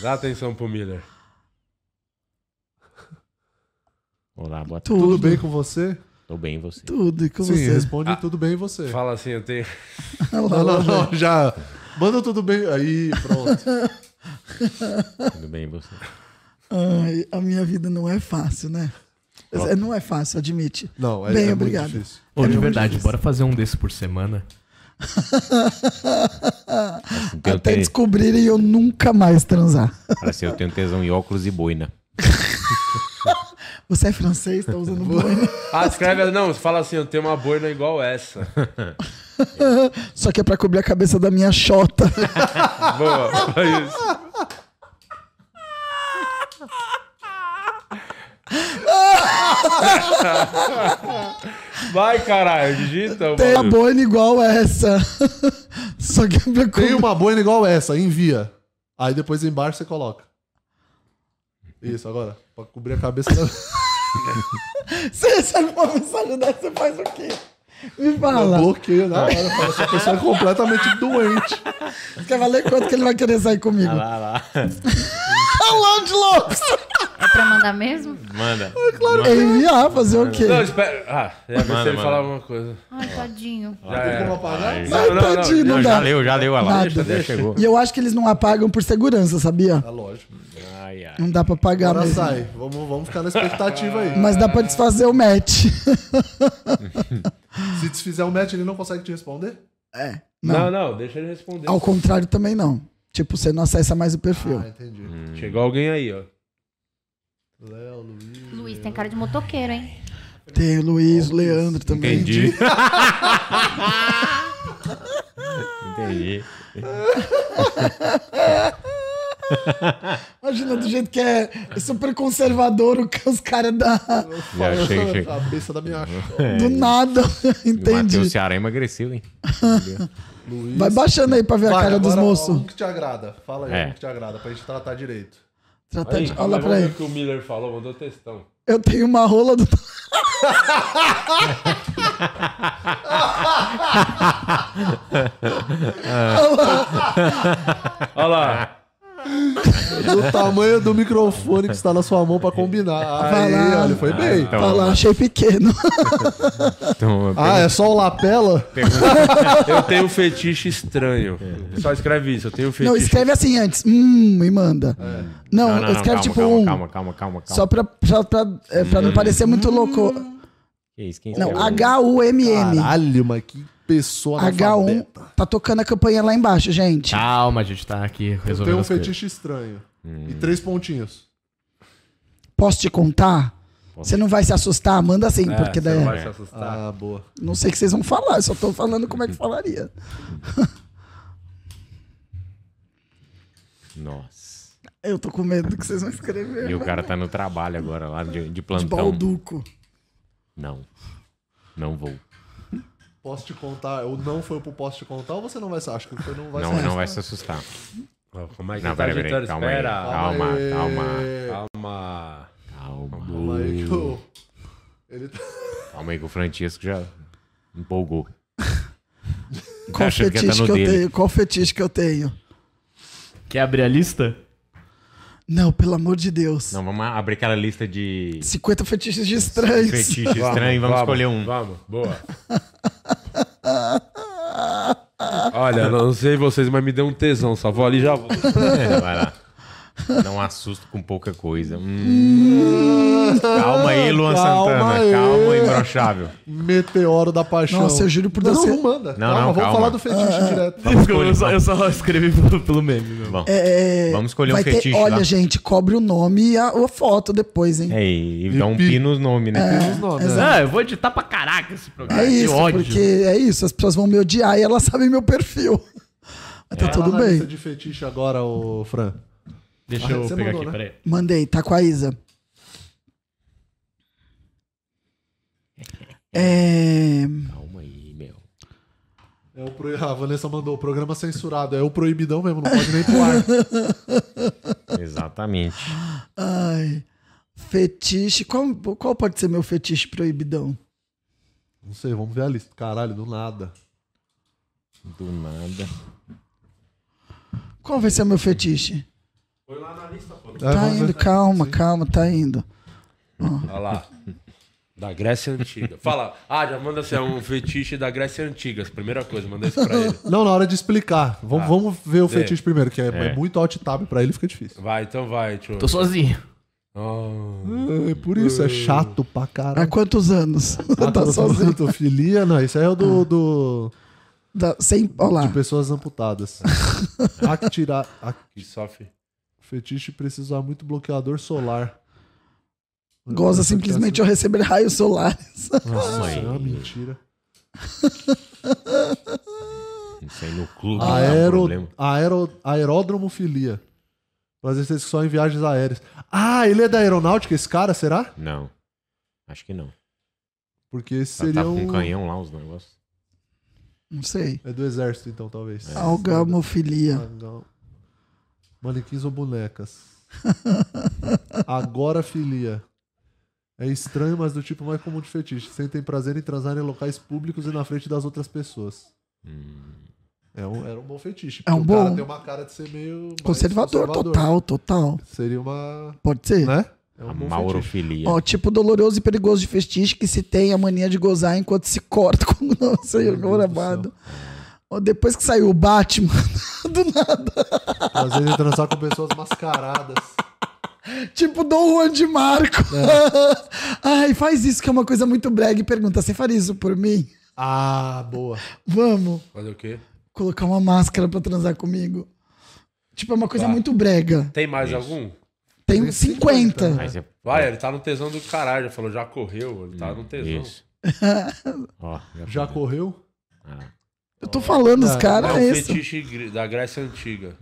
Speaker 1: Dá atenção pro Miller.
Speaker 2: Olá, boa tarde.
Speaker 3: Tudo
Speaker 4: Tudo,
Speaker 3: bem com você?
Speaker 2: Tô bem, e você?
Speaker 4: tudo. E com
Speaker 3: Sim,
Speaker 4: você?
Speaker 3: responde tudo bem e você.
Speaker 1: Fala assim, eu tenho.
Speaker 3: Não, não, não, já. Manda tudo bem. Aí, pronto.
Speaker 2: Tudo bem, e você?
Speaker 4: Ai, a minha vida não é fácil, né? É, Não é fácil, admite.
Speaker 3: Não, é,
Speaker 4: Bem,
Speaker 3: é muito
Speaker 4: obrigado.
Speaker 3: difícil.
Speaker 8: Ô, de
Speaker 4: muito
Speaker 8: verdade,
Speaker 4: difícil.
Speaker 8: bora fazer um desses por semana.
Speaker 2: Eu
Speaker 4: Até
Speaker 2: tenho-
Speaker 4: descobrirem eu nunca mais transar.
Speaker 2: Fala assim, eu tenho tesão em óculos e boina.
Speaker 4: Você é francês, tá usando boina.
Speaker 1: Ah, escreve. Não, fala assim, eu tenho uma boina igual essa.
Speaker 4: Só que é pra cobrir a cabeça da minha xota.
Speaker 1: Boa, é isso. Vai, caralho, digita.
Speaker 4: Tem uma
Speaker 1: mano.
Speaker 4: boina igual essa. Só que é pra
Speaker 3: Tem
Speaker 4: cobrir.
Speaker 3: uma boina igual essa, envia. Aí depois embaixo você coloca. Isso, agora. Pra cobrir a cabeça. da-
Speaker 4: Você recebe uma mensagem dessa, você faz o quê? Me fala.
Speaker 3: Bloqueio na hora. fala, Essa pessoa é completamente doente.
Speaker 4: Quer valer quanto que ele vai querer sair comigo?
Speaker 2: Lá, lá.
Speaker 4: Land Lopes!
Speaker 9: É pra mandar mesmo?
Speaker 2: Manda.
Speaker 4: É enviar, fazer o quê?
Speaker 1: Não, espera. Ah, ia ver se
Speaker 2: Mano,
Speaker 1: ele
Speaker 2: mano.
Speaker 1: falar alguma coisa.
Speaker 9: Ai, tadinho.
Speaker 1: Já era.
Speaker 3: apagar?
Speaker 4: Ai,
Speaker 1: Não, não, não.
Speaker 4: tadinho, não,
Speaker 2: Não, já
Speaker 4: dá.
Speaker 2: leu, já leu, olha lá.
Speaker 4: Nada.
Speaker 2: Já chegou.
Speaker 4: E eu acho que eles não apagam por segurança, sabia?
Speaker 3: É lógico.
Speaker 2: Ai, ai.
Speaker 4: Não dá pra pagar
Speaker 3: Agora
Speaker 4: mesmo.
Speaker 3: sai. Vamos, vamos ficar na expectativa aí.
Speaker 4: Mas dá pra desfazer o match.
Speaker 3: Se desfizer o match, ele não consegue te responder?
Speaker 4: É.
Speaker 1: Não,
Speaker 4: Não.
Speaker 1: não, deixa ele responder.
Speaker 4: Ao contrário também não. Tipo, você não acessa mais o perfil.
Speaker 3: Ah, entendi.
Speaker 2: Hum.
Speaker 1: Chegou alguém aí, ó.
Speaker 3: Léo, Luiz.
Speaker 9: Luiz tem cara de motoqueiro, hein?
Speaker 4: Tem o Luiz, o Leandro também.
Speaker 2: Entendi. Entendi.
Speaker 4: Imagina do jeito que é super conservador o que os caras da.
Speaker 2: Já chega, chega.
Speaker 3: Cabeça da minha chota.
Speaker 4: Do nada.
Speaker 2: É. O Matheus
Speaker 4: Entendi.
Speaker 2: Ceará emagreceu, hein?
Speaker 3: Luiz.
Speaker 4: Vai baixando aí pra ver a
Speaker 3: Vai,
Speaker 4: cara dos
Speaker 3: agora,
Speaker 4: moços.
Speaker 3: Um que te agrada. Fala aí,
Speaker 2: É.
Speaker 3: um que te agrada, pra gente tratar direito.
Speaker 4: Tratar de...
Speaker 1: Aí,
Speaker 4: Tá, Olha lá
Speaker 1: vamos
Speaker 4: pra
Speaker 1: ver
Speaker 4: ele.
Speaker 1: o que o Miller falou, mandou textão.
Speaker 4: Eu tenho uma rola do.
Speaker 1: Olha lá.
Speaker 3: Do tamanho do microfone que está na sua mão pra combinar. Aí,
Speaker 4: Vai lá.
Speaker 3: olha, foi bem.
Speaker 2: então.
Speaker 4: Olha lá, achei pequeno.
Speaker 2: Então,
Speaker 3: Ah, é só o lapela?
Speaker 1: Eu tenho um fetiche estranho.
Speaker 2: É.
Speaker 1: Só escreve isso, eu tenho um fetiche.
Speaker 4: Não, escreve assim antes. Hum, e manda.
Speaker 2: É.
Speaker 4: Não, escreve
Speaker 2: calma,
Speaker 4: tipo
Speaker 2: calma,
Speaker 4: um.
Speaker 2: Calma, Hum. calma, calma, calma.
Speaker 4: Só pra, pra, pra, é, pra não parecer muito louco.
Speaker 2: Que isso, quem
Speaker 4: Não,
Speaker 2: escreveu?
Speaker 4: H-U-M-M.
Speaker 3: Caralho, mas que pessoa
Speaker 4: H1.
Speaker 3: analfabeta.
Speaker 4: Tá tocando a campanha lá embaixo, gente.
Speaker 8: Calma, a gente tá aqui
Speaker 3: Eu
Speaker 8: resolvendo
Speaker 3: tenho um
Speaker 8: as coisas.
Speaker 3: fetiche estranho. E
Speaker 2: Hum.
Speaker 3: três pontinhos.
Speaker 4: Posso te contar? Você não vai se assustar? Manda assim,
Speaker 1: É, você
Speaker 4: porque daí.
Speaker 1: não
Speaker 4: Não,
Speaker 1: vai se assustar.
Speaker 3: Ah, boa.
Speaker 4: sei o que vocês vão falar, eu só tô falando como é que falaria.
Speaker 2: Nossa.
Speaker 4: Eu tô com medo do que vocês vão escrever.
Speaker 2: E o cara tá no trabalho agora, lá de, de
Speaker 4: De
Speaker 2: plantão.
Speaker 4: balduco.
Speaker 2: Não. Não vou.
Speaker 3: Posso te contar? Ou não foi pro posso te contar? Ou você não vai... Acho que você não vai...
Speaker 2: Não, não vai se assustar.
Speaker 1: Como é que
Speaker 2: Não,
Speaker 1: tá
Speaker 2: peraí, peraí.
Speaker 1: ajeitando?
Speaker 2: Calma aí.
Speaker 1: Espera.
Speaker 2: Calma, calma,
Speaker 1: Calma.
Speaker 2: calma.
Speaker 3: Calma aí que eu... Ele tá...
Speaker 2: Calma aí que o Francisco já empolgou. Tá
Speaker 4: Qual
Speaker 2: achando que tá
Speaker 4: fetiche
Speaker 2: no
Speaker 4: que eu
Speaker 2: dele.
Speaker 4: tenho? Qual fetiche que eu tenho?
Speaker 8: Quer abrir a lista?
Speaker 4: Não, pelo amor de Deus.
Speaker 2: Não, vamos abrir aquela lista de
Speaker 4: 50 fetiches de estranhos.
Speaker 2: fetiche estranho e vamos escolher um.
Speaker 1: Vamos, boa. Olha, não sei vocês, mas me deu um tesão, só vou ali e já vou.
Speaker 2: É, vai lá. Não assusto com pouca coisa. Hum. Calma aí, Luan
Speaker 3: Calma
Speaker 2: Santana.
Speaker 3: aí.
Speaker 2: Calma, imbrochável.
Speaker 3: Meteoro da paixão.
Speaker 4: Nossa, eu juro por
Speaker 3: não,
Speaker 4: Deus,
Speaker 3: Não,
Speaker 4: você- Ah, é.
Speaker 3: não manda.
Speaker 2: Não,
Speaker 3: calma,
Speaker 2: não,
Speaker 3: vamos
Speaker 2: calma.
Speaker 3: falar do fetiche direto.
Speaker 8: Desculpa, eu só, eu só escrevi pelo, pelo meme, meu.
Speaker 2: Bom,
Speaker 4: É,
Speaker 2: vamos escolher um
Speaker 4: vai ter-
Speaker 2: fetiche
Speaker 4: Olha,
Speaker 2: lá.
Speaker 4: gente, cobre o nome e a, a foto depois, hein?
Speaker 2: É, e e dá um pino no nome, né?
Speaker 3: Os nomes, né?
Speaker 8: Ah, eu vou editar pra caraca esse programa.
Speaker 4: É isso,
Speaker 8: que ódio.
Speaker 4: porque é isso, as pessoas vão me odiar e elas sabem meu perfil. Mas tá
Speaker 3: Fala
Speaker 4: tudo
Speaker 3: na lista
Speaker 4: bem.
Speaker 3: de fetiche agora, ô Fran.
Speaker 8: Deixa
Speaker 3: Ah,
Speaker 8: eu
Speaker 3: você
Speaker 8: pegar
Speaker 3: mandou,
Speaker 8: aqui,
Speaker 3: né?
Speaker 8: peraí.
Speaker 4: Mandei, tá com a Isa. É...
Speaker 2: Calma aí, meu.
Speaker 3: É o pro... A Vanessa mandou o programa censurado. É o proibidão mesmo, não pode nem pro ar.
Speaker 2: Exatamente.
Speaker 4: Ai. Fetiche. Qual, qual pode ser meu fetiche proibidão?
Speaker 3: Não sei, vamos ver a lista. Caralho, do nada.
Speaker 2: Do nada.
Speaker 4: Qual vai ser meu fetiche?
Speaker 3: É,
Speaker 4: Tá
Speaker 3: vamos ver.
Speaker 4: indo, calma, calma, tá indo.
Speaker 1: Olha lá. Da Grécia Antiga. Fala, ah, já manda assim, um fetiche da Grécia Antiga. Primeira coisa, manda isso pra ele.
Speaker 3: Não, na hora de explicar. Vamos,
Speaker 2: Tá.
Speaker 3: vamos ver o
Speaker 1: Sei.
Speaker 3: fetiche primeiro, que é, é muito alt tab pra ele, fica difícil.
Speaker 1: Vai, então vai, tio.
Speaker 8: Tô sozinho.
Speaker 1: Oh.
Speaker 3: É por isso, é chato pra
Speaker 4: Há
Speaker 3: caralho.
Speaker 4: quantos anos?
Speaker 3: É
Speaker 4: tá sozinho.
Speaker 3: Filia, não, isso aí é o do, do-
Speaker 4: Da, Tá sem, ó lá.
Speaker 3: de pessoas amputadas. Actira, ac,
Speaker 1: Que sofre.
Speaker 3: fetiche precisa usar muito bloqueador solar.
Speaker 4: Goza simplesmente eu receber raios solares.
Speaker 3: Nossa, isso é uma
Speaker 2: Mãe.
Speaker 3: mentira.
Speaker 2: Isso aí no clube não é um
Speaker 3: Aero,
Speaker 2: problema.
Speaker 3: aero, aeródromofilia. Prazer ser só em viagens aéreas. Ah, ele é da aeronáutica, esse cara, será?
Speaker 2: Não. Acho que não.
Speaker 3: Porque esse
Speaker 2: Ela
Speaker 3: seria
Speaker 2: Tava com um
Speaker 3: um...
Speaker 2: canhão lá, os negócios.
Speaker 4: Não sei.
Speaker 3: É do exército, então, talvez.
Speaker 4: Algamofilia.
Speaker 3: Mangão. Manequins ou bonecas? Agora filia. É estranho, mas do tipo mais comum de fetiche. Sentem prazer em transar em locais públicos e na frente das outras pessoas. É um, era um bom fetiche.
Speaker 4: Hum. É um
Speaker 3: porque o cara
Speaker 4: bom.
Speaker 3: tem uma cara de ser meio. mais
Speaker 4: Conservador, total, total.
Speaker 3: Seria uma.
Speaker 4: Pode ser?
Speaker 3: Né? É um
Speaker 2: a
Speaker 3: bom fetiche.
Speaker 2: maurofilia.
Speaker 4: Ó, tipo doloroso e perigoso de festiche que se tem a mania de gozar enquanto se corta com o nosso
Speaker 3: do
Speaker 4: Senhor amado. Ó, depois que saiu o Batman, do nada.
Speaker 3: Prazer em transar com pessoas mascaradas.
Speaker 4: Tipo Dom Juan de Marco. Ai, faz isso que é uma coisa muito brega e pergunta: você faria isso por mim?
Speaker 3: Ah, boa.
Speaker 4: Vamos
Speaker 1: Fazer o quê?
Speaker 4: colocar uma máscara pra transar comigo. Tipo, é uma coisa muito brega.
Speaker 1: Tem mais algum?
Speaker 4: Tem né? 50.
Speaker 2: Aí você...
Speaker 1: Vai, ele tá no tesão do caralho. Já falou, já correu. Ele tá no tesão.
Speaker 2: Isso. Ó,
Speaker 3: Já correu?
Speaker 4: Eu tô falando, os caras
Speaker 1: é um
Speaker 4: é isso.
Speaker 1: fetiche gre- da Grécia Antiga.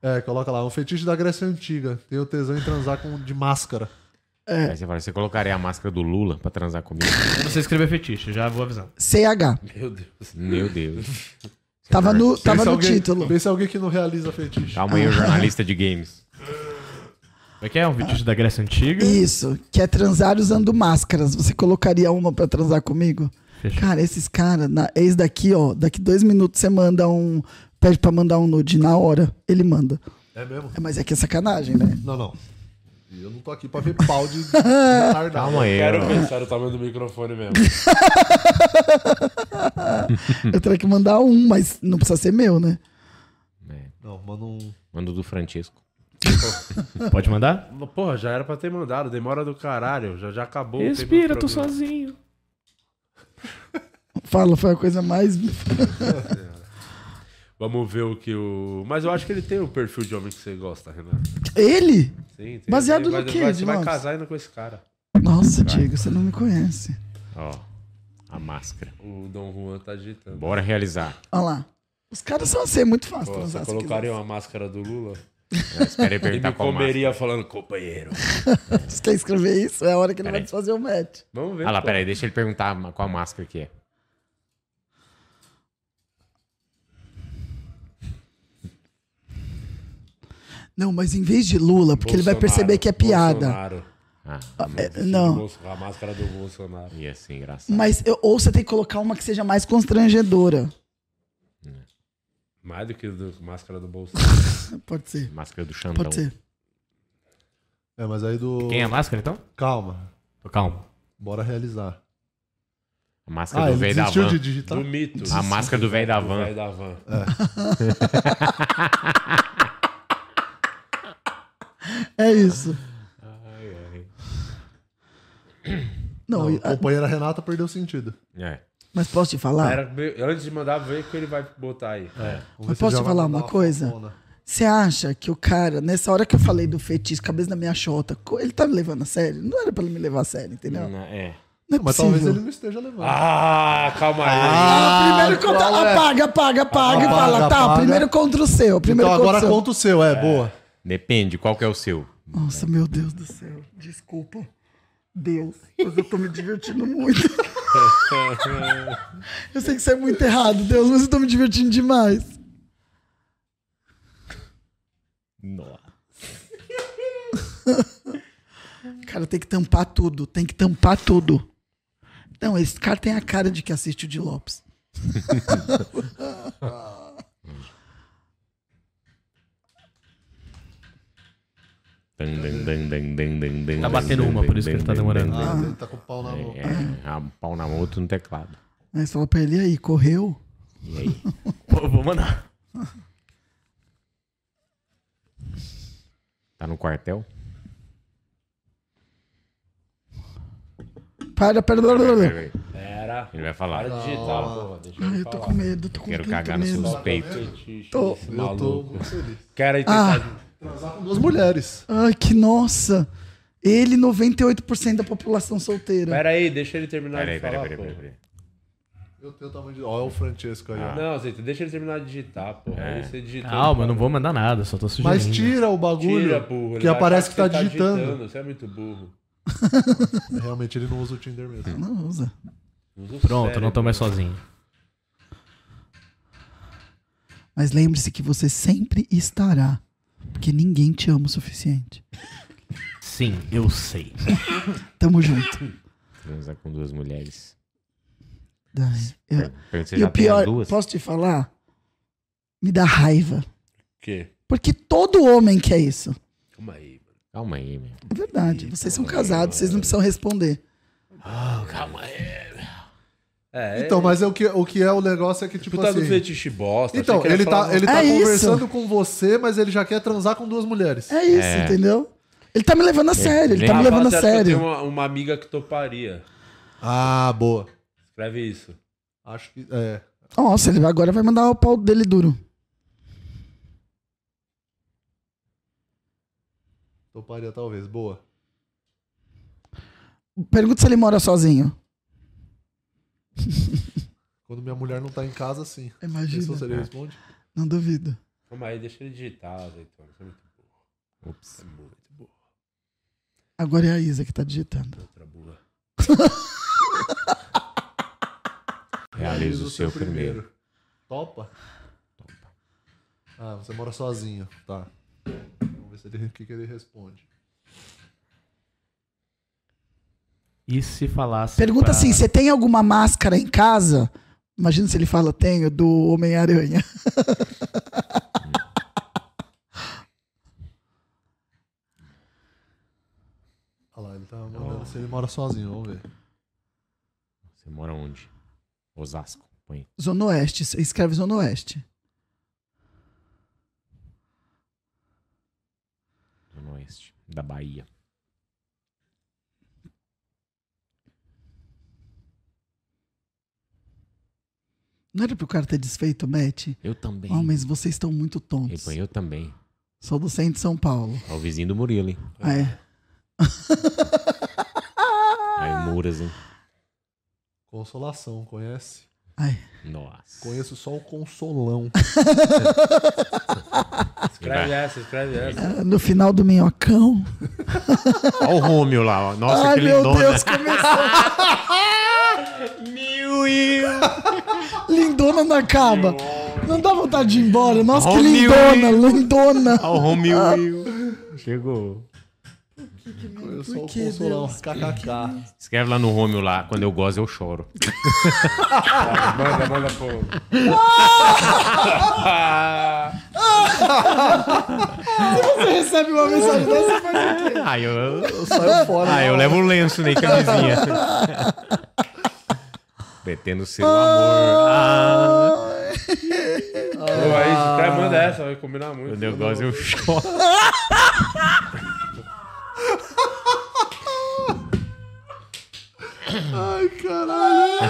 Speaker 3: É, coloca lá. Um fetiche da Grécia Antiga. Tem o tesão em transar com, de máscara.
Speaker 2: Aí você fala, você colocaria a máscara do Lula pra transar comigo?
Speaker 8: Eu não sei escrever fetiche, já vou avisando.
Speaker 4: CH.
Speaker 1: Meu Deus.
Speaker 2: Meu Deus.
Speaker 4: Tava no, tava
Speaker 3: Pensa
Speaker 4: no
Speaker 3: alguém-
Speaker 4: é título.
Speaker 3: Pensa alguém que não realiza fetiche.
Speaker 2: Calma aí, o jornalista de games.
Speaker 8: Como é que é? Um fetiche da Grécia Antiga?
Speaker 4: Isso, que é transar usando máscaras. Você colocaria uma pra transar comigo?
Speaker 8: Fechou.
Speaker 4: Cara, esses caras, na- eis daqui, ó. Daqui dois minutos você manda um. Pede pra mandar um nude na hora, ele manda.
Speaker 3: É mesmo?
Speaker 4: É, Mas é que é sacanagem, né?
Speaker 3: Não, não. E Eu não tô aqui pra ver pau de de retardado.
Speaker 2: Calma aí.
Speaker 1: Quero
Speaker 2: ó.
Speaker 1: pensar o tamanho do microfone mesmo. Hum.
Speaker 4: Eu teria que mandar um, mas não precisa ser meu, né?
Speaker 2: É,
Speaker 3: Não, mano. um-
Speaker 2: manda o do Francisco.
Speaker 8: Pode mandar?
Speaker 1: Porra, já era pra ter mandado. Demora do caralho. Já, já acabou. o tempo do
Speaker 8: Respira, tô
Speaker 1: programa.
Speaker 8: sozinho.
Speaker 4: Fala, foi a coisa mais.
Speaker 1: Vamos ver o que o... Mas eu acho que ele tem o perfil de homem que você gosta, Renan.
Speaker 4: Ele?
Speaker 1: Sim, tem.
Speaker 4: Baseado
Speaker 1: Ele
Speaker 4: no
Speaker 1: vai-
Speaker 4: quê,
Speaker 1: vai- Você vai
Speaker 4: Dimas?
Speaker 1: casar ainda com esse cara.
Speaker 4: Nossa, Diego, você não me conhece.
Speaker 2: Ó, a máscara.
Speaker 1: O Dom Juan tá agitando.
Speaker 2: Bora realizar.
Speaker 4: Olha lá. Os caras são assim, é muito fácil
Speaker 1: Pô,
Speaker 4: transar.
Speaker 1: você
Speaker 4: se
Speaker 1: colocaria uma máscara do Lula?
Speaker 2: É, Espera aí
Speaker 1: Ele
Speaker 2: perguntar
Speaker 1: me
Speaker 2: qual máscara.
Speaker 1: comeria falando, companheiro. um.
Speaker 4: quiser. Você quer escrever isso? É a hora que ele
Speaker 2: Peraí.
Speaker 4: vai desfazer o match.
Speaker 1: Vamos ver.
Speaker 2: Ah lá,
Speaker 1: pô.
Speaker 2: peraí, deixa ele perguntar ma- qual máscara que é.
Speaker 4: Não, mas em vez de Lula, porque ele vai
Speaker 1: Bolsonaro,
Speaker 4: perceber que é piada.
Speaker 1: Bolsonaro.
Speaker 2: Ah,
Speaker 4: É,
Speaker 1: Do
Speaker 4: não.
Speaker 1: Bolso- A máscara do Bolsonaro.
Speaker 2: ia ser engraçado.
Speaker 4: Mas eu- ou você tem que colocar uma que seja mais constrangedora.
Speaker 1: Mais do que do, máscara do Bolsonaro.
Speaker 4: Pode ser.
Speaker 2: Máscara do Xandão.
Speaker 4: Pode ser.
Speaker 3: É, mas aí do.
Speaker 8: Quem é a máscara, então?
Speaker 3: Calma.
Speaker 8: Tô calmo.
Speaker 3: Bora realizar.
Speaker 2: A máscara
Speaker 3: Ah,
Speaker 2: do
Speaker 3: ele
Speaker 2: velho da
Speaker 3: desistiu
Speaker 2: van.
Speaker 3: de digitar?
Speaker 1: Do mito.
Speaker 2: A máscara do velho da
Speaker 1: Do
Speaker 2: van.
Speaker 1: velho da van.
Speaker 4: É isso. Não,
Speaker 3: Não,
Speaker 4: eu-
Speaker 3: a companheira Renata perdeu o sentido.
Speaker 2: É.
Speaker 4: mas posso te falar?
Speaker 1: Era meio- antes de mandar, ver o que ele vai botar aí.
Speaker 2: É.
Speaker 3: Vamos ver se
Speaker 4: posso
Speaker 3: já vai
Speaker 4: falar
Speaker 3: mandar
Speaker 4: uma coisa?
Speaker 3: fofona.
Speaker 4: Você acha que o cara, nessa hora que eu falei do feitiço, cabeça na minha chota, co- ele tá me levando a sério? Não era pra ele me levar a sério, entendeu? Não,
Speaker 2: Na- é.
Speaker 4: é
Speaker 3: Mas
Speaker 4: possível.
Speaker 3: talvez ele não esteja levando. Então
Speaker 1: Ah, calma aí.
Speaker 4: Ah, primeiro contra. Apaga, apaga, apaga e
Speaker 3: é. Apaga,
Speaker 4: fala. tá,
Speaker 3: apaga.
Speaker 4: primeiro contra o seu. Primeiro
Speaker 3: então agora
Speaker 4: contra o seu.
Speaker 3: conta o seu, é, boa.
Speaker 2: Depende, qual que é o seu?
Speaker 4: Nossa, meu Deus do céu. Desculpa. Deus. Mas eu tô me divertindo muito. eu sei que isso é muito errado, Deus, mas eu tô me divertindo demais.
Speaker 2: Nossa.
Speaker 4: Cara, tem que tampar tudo. Tem que tampar tudo. Não, esse cara tem a cara de que assiste o de Lopes.
Speaker 2: Tá
Speaker 8: Tá batendo uma, por isso que ele tá demorando.
Speaker 3: Ah, ele tá com o pau na mão.
Speaker 2: É, a pau na mão, outro no teclado.
Speaker 4: Aí você fala pra ele, e aí, correu?
Speaker 2: E aí?
Speaker 8: Pô, vou mandar.
Speaker 2: Tá no quartel?
Speaker 4: Para, para, para, para, para.
Speaker 2: Peraí,
Speaker 1: Era.
Speaker 2: Ele vai falar.
Speaker 1: Para de digitar, porra. Deixa
Speaker 4: Ai,
Speaker 1: ele
Speaker 4: eu tô
Speaker 1: falar.
Speaker 4: com medo, tô com
Speaker 2: Quero
Speaker 4: muito
Speaker 2: cagar no
Speaker 4: medo.
Speaker 2: seu suspeito.
Speaker 1: Fetiche,
Speaker 4: Tô.
Speaker 1: esse
Speaker 3: Eu tô
Speaker 1: maluco.
Speaker 3: muito feliz.
Speaker 1: Cara,
Speaker 4: Ah.
Speaker 3: Casar com duas mulheres.
Speaker 4: Ai, que nossa. Ele, 98% da população solteira.
Speaker 1: Pera aí, deixa ele terminar
Speaker 2: Peraí,
Speaker 1: de falar,
Speaker 2: peraí, peraí,
Speaker 1: pô.
Speaker 2: peraí. peraí.
Speaker 3: Eu tenho o tamanho de. Ó, é o Francesco aí, ó.
Speaker 1: Não, Zeta, deixa ele terminar de digitar, pô.
Speaker 2: É.
Speaker 1: Aí você digitou.
Speaker 8: Calma,
Speaker 1: ele
Speaker 8: eu não
Speaker 1: fala,
Speaker 8: vou mandar nada, só tô sugerindo.
Speaker 3: Mas tira o bagulho
Speaker 1: Tira, burro. ele
Speaker 3: que
Speaker 1: vai
Speaker 3: aparece que tá
Speaker 1: achar você
Speaker 3: digitando.
Speaker 1: Você é muito burro.
Speaker 3: Realmente ele não usa o Tinder mesmo.
Speaker 4: Não usa.
Speaker 8: Pronto,
Speaker 1: Sério,
Speaker 8: não tô mais sozinho.
Speaker 4: Mas lembre-se que você sempre estará. Porque ninguém te ama o suficiente.
Speaker 8: Sim, eu sei.
Speaker 4: Tamo junto.
Speaker 2: Transar com duas mulheres.
Speaker 4: Dai, eu-
Speaker 2: Pergunta se
Speaker 4: E
Speaker 2: já
Speaker 4: o
Speaker 2: tem as
Speaker 4: pior,
Speaker 2: duas.
Speaker 4: posso te falar? Me dá raiva.
Speaker 1: O quê?
Speaker 4: Porque todo homem quer isso.
Speaker 1: Calma aí, mano.
Speaker 2: Calma aí, meu.
Speaker 4: É verdade. Vocês são casados, vocês não precisam responder.
Speaker 1: É,
Speaker 3: Então, mas é o que, o que é o negócio é que, tipo
Speaker 1: Puta do
Speaker 3: assim.
Speaker 1: fetiche bosta.
Speaker 3: Então,
Speaker 1: achei que
Speaker 3: ele
Speaker 1: falar
Speaker 3: tá,
Speaker 1: uma-
Speaker 3: ele tá
Speaker 4: É isso.
Speaker 3: conversando com você, mas ele já quer transar com duas mulheres.
Speaker 4: É isso, entendeu? Ele tá me levando a sério, ele
Speaker 2: nem
Speaker 4: tá me
Speaker 2: a
Speaker 1: Fala,
Speaker 4: levando a
Speaker 1: você acha que Eu tenho
Speaker 4: sério.
Speaker 1: uma, uma amiga que toparia.
Speaker 3: Ah, boa.
Speaker 1: Escreve isso.
Speaker 3: Acho que. É.
Speaker 4: Nossa, ele vai- agora vai mandar o pau dele duro.
Speaker 3: Toparia, talvez. Boa.
Speaker 4: Pergunta se ele mora sozinho.
Speaker 3: Quando minha mulher não tá em casa, sim. Pensou se
Speaker 4: Imagina.
Speaker 3: ele responde?
Speaker 4: Não duvido.
Speaker 1: Calma aí, deixa ele digitar, Zeitona. Você é muito burro. Você é muito burro.
Speaker 4: Agora é a Isa que tá digitando.
Speaker 1: Outra burra.
Speaker 2: Realiza o seu primeiro.
Speaker 3: Topa? Topa. Ah, você mora sozinho. Tá. Vamos ver se ele, o que, que ele responde.
Speaker 8: E se falasse.
Speaker 4: Pergunta
Speaker 8: pra-
Speaker 4: assim: você tem alguma máscara em casa? Imagina se ele fala, tenho, do Homem-Aranha.
Speaker 3: Olha lá, ele tá mandando se ele mora sozinho, vamos ver.
Speaker 2: Você mora onde? Osasco. Põe.
Speaker 4: Zona Oeste, você escreve Zona Oeste.
Speaker 2: Zona Oeste. Da Bahia.
Speaker 4: Não era pro cara ter desfeito o match?
Speaker 2: Eu também.
Speaker 4: Homens, vocês estão muito
Speaker 2: Ele
Speaker 4: tontos.
Speaker 2: põe eu também.
Speaker 4: Sou do centro de São Paulo.
Speaker 2: É o vizinho do Murilo, hein?
Speaker 4: Ah, é.
Speaker 2: Aí Muras, hein?
Speaker 3: Consolação, conhece?
Speaker 2: Nossa.
Speaker 3: Conheço só o Consolão.
Speaker 2: Ele vai-
Speaker 1: Escreve essa, escreve essa.
Speaker 4: Ah, No final do minhocão.
Speaker 2: Olha o Rômio lá, ó. Nossa,
Speaker 4: Ai,
Speaker 2: aquele
Speaker 4: meu
Speaker 2: lindona.
Speaker 4: Deus, começou.
Speaker 2: Meu Deus.
Speaker 4: lindona não acaba. Não dá vontade de ir embora. Nossa, que
Speaker 2: Romeu,
Speaker 4: lindona, lindona.
Speaker 2: Olha o Rômio. Will. Chegou.
Speaker 3: Conheço só o
Speaker 4: que,
Speaker 3: Consolão. KKK.
Speaker 2: Escreve lá no Rômio lá. Quando eu gosto, eu choro.
Speaker 1: Manda, manda pro.
Speaker 4: Você recebe uma mensagem dessa e faz o quê?
Speaker 2: Aí eu, eu-
Speaker 3: Saiu fora.
Speaker 2: ah, eu levo um lenço nem camisinha. Pretendo ser o amor. Ah,
Speaker 1: Pô, aí escreve, manda essa, vai combinar muito.
Speaker 2: quando eu gosto, um eu choro.
Speaker 3: Ai, caralho.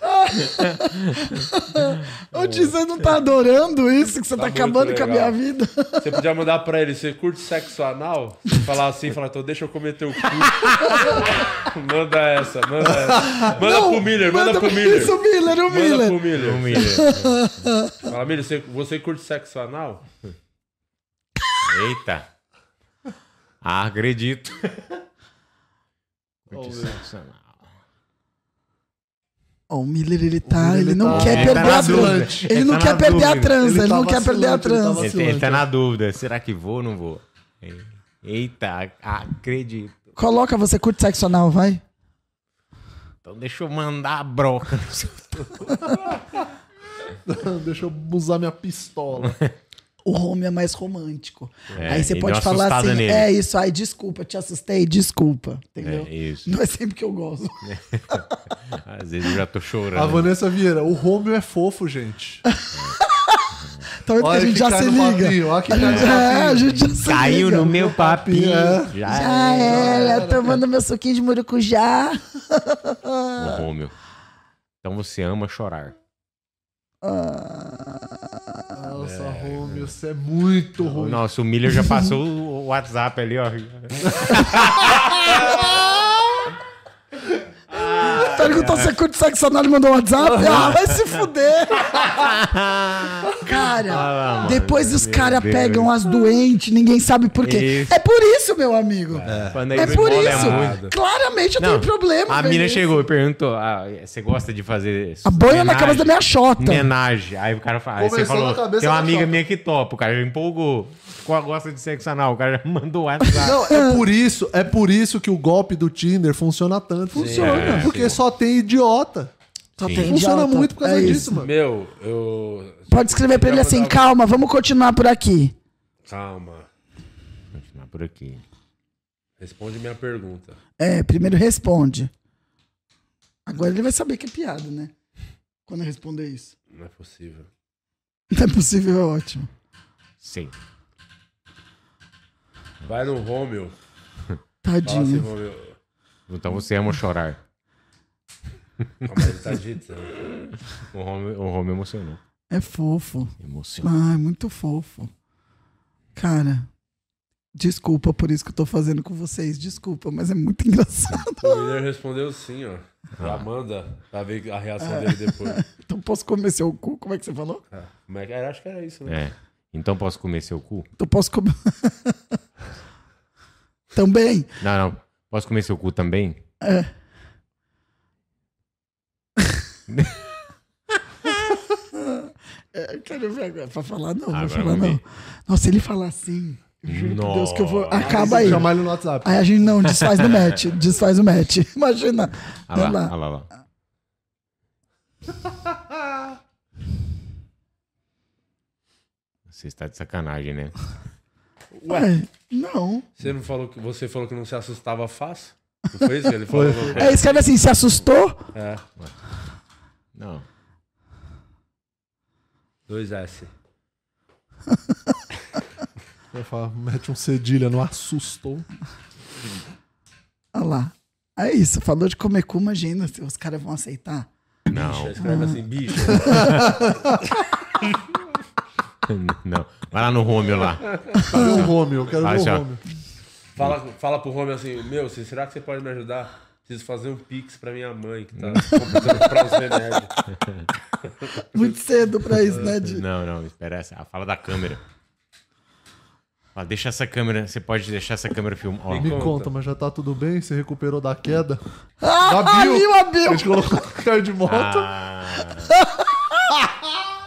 Speaker 4: Ô, Tio, você não tá adorando isso? Que você tá,
Speaker 1: muito
Speaker 4: acabando com a minha
Speaker 1: legal.
Speaker 4: vida?
Speaker 1: Você podia mandar pra ele, você curte sexo anal? Você falar assim, falar, então deixa eu comer teu cu. manda essa, manda essa. Manda pro Miller, manda, pro Miller.
Speaker 4: Isso, Miller, o
Speaker 1: Manda
Speaker 4: Miller.
Speaker 1: pro Miller.
Speaker 2: Humilha.
Speaker 1: Fala, Miller, você, você curte sexo anal?
Speaker 2: Eita. Ah, acredito.
Speaker 4: Ó, o Miller, ele tá.
Speaker 3: Miller,
Speaker 4: ele
Speaker 3: ele
Speaker 4: não
Speaker 3: tá-
Speaker 4: quer
Speaker 3: ele
Speaker 2: tá
Speaker 4: perder
Speaker 2: na
Speaker 4: a
Speaker 2: dúvida.
Speaker 4: trança. Ele
Speaker 2: Ele
Speaker 4: não
Speaker 2: tá
Speaker 4: quer
Speaker 2: na
Speaker 4: perder a
Speaker 2: dúvida.
Speaker 4: trança.
Speaker 3: Ele
Speaker 4: Ele
Speaker 3: tá
Speaker 4: não quer
Speaker 3: vacilante,
Speaker 4: perder a
Speaker 3: ele tá
Speaker 4: trança.
Speaker 2: Ele tá- ele tá na dúvida. Será que vou ou não vou? Eita, acredito.
Speaker 4: Coloca você curte sexo anal, vai.
Speaker 2: Então deixa eu mandar a broca no seu
Speaker 3: Deixa eu usar minha pistola.
Speaker 4: o home é mais romântico.
Speaker 2: É,
Speaker 4: aí você
Speaker 2: e
Speaker 4: pode
Speaker 2: deu
Speaker 4: falar
Speaker 2: assustada
Speaker 4: assim,
Speaker 2: nele.
Speaker 4: é isso, ai, desculpa, te assustei, desculpa. Entendeu?
Speaker 2: É, isso.
Speaker 4: Não é sempre que eu gosto.
Speaker 2: Às vezes eu já tô
Speaker 1: É.
Speaker 2: chorando.
Speaker 3: A Vanessa Vieira, o Romeo é fofo, gente.
Speaker 4: Tá vendo que a
Speaker 3: Olha
Speaker 4: gente
Speaker 3: que
Speaker 4: já
Speaker 3: cai
Speaker 4: se
Speaker 3: no
Speaker 4: liga.
Speaker 3: papinho, olha que
Speaker 4: A
Speaker 3: cai
Speaker 4: gente,
Speaker 3: no
Speaker 4: é, a
Speaker 3: papinho.
Speaker 4: gente já se
Speaker 2: Caiu
Speaker 4: liga.
Speaker 2: no meu papinho.
Speaker 3: É.
Speaker 2: Já
Speaker 4: Já era, tomando meu suquinho de murucujá.
Speaker 3: Ah.
Speaker 2: é. O Romeu. Então você ama chorar.
Speaker 3: Nossa, Romeo, você é muito ruim.
Speaker 2: Nossa, o Miller já passou o WhatsApp ali, ó.
Speaker 4: Perguntou se você curte sexo anal e mandou um WhatsApp. Ah, vai se fuder.
Speaker 2: Ah,
Speaker 4: Cara, depois os caras
Speaker 2: Deus.
Speaker 4: pegam as doentes, ninguém sabe por quê.
Speaker 2: Isso.
Speaker 4: É por isso, meu amigo.
Speaker 2: Quando
Speaker 4: É por
Speaker 2: rola,
Speaker 4: isso.
Speaker 2: muito.
Speaker 4: Claramente eu
Speaker 2: Não,
Speaker 4: tenho problema.
Speaker 2: A
Speaker 4: velho.
Speaker 2: mina chegou e perguntou: ah, você gosta de fazer.
Speaker 4: A boia na
Speaker 2: homenagem?
Speaker 4: cabeça da minha xota.
Speaker 2: Homenagem. Aí o cara fala, aí você
Speaker 3: Começou na
Speaker 2: falou,
Speaker 3: cabeça
Speaker 2: tem uma
Speaker 3: da
Speaker 2: amiga
Speaker 3: chota."
Speaker 2: minha que topa, o cara já empolgou. Qual gosta de sexo anal? O cara já mandou WhatsApp.
Speaker 3: Não,
Speaker 4: Ah.
Speaker 3: é por isso, é por isso que o golpe do Tinder funciona tanto. é,
Speaker 2: Funciona.
Speaker 3: porque só tem idiota.
Speaker 4: Só tem
Speaker 3: Funciona
Speaker 4: idiota.
Speaker 3: muito por causa
Speaker 4: É
Speaker 3: disso,
Speaker 4: isso.
Speaker 3: mano.
Speaker 1: Meu, eu.
Speaker 4: Pode escrever pra ele assim, calma, vamos continuar por aqui.
Speaker 1: Calma.
Speaker 2: Vou continuar por aqui.
Speaker 1: Responde minha pergunta.
Speaker 4: É, primeiro responde. Agora ele vai saber que é piada, né? Quando eu responder isso.
Speaker 1: Não é possível.
Speaker 4: Não é possível, é ótimo.
Speaker 2: Sim.
Speaker 1: Vai no Romeu. Fala assim,
Speaker 4: Tadinho.
Speaker 1: Romeu.
Speaker 2: Então você ama chorar.
Speaker 1: Calma, ele tá digitando.
Speaker 2: O Romeu o Romeu emocionou.
Speaker 4: É fofo.
Speaker 2: Emocionou.
Speaker 4: Ai, muito fofo. Cara, desculpa por isso que eu tô fazendo com vocês. Desculpa, mas é muito engraçado.
Speaker 1: O Miller respondeu sim, ó. Pra Amanda, pra ver a reação dele depois.
Speaker 4: Então posso comer seu cu? Como é que você falou?
Speaker 1: Ah, Como é que era? Acho que era isso, né?
Speaker 2: É. Então posso comer seu cu?
Speaker 4: Então posso comer. Também.
Speaker 2: Não, não. Posso comer seu cu também?
Speaker 4: É, eu quero ver agora. Pra falar, não,
Speaker 2: Ah,
Speaker 4: vou
Speaker 2: agora
Speaker 4: falar,
Speaker 2: vamos
Speaker 4: não. Nossa, se ele falar assim, eu juro por Deus que eu vou. Acaba Tá aí.
Speaker 3: Chamar ele no WhatsApp.
Speaker 4: Aí a gente não desfaz no match. Desfaz o match. Imagina.
Speaker 2: Ah
Speaker 4: Olha
Speaker 2: lá,
Speaker 4: lá.
Speaker 2: ah lá, lá. Você está de sacanagem, né?
Speaker 4: Ué, não.
Speaker 1: Você, não falou que, você falou que não se assustava fácil? Não foi isso que ele falou?
Speaker 2: É.
Speaker 4: Aí escreve assim: se assustou?
Speaker 1: É,
Speaker 2: Não.
Speaker 1: 2S.
Speaker 3: Eu falo, mete um cedilha, não assustou.
Speaker 4: Olha lá. É isso. Falou de comer cu, imagina se os caras vão aceitar.
Speaker 1: Bicha, escreve assim, bicho.
Speaker 2: Não. Vai lá no Romeu lá.
Speaker 3: Cadê o Romeo? Eu quero
Speaker 2: Ah,
Speaker 3: ver o
Speaker 2: já.
Speaker 3: Romeo.
Speaker 1: Fala, fala pro Romeu assim, meu, você- será que você pode me ajudar? Preciso fazer um pix pra minha mãe, que
Speaker 3: Hum.
Speaker 1: tá comprando pra os remédios.
Speaker 4: Muito cedo pra isso, né? De...
Speaker 2: Não, não, espera essa. Ah, Fala da câmera. Fala, deixa essa câmera. Você pode deixar essa câmera filmar. Ó,
Speaker 3: Me
Speaker 1: Conta.
Speaker 3: conta. mas já tá tudo bem? Você recuperou da queda?
Speaker 4: Ah,
Speaker 3: Da Bill.
Speaker 4: viu a
Speaker 3: A
Speaker 4: Bill!
Speaker 3: gente colocou no carro de moto.
Speaker 2: Ah.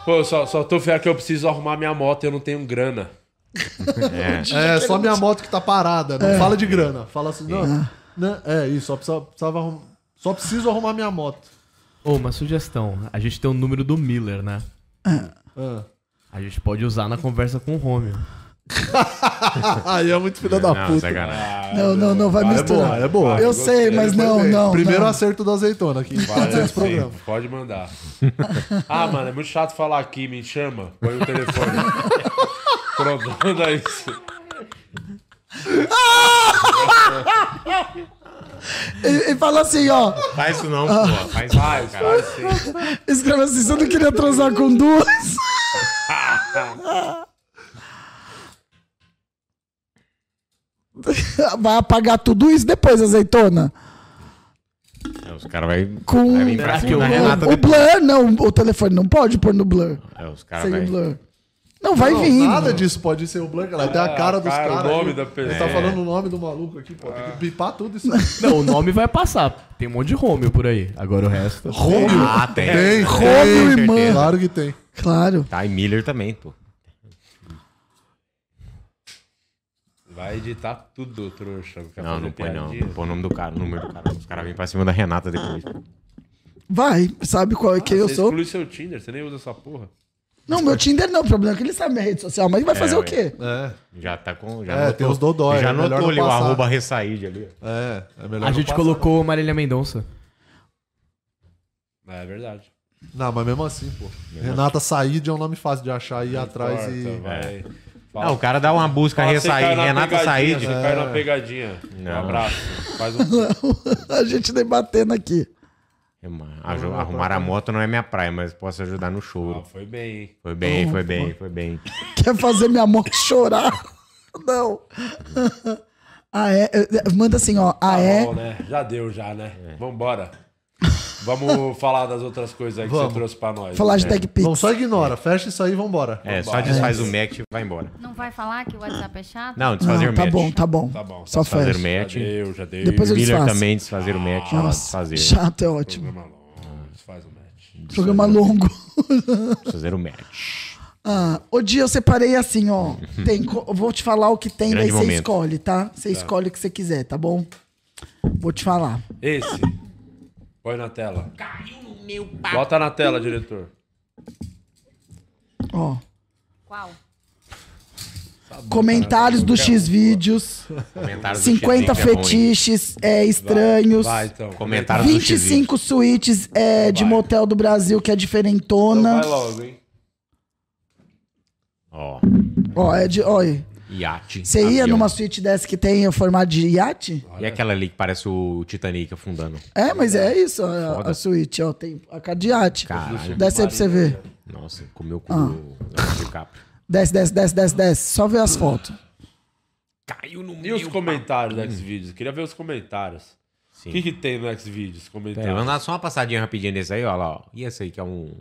Speaker 1: Pô, só, só tô ferrado que eu preciso arrumar minha moto e eu não tenho grana.
Speaker 3: é, só minha moto que tá parada.
Speaker 4: É.
Speaker 3: Não fala de grana. Fala assim, não. né? É isso, só precisava, precisava arrum- Só preciso arrumar minha moto.
Speaker 8: Ô, uma sugestão. A gente tem o número do Miller, né?
Speaker 3: Ah.
Speaker 8: A gente pode usar na conversa com o Romeo.
Speaker 3: Aí é muito filho da
Speaker 2: Ah. não,
Speaker 3: puta.
Speaker 2: sacanagem.
Speaker 4: Não, não, não, vai
Speaker 3: Ah, é
Speaker 4: misturar.
Speaker 3: boa, é boa.
Speaker 4: Eu sei, mas não, não.
Speaker 3: Primeiro
Speaker 4: não.
Speaker 3: acerto da azeitona aqui. né?
Speaker 1: Vai,
Speaker 3: Fazendo esse
Speaker 1: assim,
Speaker 3: programa.
Speaker 1: Pode mandar. Ah, mano, é muito chato falar aqui, me chama. Põe o telefone. Provando isso.
Speaker 4: E, e fala assim, ó.
Speaker 2: Faz isso não, pô. Faz isso, cara.
Speaker 1: Ah, Faz sim.
Speaker 4: Escreve assim, você não queria transar com duas? Vai apagar tudo isso depois, azeitona.
Speaker 2: É, os caras vão
Speaker 4: Com-
Speaker 2: vai vir pra cima da Renata.
Speaker 4: O, o blur, não, o telefone não pode pôr no blur.
Speaker 2: É, os caras
Speaker 4: Seria o
Speaker 2: vai...
Speaker 4: blur. Não, vai
Speaker 3: Não,
Speaker 4: vir.
Speaker 3: Nada disso pode ser o Blanca. Ela tem a cara dos
Speaker 1: cara, o
Speaker 3: caras.
Speaker 1: nome
Speaker 3: aqui.
Speaker 1: da pessoa.
Speaker 3: Você tá falando o nome do maluco aqui, pô. Tem que bipar tudo isso.
Speaker 8: Não, o nome vai passar. Tem um monte de Romeo por aí. Agora o resto.
Speaker 3: Romeo.
Speaker 2: Ah, tem.
Speaker 3: Tem,
Speaker 4: Romeo e
Speaker 3: tem.
Speaker 4: mano.
Speaker 3: Claro que tem.
Speaker 4: Claro.
Speaker 2: Tá, e Miller também, pô.
Speaker 1: Vai editar tudo, trouxa. Quer
Speaker 2: Não,
Speaker 1: fazer
Speaker 2: não põe não.
Speaker 1: piadinha?
Speaker 2: Põe o nome do cara, o número do cara. Os caras vêm pra cima da Renata depois.
Speaker 4: Vai, sabe qual é que eu
Speaker 1: Você
Speaker 4: sou?
Speaker 3: Ah,
Speaker 1: exclui seu Tinder, você nem usa essa porra.
Speaker 4: Não, meu Tinder não, o problema é que ele sabe minha rede social, mas vai fazer o
Speaker 2: ué.
Speaker 4: quê?
Speaker 3: É,
Speaker 2: Já tá com. Já
Speaker 3: É, tem os dodói,
Speaker 2: Já
Speaker 3: é melhor
Speaker 2: notou
Speaker 3: não
Speaker 2: ali o
Speaker 3: passar.
Speaker 2: arroba ressaíde ali.
Speaker 3: é, é melhor.
Speaker 8: A
Speaker 3: não
Speaker 8: gente
Speaker 3: passar.
Speaker 8: colocou Marília Mendonça.
Speaker 1: É verdade.
Speaker 3: Não, mas mesmo assim, pô. Renata Said é um nome fácil de achar aí atrás
Speaker 1: Corta,
Speaker 3: e.
Speaker 1: vai. Fala-
Speaker 2: Ah, o cara dá uma busca
Speaker 1: fala, você cai
Speaker 2: ressaíde,
Speaker 1: na
Speaker 2: Renata
Speaker 1: pegadinha,
Speaker 2: Saíde.
Speaker 1: Você cai
Speaker 4: É.
Speaker 1: na pegadinha. Um
Speaker 2: Não.
Speaker 1: abraço. Faz um.
Speaker 4: A gente debatendo aqui.
Speaker 2: Aju- É, Arrumar a moto não é minha praia, mas posso ajudar no
Speaker 1: Ah,
Speaker 2: choro.
Speaker 1: foi bem, hein?
Speaker 2: Foi bem, foi bem, foi bem.
Speaker 4: Quer fazer minha moto chorar? Não. Ah, é? Manda assim, ó. Ah,
Speaker 1: Bom,
Speaker 4: é?
Speaker 1: né? Já deu, já,
Speaker 2: É.
Speaker 1: né? Vambora. Vamos falar das outras coisas aí que
Speaker 3: Vamos.
Speaker 1: você trouxe pra nós.
Speaker 4: Falar hashtag Pix.
Speaker 3: Não, só ignora. Fecha isso aí e vambora.
Speaker 2: É, só desfaz o match e vai embora.
Speaker 9: Não vai falar que o WhatsApp é chato?
Speaker 2: Não, desfazer
Speaker 4: Não,
Speaker 2: o
Speaker 4: tá
Speaker 2: match.
Speaker 4: bom, tá bom.
Speaker 1: Tá bom.
Speaker 4: Só
Speaker 2: Desfazer
Speaker 4: fecha.
Speaker 2: o
Speaker 1: Já
Speaker 2: match.
Speaker 1: deu, já deu.
Speaker 4: Depois eu
Speaker 2: Miller
Speaker 4: desfaço.
Speaker 2: também desfazer o match. ela
Speaker 4: Nossa,
Speaker 2: desfazer.
Speaker 4: chato é ótimo.
Speaker 1: Programa longo. Faz um match.
Speaker 4: Programa longo.
Speaker 2: Desfazer o match.
Speaker 4: Ah, o dia eu separei assim, ó. Tem, co- eu vou te falar o que tem,
Speaker 2: Grande
Speaker 4: daí você
Speaker 2: momento.
Speaker 4: escolhe, tá? Você escolhe o que você quiser, tá bom? Vou te falar.
Speaker 1: Esse. Põe na tela. Bota na tela, diretor.
Speaker 4: Ó.
Speaker 9: Qual?
Speaker 4: Comentários do X-Vídeos,
Speaker 2: Comentário do
Speaker 4: 50
Speaker 2: Chiquinho, que é ruim.
Speaker 4: fetiches é, estranhos,
Speaker 1: Vai, então.
Speaker 2: Comentário do X-Vídeos.
Speaker 4: 25 suítes é, de
Speaker 1: Vai.
Speaker 4: motel do Brasil que é
Speaker 1: Então
Speaker 4: diferentona.
Speaker 1: vai logo, hein?
Speaker 2: Ó,
Speaker 4: Ó, é de. Ó, aí.
Speaker 2: iate.
Speaker 4: você ia
Speaker 2: avião.
Speaker 4: numa suíte dessa que tem o formato de iate?
Speaker 2: E aquela ali que parece o Titanic afundando.
Speaker 4: É, mas é isso, a,
Speaker 2: Foda.
Speaker 4: a suíte, ó. Tem a cara de iate.
Speaker 2: Caralho.
Speaker 4: Desce aí pra você ver.
Speaker 2: Nossa, comeu com o Leonardo DiCaprio.
Speaker 4: Desce, desce, desce, desce, desce. Só ver as fotos.
Speaker 2: Caiu no
Speaker 1: E os comentários do Xvideos? Queria ver os comentários.
Speaker 2: Sim.
Speaker 1: O que, que tem no Xvideos?
Speaker 2: Pera, Então, vamos
Speaker 1: Comentário.
Speaker 2: dar só uma passadinha rapidinha nesse aí, ó lá. Ó. E esse aí que é um...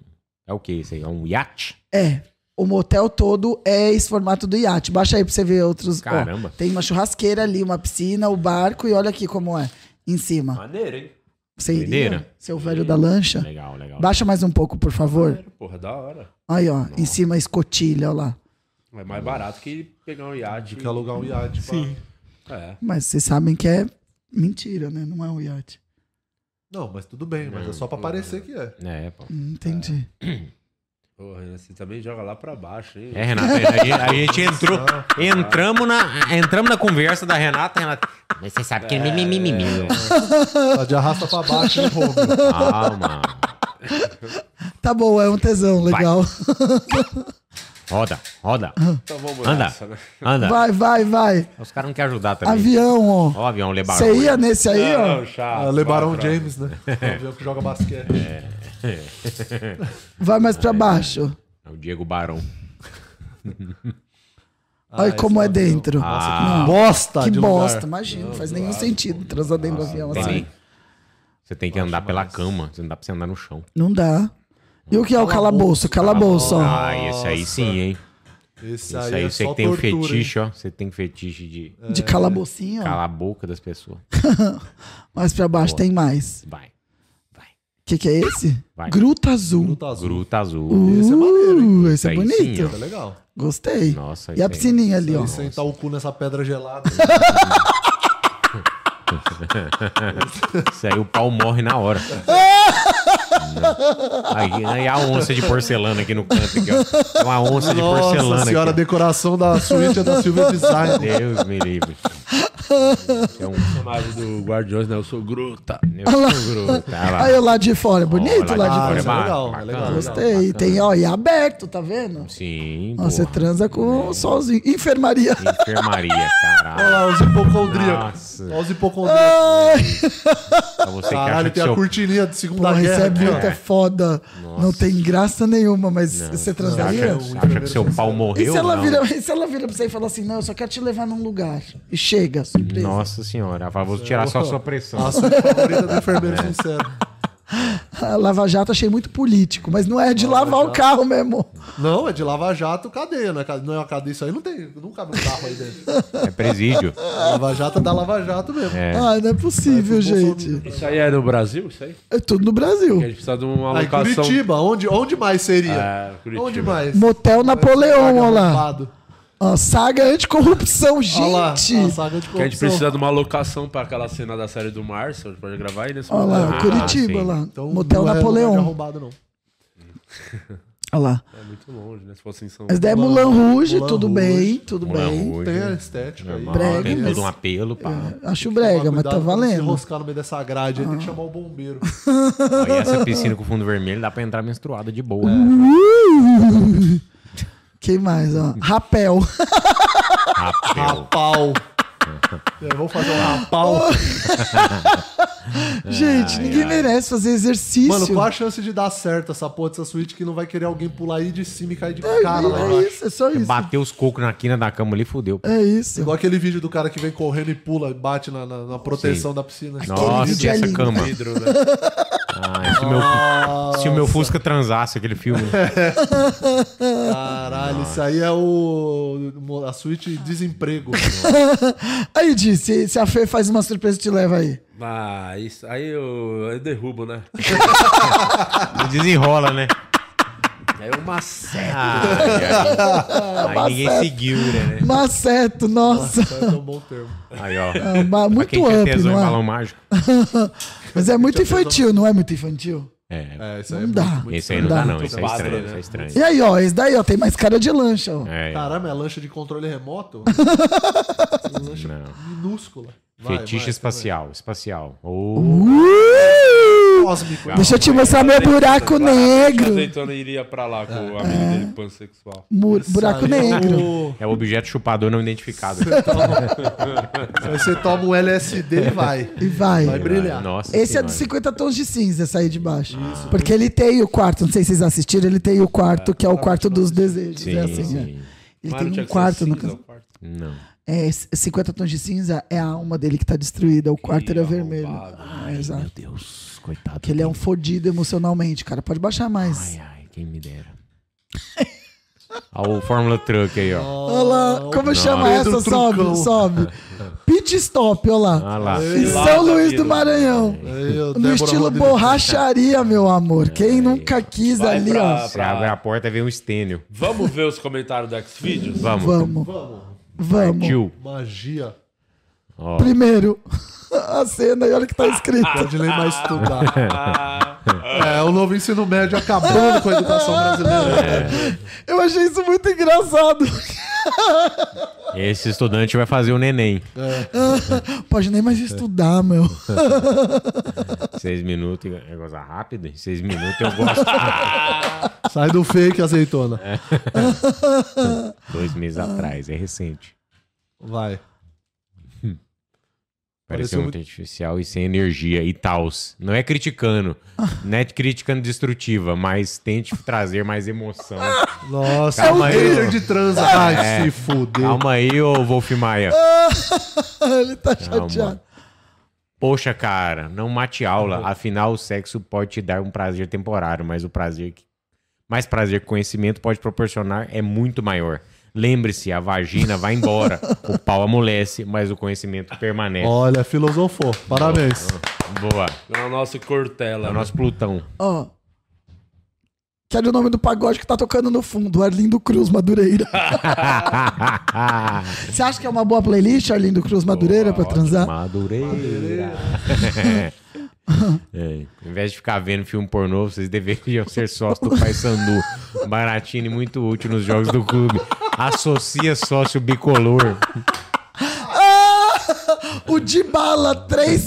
Speaker 2: É o que esse aí? É um iate?
Speaker 4: É. O motel todo é esse formato do iate. Baixa aí pra você ver outros. ó,
Speaker 2: Caramba.
Speaker 4: tem uma churrasqueira ali, uma piscina, o barco e olha aqui como é. Em cima.
Speaker 1: Maneiro, hein?
Speaker 4: Você iria?
Speaker 2: Doideira.
Speaker 4: Seu velho da lancha?
Speaker 2: Legal, legal.
Speaker 4: Baixa mais um pouco, por favor.
Speaker 1: Porra, da hora.
Speaker 4: Aí, ó. Em cima, a escotilha, ó lá.
Speaker 1: É mais barato que pegar um iate.
Speaker 3: Tem que alugar um iate. Sim.
Speaker 1: É.
Speaker 4: Mas vocês sabem que é mentira, né? Não é um iate.
Speaker 3: Não, mas tudo bem, mas é só pra parecer que é.
Speaker 2: É, pô.
Speaker 4: Hum, Entendi.
Speaker 1: Porra, Renan, você também joga lá pra baixo, hein?
Speaker 2: É, Renata, a gente, a gente entrou, entramos, na, entramos na conversa da Renata, Renata. Mas você sabe que é mimimi.
Speaker 4: É.
Speaker 3: Tá de arrasta pra baixo, hein, Rômulo?
Speaker 2: Calma.
Speaker 4: Tá bom, é um tesão, legal.
Speaker 2: Roda, roda.
Speaker 1: Então vamos
Speaker 2: Anda,
Speaker 1: nessa, né?
Speaker 2: anda.
Speaker 4: Vai, vai, vai.
Speaker 2: Os caras não querem ajudar também.
Speaker 4: Avião, ó.
Speaker 2: Ó o avião, é Lebarão.
Speaker 4: Você ia nesse aí,
Speaker 1: Não,
Speaker 4: ó?
Speaker 1: não, chato.
Speaker 3: Ah, Lebarão
Speaker 1: Vai,
Speaker 3: James, né? É o avião que joga basquete.
Speaker 2: É.
Speaker 4: Vai mais pra baixo.
Speaker 2: É O Diego Barão.
Speaker 4: Olha como é dentro.
Speaker 2: Ah,
Speaker 3: Bosta
Speaker 4: Que
Speaker 3: de lugar.
Speaker 4: bosta, imagina. Não faz nenhum sentido transar dentro do avião
Speaker 2: tem
Speaker 4: assim.
Speaker 2: nem- Você tem que andar pela cama. Você não dá pra você andar no chão.
Speaker 4: Não dá. E o que é o calabouço? Calabouço, ó.
Speaker 2: Ah, esse aí sim, hein?
Speaker 3: Esse
Speaker 2: Esse
Speaker 3: aí,
Speaker 2: aí
Speaker 3: é
Speaker 2: você
Speaker 3: só
Speaker 2: que tem o
Speaker 3: tortura, hein?
Speaker 2: fetiche, ó. Você tem fetiche de
Speaker 4: De calaboucinho, ó.
Speaker 2: calar a boca das pessoas.
Speaker 4: Mais pra baixo tem mais.
Speaker 2: Vai.
Speaker 4: O que, que é esse?
Speaker 2: Vai.
Speaker 4: Gruta azul.
Speaker 3: Gruta azul.
Speaker 2: Gruta azul.
Speaker 3: Esse é maneiro, hein?
Speaker 4: Uh, esse é
Speaker 2: Aí sim,
Speaker 4: bonito.
Speaker 3: É legal.
Speaker 4: Gostei.
Speaker 2: Nossa,
Speaker 4: E a
Speaker 2: esse aí-
Speaker 4: piscininha ali, ó.
Speaker 3: E sentar o cu nessa pedra gelada.
Speaker 2: Isso aí o pau morre na hora. Não. aí, aí a onça de porcelana aqui no canto. Aqui, ó. Tem Uma onça de porcelana
Speaker 3: Nossa senhora, a
Speaker 2: aqui.
Speaker 3: decoração da suíte é da Silvia Design.
Speaker 2: Deus me livre. É um
Speaker 1: personagem do Guardiões, né? Eu sou Gruta.
Speaker 2: neuro tá lá.
Speaker 4: Aí o lado de fora. Bonito
Speaker 2: Ó,
Speaker 4: o
Speaker 2: lá de
Speaker 4: lado
Speaker 2: fora
Speaker 4: de
Speaker 2: é
Speaker 4: fora.
Speaker 2: ba-
Speaker 3: ba- legal,
Speaker 2: bacana.
Speaker 3: legal.
Speaker 4: Gostei. Tem, ó, e aberto, tá vendo?
Speaker 2: Sim,
Speaker 4: Ó, você
Speaker 2: porra.
Speaker 4: transa com sozinho. Enfermaria.
Speaker 2: Enfermaria,
Speaker 3: Olha
Speaker 2: caralho.
Speaker 3: lá, os hipocondríacos.
Speaker 2: Nossa.
Speaker 3: Olha os hipocondríacos.
Speaker 2: Pra você que acha
Speaker 3: Caralho,
Speaker 2: que
Speaker 3: tem a
Speaker 2: seu...
Speaker 3: cortininha de Segunda
Speaker 4: Porra, isso
Speaker 3: Guerra.
Speaker 4: é
Speaker 3: aqui, ó.
Speaker 4: muito é foda. Não tem graça nenhuma, mas você
Speaker 2: Você acha,
Speaker 4: transaria?
Speaker 2: você acha que seu pau
Speaker 4: é um E
Speaker 2: morreu?
Speaker 4: se, ela
Speaker 2: Não.
Speaker 4: vira, e se ela vira pra você e fala assim, não, eu só quero te levar num lugar. E chega, surpresa.
Speaker 2: Nossa senhora, ela fala, vou tirar só a sua pressão.
Speaker 3: A suíte favorita do enfermeiro
Speaker 2: É.
Speaker 3: sincero.
Speaker 4: A Ah, Lava Jato achei muito político, mas não é de lavar o carro mesmo.
Speaker 3: Não, é de Lava Jato, cadeia. Não é, ca- não é uma cadeia, isso aí não tem. Não cabe um carro aí dentro.
Speaker 2: É presídio.
Speaker 3: Lava Jato é da Lava Jato mesmo.
Speaker 2: É.
Speaker 4: Ah, não é possível, gente.
Speaker 1: Isso aí é no Brasil, isso aí?
Speaker 4: É tudo no
Speaker 1: Que a
Speaker 4: Brasil.
Speaker 1: gente precisa de uma
Speaker 3: Aí,
Speaker 1: alocação.
Speaker 3: Ah, Curitiba, onde, onde mais seria?
Speaker 1: É, Curitiba.
Speaker 3: onde mais?
Speaker 4: Motel Napoleão, olha lá.
Speaker 3: Arrombado.
Speaker 4: Ó, saga anticorrupção,
Speaker 3: Olha lá,
Speaker 4: gente.
Speaker 3: a saga de
Speaker 1: Que a gente
Speaker 3: corrupção.
Speaker 1: precisa de uma alocação pra aquela cena da série do Marcel. A gente pode gravar aí nesse
Speaker 4: Olha lá,
Speaker 1: momento.
Speaker 4: Curitiba
Speaker 2: sim.
Speaker 4: lá.
Speaker 3: Então,
Speaker 4: Motel
Speaker 3: não é lugar de
Speaker 4: Napoleão.
Speaker 3: arrombado, não.
Speaker 4: Olha lá.
Speaker 1: É muito longe, né? Se fosse em São
Speaker 4: Mas daí é Mulan Rouge,
Speaker 3: Moulin
Speaker 4: tudo
Speaker 3: Rouge.
Speaker 4: bem, tudo bem.
Speaker 2: Rouge,
Speaker 3: Tem a estética aí.
Speaker 2: normal,
Speaker 4: brega,
Speaker 2: tem
Speaker 4: mas-
Speaker 2: tudo um apelo, pá.
Speaker 4: Acho brega, mas
Speaker 3: Cuidado
Speaker 4: tá
Speaker 3: pra não Se
Speaker 4: valendo. Ah.
Speaker 3: enroscar no meio dessa grade, aí tem que chamar o bombeiro.
Speaker 2: Ó, E essa piscina com fundo vermelho dá pra entrar menstruada de boa.
Speaker 4: Uhum. Quem mais, ó? Rapel.
Speaker 2: Apelo.
Speaker 3: Pau. É, vamos fazer um rapau.
Speaker 4: Gente, ninguém merece fazer exercício.
Speaker 3: Mano, qual a chance de dar certo essa porra dessa suíte que não vai querer alguém pular aí de cima e cair de cara lá
Speaker 4: é
Speaker 3: embaixo?
Speaker 4: isso, é só isso.
Speaker 2: Bateu os cocos na quina da cama ali, fudeu. pô.
Speaker 4: É isso.
Speaker 3: Igual aquele vídeo do cara que vem correndo e pula, bate na, na- na proteção da piscina.
Speaker 2: Nossa,
Speaker 4: vídeo
Speaker 2: e
Speaker 4: é
Speaker 2: essa
Speaker 4: lindo.
Speaker 2: cama.
Speaker 1: Pedro, né?
Speaker 2: Ah, se, o meu, se o meu Fusca transasse aquele filme.
Speaker 3: Caralho, isso aí é o. a suíte desemprego.
Speaker 4: Aí, Di, se, se a Fê faz uma surpresa, te leva aí.
Speaker 1: Ah, isso. Aí eu, eu derrubo, né?
Speaker 2: Não desenrola, né?
Speaker 1: Aí eu macete.
Speaker 2: Ah, aí
Speaker 4: Tá
Speaker 2: ninguém seguiu, né?
Speaker 4: Maceto, nossa.
Speaker 3: Isso é um bom termo.
Speaker 2: Aí, ó.
Speaker 4: mas
Speaker 2: pra
Speaker 4: muito
Speaker 2: quem quer
Speaker 4: up,
Speaker 2: tesão em
Speaker 4: não é?
Speaker 2: balão mágico.
Speaker 4: Mas é muito infantil, não é muito infantil?
Speaker 2: É,
Speaker 3: É, isso aí é
Speaker 4: Não
Speaker 3: muito-
Speaker 4: dá.
Speaker 2: esse aí não dá, não.
Speaker 1: muito
Speaker 2: Isso é
Speaker 1: básico,
Speaker 2: estranho,
Speaker 1: né?
Speaker 2: isso é estranho.
Speaker 4: E aí, ó, esse daí, ó, tem mais cara de lancha, ó.
Speaker 2: É,
Speaker 3: Caramba, é lancha de controle remoto? lancha
Speaker 2: não.
Speaker 3: minúscula. Vai,
Speaker 2: Fetiche
Speaker 3: vai,
Speaker 2: espacial, espacial. Ou
Speaker 4: Uh.
Speaker 3: vai. Cósmico.
Speaker 4: Deixa eu te mostrar meu buraco
Speaker 1: O
Speaker 4: negro.
Speaker 1: azeitona iria pra lá com o amigo
Speaker 4: É.
Speaker 1: dele pansexual.
Speaker 4: Mu- buraco
Speaker 3: Isso aí é
Speaker 4: negro.
Speaker 3: o-
Speaker 2: é o objeto chupador não identificado.
Speaker 3: Aí você toma um LSD e vai.
Speaker 4: E vai.
Speaker 3: Vai brilhar.
Speaker 2: Nossa
Speaker 4: Esse é
Speaker 2: senhora.
Speaker 4: dos 50 tons de cinza, essa aí de baixo. Porque ele tem o quarto, não sei se vocês assistiram, ele tem o quarto, que é o quarto dos desejos.
Speaker 2: Sim,
Speaker 4: é assim, né?
Speaker 2: sim.
Speaker 4: Ele
Speaker 1: Mas não tinha
Speaker 4: tem
Speaker 1: assim,
Speaker 4: um
Speaker 1: que ser
Speaker 4: quarto no
Speaker 1: cinza,
Speaker 4: caso.
Speaker 1: o quarto
Speaker 2: Não.
Speaker 4: É, c- 50 tons de cinza é a alma dele que tá destruída, o quarto era vermelho.
Speaker 1: arrombado.
Speaker 4: Ah, exato.
Speaker 2: Deus, coitado.
Speaker 4: Que ele é um fodido emocionalmente, cara. Pode baixar mais.
Speaker 2: Ai, ai, quem me dera. Olha o Fórmula Truck aí, ó.
Speaker 4: Olha lá, como chama
Speaker 3: Pedro
Speaker 4: essa? Sobe,
Speaker 3: Trucão.
Speaker 4: sobe. Pit stop, olha lá.
Speaker 2: Olha lá.
Speaker 4: Em São Luís do Maranhão.
Speaker 3: Eu,
Speaker 4: No
Speaker 3: Débora
Speaker 4: estilo
Speaker 3: Rodrigues.
Speaker 4: borracharia, meu amor. Quem nunca quis
Speaker 1: Vai
Speaker 4: ali,
Speaker 1: pra-
Speaker 4: ó.
Speaker 2: Você abre a porta e vem um estênio.
Speaker 1: Vamos ver os comentários do Xvideos?
Speaker 2: Vamos.
Speaker 4: Vamos, vamos.
Speaker 2: Tio.
Speaker 3: Magia.
Speaker 4: Primeiro, a cena e olha o que tá escrito.
Speaker 3: Pode ler mais estudar. é, o novo ensino médio acabando com a educação brasileira.
Speaker 4: Eu achei isso muito engraçado.
Speaker 2: Esse estudante vai fazer o neném.
Speaker 4: Pode nem mais estudar, meu.
Speaker 2: Seis minutos é gozar rápido. Em Seis minutos eu gosto. É.
Speaker 3: Sai do fake, azeitona.
Speaker 2: Dois meses atrás, é recente.
Speaker 3: Vai. Pareceu
Speaker 2: Pareceu muito
Speaker 3: muito-
Speaker 2: artificial e sem energia e tals. Não é criticando, não é criticando destrutiva, mas tente trazer mais emoção.
Speaker 3: Nossa,
Speaker 2: Calma
Speaker 3: é
Speaker 2: aí,
Speaker 3: o líder
Speaker 2: mano.
Speaker 3: de transa. Ai,
Speaker 2: É.
Speaker 3: se fuder.
Speaker 2: Calma aí, ô Wolf Maia.
Speaker 4: Ele tá
Speaker 2: Calma.
Speaker 4: chateado.
Speaker 2: Poxa, cara, não mate aula. Afinal, o sexo pode te dar um prazer temporário, mas o prazer que mais prazer que o conhecimento pode proporcionar é muito maior. Lembre-se, a vagina vai embora, o pau amolece, mas o conhecimento permanece.
Speaker 3: Olha, filosofou. Parabéns.
Speaker 2: Boa.
Speaker 1: É o nosso
Speaker 2: É
Speaker 1: Cortella.
Speaker 2: o nosso Plutão.
Speaker 4: Ó. Quero o nome do pagode que tá tocando no fundo, Arlindo Cruz Madureira. Você acha que é uma boa playlist, Arlindo Cruz Madureira, pra transar?
Speaker 2: Madureira. É, Em vez de ficar vendo filme pornô, vocês deveriam ser sócio do Paysandu. Baratinho e muito útil nos jogos do clube. Associa sócio bicolor.
Speaker 4: Né? O Dibala é,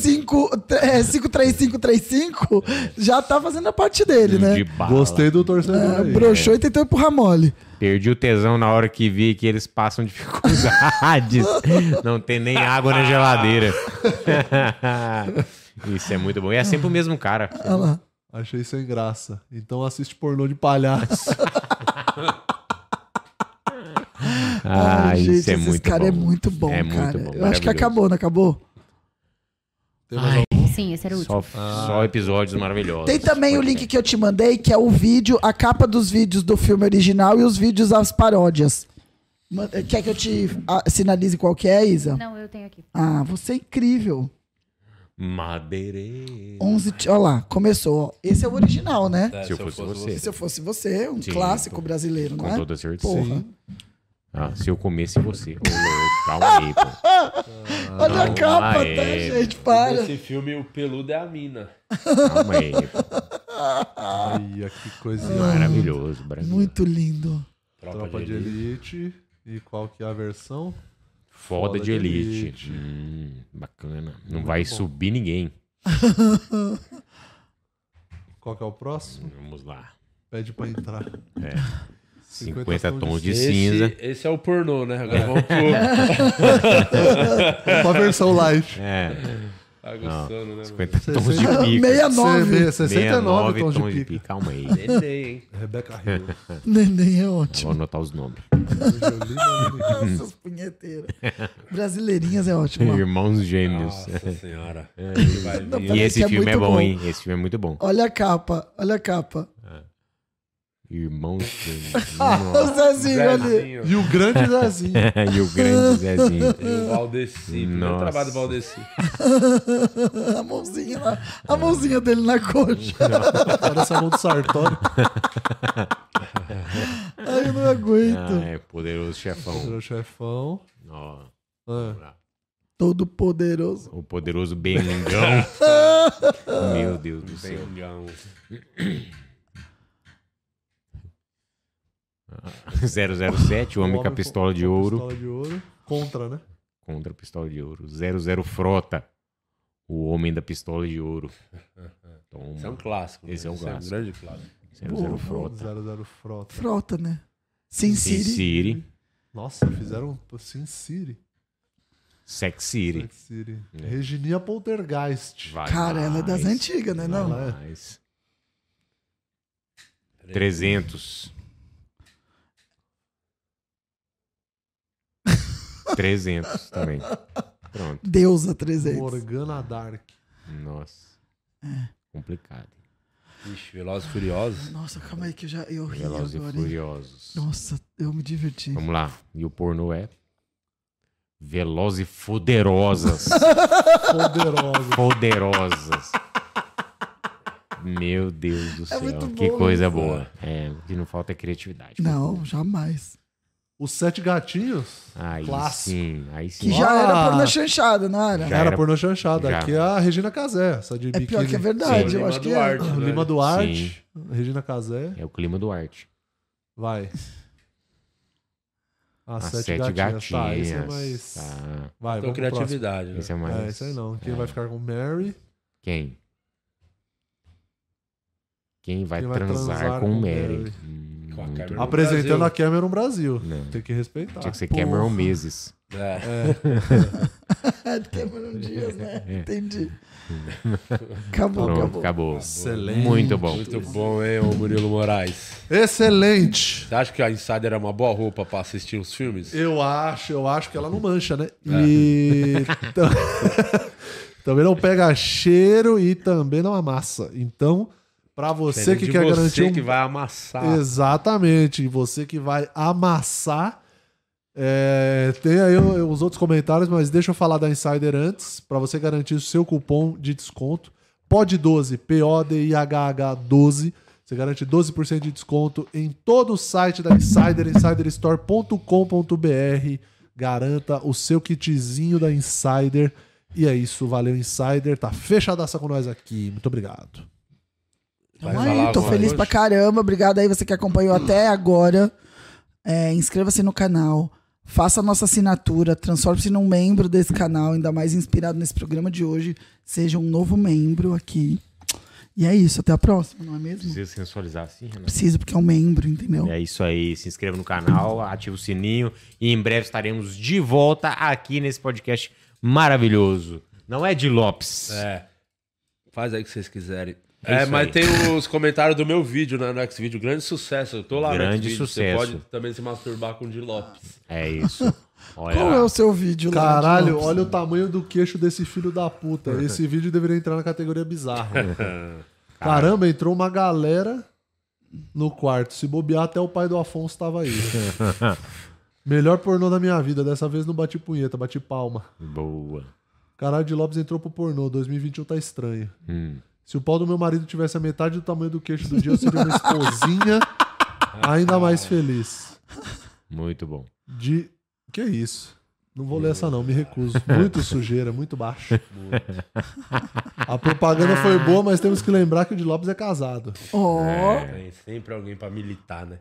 Speaker 4: 353535 já tá fazendo a parte dele,
Speaker 2: De é.
Speaker 4: né?
Speaker 2: bala.
Speaker 3: Gostei do
Speaker 4: É,
Speaker 3: torcedor aí.
Speaker 4: Broxou e tentou empurrar mole.
Speaker 2: Perdi o tesão na hora que vi que eles passam dificuldades. Não tem nem água na geladeira. Isso é muito bom. E é sempre o mesmo cara.
Speaker 4: Olha lá.
Speaker 3: Achei sem graça. Então assiste pornô de palhaço.
Speaker 2: Ah, isso é
Speaker 4: esses
Speaker 2: muito
Speaker 4: cara
Speaker 2: bom.
Speaker 4: é muito bom,
Speaker 2: É muito bom,
Speaker 4: cara. Eu acho que
Speaker 2: maravilhoso.
Speaker 4: acabou, não acabou?
Speaker 9: Sim, esse era o último.
Speaker 2: Só, só episódios maravilhosos.
Speaker 4: Tem também o link que eu te mandei, que é o vídeo, a capa dos vídeos do filme original e os vídeos as paródias. Ma- eh, Quer que eu te ah, sinalize qual que é, Isa?
Speaker 9: Não, eu tenho aqui.
Speaker 4: Ah, você é incrível.
Speaker 2: Madeira.
Speaker 4: 11. ti- Olha lá, começou. ó. Esse é o original, né?
Speaker 1: É,
Speaker 2: Se eu fosse você.
Speaker 4: Se eu fosse você, um
Speaker 2: Sim,
Speaker 4: clássico brasileiro,
Speaker 2: Com
Speaker 4: não é?
Speaker 2: toda certeza.
Speaker 4: Porra.
Speaker 2: Ah, se eu comesse você. Ô, louco, calma aí, pô.
Speaker 4: Olha a
Speaker 2: Não,
Speaker 4: capa,
Speaker 2: ah, é.
Speaker 4: tá, gente? Para.
Speaker 1: Nesse filme, o peludo é a mina.
Speaker 2: Calma aí. pô.
Speaker 3: Olha que coisa
Speaker 2: Maravilhoso, Brasil.
Speaker 4: Muito lindo.
Speaker 1: Tropa,
Speaker 3: Tropa de Elite. E qual que é a versão?
Speaker 2: Foda,
Speaker 3: Foda
Speaker 2: de
Speaker 3: de
Speaker 2: elite.
Speaker 3: elite.
Speaker 2: Hum, bacana. Não vai subir ninguém.
Speaker 3: Qual que é o próximo?
Speaker 2: Vamos lá.
Speaker 3: Pede pra entrar.
Speaker 2: É. 50,
Speaker 3: 50
Speaker 2: tons de,
Speaker 1: Esse,
Speaker 2: cinza.
Speaker 1: esse é o pornô, né? Agora vamos pro.
Speaker 3: Uma versão light.
Speaker 2: É.
Speaker 1: Tá gostando, né?
Speaker 2: 50 tons de
Speaker 3: Sessenta-
Speaker 2: pica.
Speaker 3: 69
Speaker 4: 69.
Speaker 3: tons de pica.
Speaker 2: Calma aí.
Speaker 1: mano? Neném, hein?
Speaker 3: Rebeca Hill.
Speaker 4: Neném é ótimo.
Speaker 2: Vou anotar os nomes.
Speaker 3: Angelina Jolie.
Speaker 4: Essas punheteiras. Brasileirinhas é ótimo.
Speaker 2: Irmãos Gêmeos.
Speaker 1: Nossa senhora.
Speaker 2: É.
Speaker 1: Ele vai vir.
Speaker 4: Não,
Speaker 2: E
Speaker 4: Esse
Speaker 2: esse
Speaker 4: é
Speaker 2: filme é
Speaker 4: muito
Speaker 2: bom,
Speaker 4: bom.
Speaker 2: hein? Esse filme é muito bom.
Speaker 4: Olha a capa, olha a capa.
Speaker 2: Irmãos Gêmeos.
Speaker 4: Ah, o Zezinho ali.
Speaker 1: Zezinho.
Speaker 3: E o grande Zezinho.
Speaker 2: e o grande Zezinho.
Speaker 1: E o Valdeci. Primeiro
Speaker 2: Nossa.
Speaker 1: trabalho do Valdeci.
Speaker 4: A mãozinha lá. A mãozinha dele na coxa.
Speaker 3: Parece a mão do Sartori.
Speaker 4: Ai, eu não aguento.
Speaker 2: Ah, é poderoso chefão.
Speaker 3: Era o chefão.
Speaker 2: Ó,
Speaker 3: Ah,
Speaker 4: Todo poderoso.
Speaker 2: o poderoso Bengão. Meu Deus do céu.
Speaker 1: Bengão.
Speaker 2: 007, o
Speaker 3: o
Speaker 2: homem com a
Speaker 3: com-
Speaker 2: pistola de
Speaker 3: com a
Speaker 2: ouro.
Speaker 3: Pistola de ouro. Contra, né?
Speaker 2: Contra a pistola de ouro. 00 Frota, o homem da pistola de ouro.
Speaker 1: Esse é um
Speaker 2: Toma.
Speaker 1: clássico. né?
Speaker 2: Esse é um clássico.
Speaker 1: grande clássico.
Speaker 2: 00 Frota.
Speaker 3: 00 Frota.
Speaker 4: Frota, né? Sin
Speaker 2: Sin
Speaker 4: City.
Speaker 2: City.
Speaker 3: Nossa, fizeram um Sin City.
Speaker 2: Sex City. É.
Speaker 3: Sin City. Regininha Poltergeist.
Speaker 2: Vai
Speaker 4: Cara, ela é das
Speaker 2: mais,
Speaker 4: antigas, né?
Speaker 2: vai
Speaker 4: Não?
Speaker 2: mais. 300. 300 também. Pronto.
Speaker 4: Deusa 300.
Speaker 3: Morgana Dark.
Speaker 2: Nossa.
Speaker 4: É.
Speaker 2: Complicado.
Speaker 1: Ixi, Velozes e Furiosos.
Speaker 4: Nossa, calma aí que eu já eu ri
Speaker 2: Velozes e
Speaker 4: agora. hein?
Speaker 2: Furiosos.
Speaker 4: Nossa, eu me diverti.
Speaker 2: Vamos lá. E o pornô é? Velozes e Fuderosas.
Speaker 3: Poderosa.
Speaker 2: Poderosas. Meu Deus do céu.
Speaker 4: É muito
Speaker 2: que
Speaker 4: bom
Speaker 2: coisa
Speaker 4: isso. né?
Speaker 2: boa. É, o que não falta é criatividade.
Speaker 4: Não, jamais.
Speaker 3: Os Sete Gatinhos.
Speaker 2: Aí
Speaker 3: Clássico.
Speaker 2: sim, aí sim.
Speaker 4: Que já
Speaker 3: Ah!
Speaker 4: era porno chanchada, não era?
Speaker 2: Já
Speaker 3: era,
Speaker 2: era.
Speaker 3: pornô chanchada.
Speaker 2: Já.
Speaker 3: Aqui é a Regina Casé. Essa de
Speaker 4: É
Speaker 3: biquíni.
Speaker 4: pior que é verdade,
Speaker 1: Sim.
Speaker 4: eu acho que
Speaker 1: Lima
Speaker 4: é.
Speaker 1: Duarte.
Speaker 3: Ah,
Speaker 1: né?
Speaker 3: Lima Duarte. Regina Casé.
Speaker 2: É o clima do arte.
Speaker 3: Vai.
Speaker 2: As
Speaker 3: As
Speaker 2: sete,
Speaker 3: Sete,
Speaker 2: gatinhas.
Speaker 3: Tá, esse é mais...
Speaker 2: tá.
Speaker 3: Vai,
Speaker 1: Então,
Speaker 3: vamos pro próximo.
Speaker 1: criatividade. Né?
Speaker 2: Esse é mais.
Speaker 3: É, isso aí não. Quem vai ficar com Mary?
Speaker 2: Quem? Quem vai,
Speaker 3: Quem vai
Speaker 2: transar,
Speaker 3: transar
Speaker 2: com o
Speaker 3: com
Speaker 2: Mary?
Speaker 3: Mary?
Speaker 2: Hum,
Speaker 1: Com a
Speaker 2: muito
Speaker 1: Cameron.
Speaker 2: bom.
Speaker 3: Apresentando
Speaker 1: Brasil.
Speaker 3: a Cameron Brasil.
Speaker 2: Não.
Speaker 3: Tem que Ah, respeitar.
Speaker 2: Tinha que ser Cameron Meses.
Speaker 1: É.
Speaker 4: É de Cameron Dias, né?
Speaker 2: É.
Speaker 4: Entendi. Tá Acabou,
Speaker 2: Pronto,
Speaker 4: acabou.
Speaker 2: acabou.
Speaker 3: Excelente.
Speaker 2: Muito bom.
Speaker 1: Muito bom, hein, ô Murilo Moraes.
Speaker 3: Excelente.
Speaker 1: Você acha que a Insider era uma boa roupa pra assistir os filmes?
Speaker 3: Eu acho, eu acho que ela não mancha, né?
Speaker 1: É.
Speaker 3: E tam- também não pega cheiro e também não amassa. Então, pra você
Speaker 1: Depende
Speaker 3: que
Speaker 1: de
Speaker 3: quer
Speaker 1: você
Speaker 3: garantir um
Speaker 1: que vai amassar.
Speaker 3: Exatamente. E Você que vai amassar. É, tem aí o- os outros comentários, mas deixa eu falar da Insider antes, para você garantir o seu cupom de desconto. POD12, P-O-D-I-H-H-12. Você garante 12% de desconto em todo o site da Insider, insiderstore.com.br. Garanta o seu kitzinho da Insider. E é isso, valeu Insider. Tá fechadaça com nós aqui. Muito obrigado.
Speaker 1: Vai
Speaker 4: Tamo
Speaker 1: falar
Speaker 4: aí, tô
Speaker 1: alguma
Speaker 4: feliz
Speaker 1: coisa?
Speaker 4: pra caramba. Obrigado aí você que acompanhou até agora. É, Inscreva-se no canal, faça a nossa assinatura, transforme-se num membro desse canal, ainda mais inspirado nesse programa de hoje. Seja um novo membro aqui. E é isso, até a próxima, não é mesmo?
Speaker 2: Precisa sensualizar assim, Renan?
Speaker 4: Preciso, porque é um membro, entendeu?
Speaker 2: É isso aí. Se inscreva no canal, ative o sininho e em breve estaremos de volta aqui nesse podcast maravilhoso. Não é de Lopes.
Speaker 1: É. Faz aí o que vocês quiserem.
Speaker 2: É
Speaker 1: É,
Speaker 2: isso
Speaker 1: mas
Speaker 2: aí.
Speaker 1: tem os comentários do meu vídeo, né? No Xvideo. Grande sucesso. Eu tô lá no
Speaker 2: Grande
Speaker 1: Xvideo.
Speaker 2: sucesso.
Speaker 1: Você pode também se masturbar com o Di Lopes.
Speaker 2: É isso. Olha
Speaker 4: Qual
Speaker 2: lá.
Speaker 4: é o seu vídeo, lá,
Speaker 3: Caralho,
Speaker 4: Lopes?
Speaker 3: olha o tamanho do queixo desse filho da puta. Esse vídeo deveria entrar na categoria bizarro. Caramba, entrou uma galera no quarto. Se bobear, até o pai do Afonso tava aí. Melhor pornô da minha vida. Dessa vez não bati punheta, bati palma.
Speaker 2: Boa.
Speaker 3: Caralho de Lopes entrou pro pornô. 2021 tá estranho.
Speaker 2: Hum.
Speaker 3: Se o pau do meu marido tivesse a metade do tamanho do queixo do dia, eu seria uma esposinha ainda mais feliz.
Speaker 2: Muito bom.
Speaker 3: De. Que isso? Não vou ler essa não, me recuso. Muito sujeira, muito baixo. A propaganda foi boa, mas temos que lembrar que o de Lopes é casado.
Speaker 4: Ó,
Speaker 1: Tem sempre alguém pra militar, né?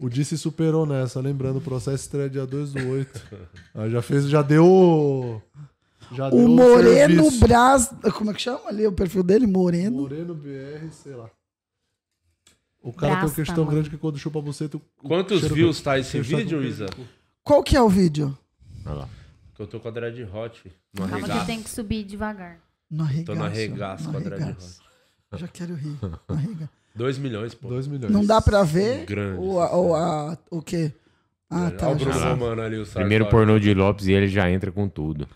Speaker 3: O Di se superou nessa, lembrando, o processo estreia dia 2 do 8. Ah, já fez, já deu.
Speaker 1: Tá
Speaker 3: Já deu
Speaker 1: um
Speaker 4: o Moreno
Speaker 3: serviço.
Speaker 4: Braz. Como é que chama ali o perfil dele? Moreno.
Speaker 3: Moreno BR, sei lá. O cara tem
Speaker 9: Brasta,
Speaker 3: um questão
Speaker 9: mano.
Speaker 3: grande que quando chupa a buceta. o- o
Speaker 1: Quantos
Speaker 3: cheiro
Speaker 1: views
Speaker 3: do-
Speaker 1: tá esse
Speaker 3: cheiro sai
Speaker 1: vídeo,
Speaker 3: com-
Speaker 1: Isa?
Speaker 4: Qual que é o vídeo?
Speaker 1: Que eu tô com a dread hot. No
Speaker 9: Calma que eu
Speaker 1: arregaço.
Speaker 9: tenho que subir devagar.
Speaker 4: No arregaço.
Speaker 1: Tô no arregaço
Speaker 4: no
Speaker 1: com a dread
Speaker 4: arregaço.
Speaker 1: hot.
Speaker 4: Já quero rir. No arregaço.
Speaker 1: 2 milhões, pô.
Speaker 3: 2 milhões.
Speaker 4: Não dá pra ver
Speaker 1: Grande.
Speaker 4: o, a- o, a, o quê? Ah, tá.
Speaker 1: Olha o Bruno
Speaker 4: já-
Speaker 1: Romano ali, o Sartori.
Speaker 2: Primeiro pornô de Lopes e ele já entra com tudo.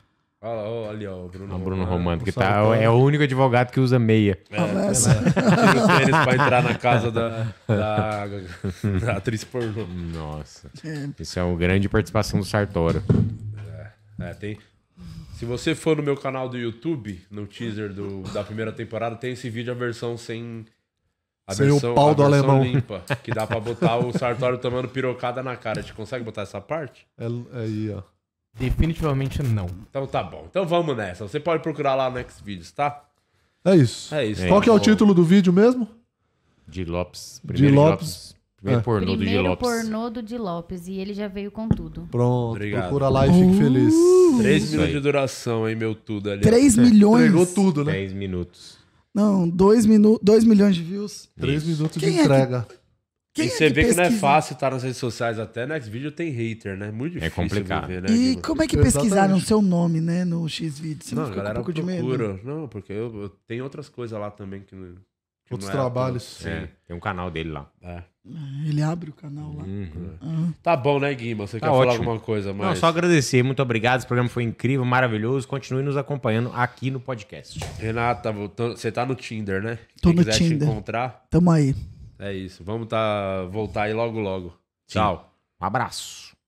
Speaker 1: Olha lá, ó, ali, ó, o Bruno
Speaker 2: Ah, O Bruno
Speaker 1: Romano.
Speaker 2: Romano, que tá, é o único advogado que usa meia.
Speaker 1: É,
Speaker 4: Conversa.
Speaker 1: Tira o tênis pra entrar na casa da, da, da atriz pornô.
Speaker 2: Nossa.
Speaker 4: É.
Speaker 2: Isso é uma grande participação do Sartório.
Speaker 1: É, tem. Se você for no meu canal do YouTube, no teaser do, da primeira temporada, tem esse vídeo, a versão sem. A
Speaker 3: Sem o pau do alemão.
Speaker 1: limpa, que dá pra botar o Sartório tomando pirocada na cara. A gente consegue botar essa parte?
Speaker 3: É, é aí, ó.
Speaker 8: Definitivamente não.
Speaker 1: Então tá bom. Então vamos nessa. Você pode procurar lá no Xvideos, tá?
Speaker 3: É isso.
Speaker 1: É isso.
Speaker 3: Qual que é o
Speaker 1: Tá bom.
Speaker 3: título do vídeo mesmo?
Speaker 2: De Lopes.
Speaker 3: De
Speaker 2: Primeiro
Speaker 3: Lopes.
Speaker 2: Primeiro
Speaker 3: É.
Speaker 2: pornô do de
Speaker 9: Primeiro
Speaker 2: Lopes.
Speaker 9: pornô do Di Lopes e ele já veio com tudo.
Speaker 3: Pronto,
Speaker 1: Obrigado. Uh!
Speaker 3: procura lá e fique feliz.
Speaker 1: Três
Speaker 2: Isso
Speaker 1: minutos
Speaker 2: aí.
Speaker 1: de duração, hein, meu tudo ali. ó.
Speaker 4: 3 milhões.
Speaker 3: Entregou tudo, né?
Speaker 2: 10 minutos.
Speaker 4: Não, 2 minu... dois milhões de views.
Speaker 3: 3 minutos
Speaker 4: Quem
Speaker 3: de
Speaker 4: é que-
Speaker 3: entrega.
Speaker 4: Quem
Speaker 1: e
Speaker 4: é
Speaker 1: você vê que não é
Speaker 4: pesquisa?
Speaker 1: fácil estar nas redes sociais, até no Xvideo tem hater, né? Muito difícil.
Speaker 2: É complicado.
Speaker 1: viver, né,
Speaker 4: E
Speaker 1: Guima?
Speaker 4: como é que pesquisaram o
Speaker 3: Exatamente.
Speaker 4: seu nome, né, no X-Video? Você não,
Speaker 1: Não, a
Speaker 4: ficou com um
Speaker 1: galera
Speaker 4: pouco de medo?
Speaker 1: procura. Não, porque eu, eu tenho outras coisas lá também que não. que não
Speaker 3: Outros
Speaker 1: é à toa.
Speaker 3: trabalhos.
Speaker 2: É, tem um canal dele lá.
Speaker 1: É.
Speaker 4: Ah, Ele abre o canal lá.
Speaker 1: Tá bom, né, Guima? Você
Speaker 2: Tá
Speaker 1: quer falar
Speaker 2: ótimo.
Speaker 1: alguma coisa mais?
Speaker 2: Não, só agradecer. Muito obrigado. Esse programa foi incrível, maravilhoso. Continue nos acompanhando aqui no podcast.
Speaker 1: Renata, voltando- você tá no Tinder, né?
Speaker 4: Tô
Speaker 1: Quem
Speaker 4: no
Speaker 1: quiser
Speaker 4: Tinder.
Speaker 1: te encontrar,
Speaker 4: Tamo aí.
Speaker 1: é isso. Vamos tá, voltar aí logo, logo. Tchau.
Speaker 2: Um abraço.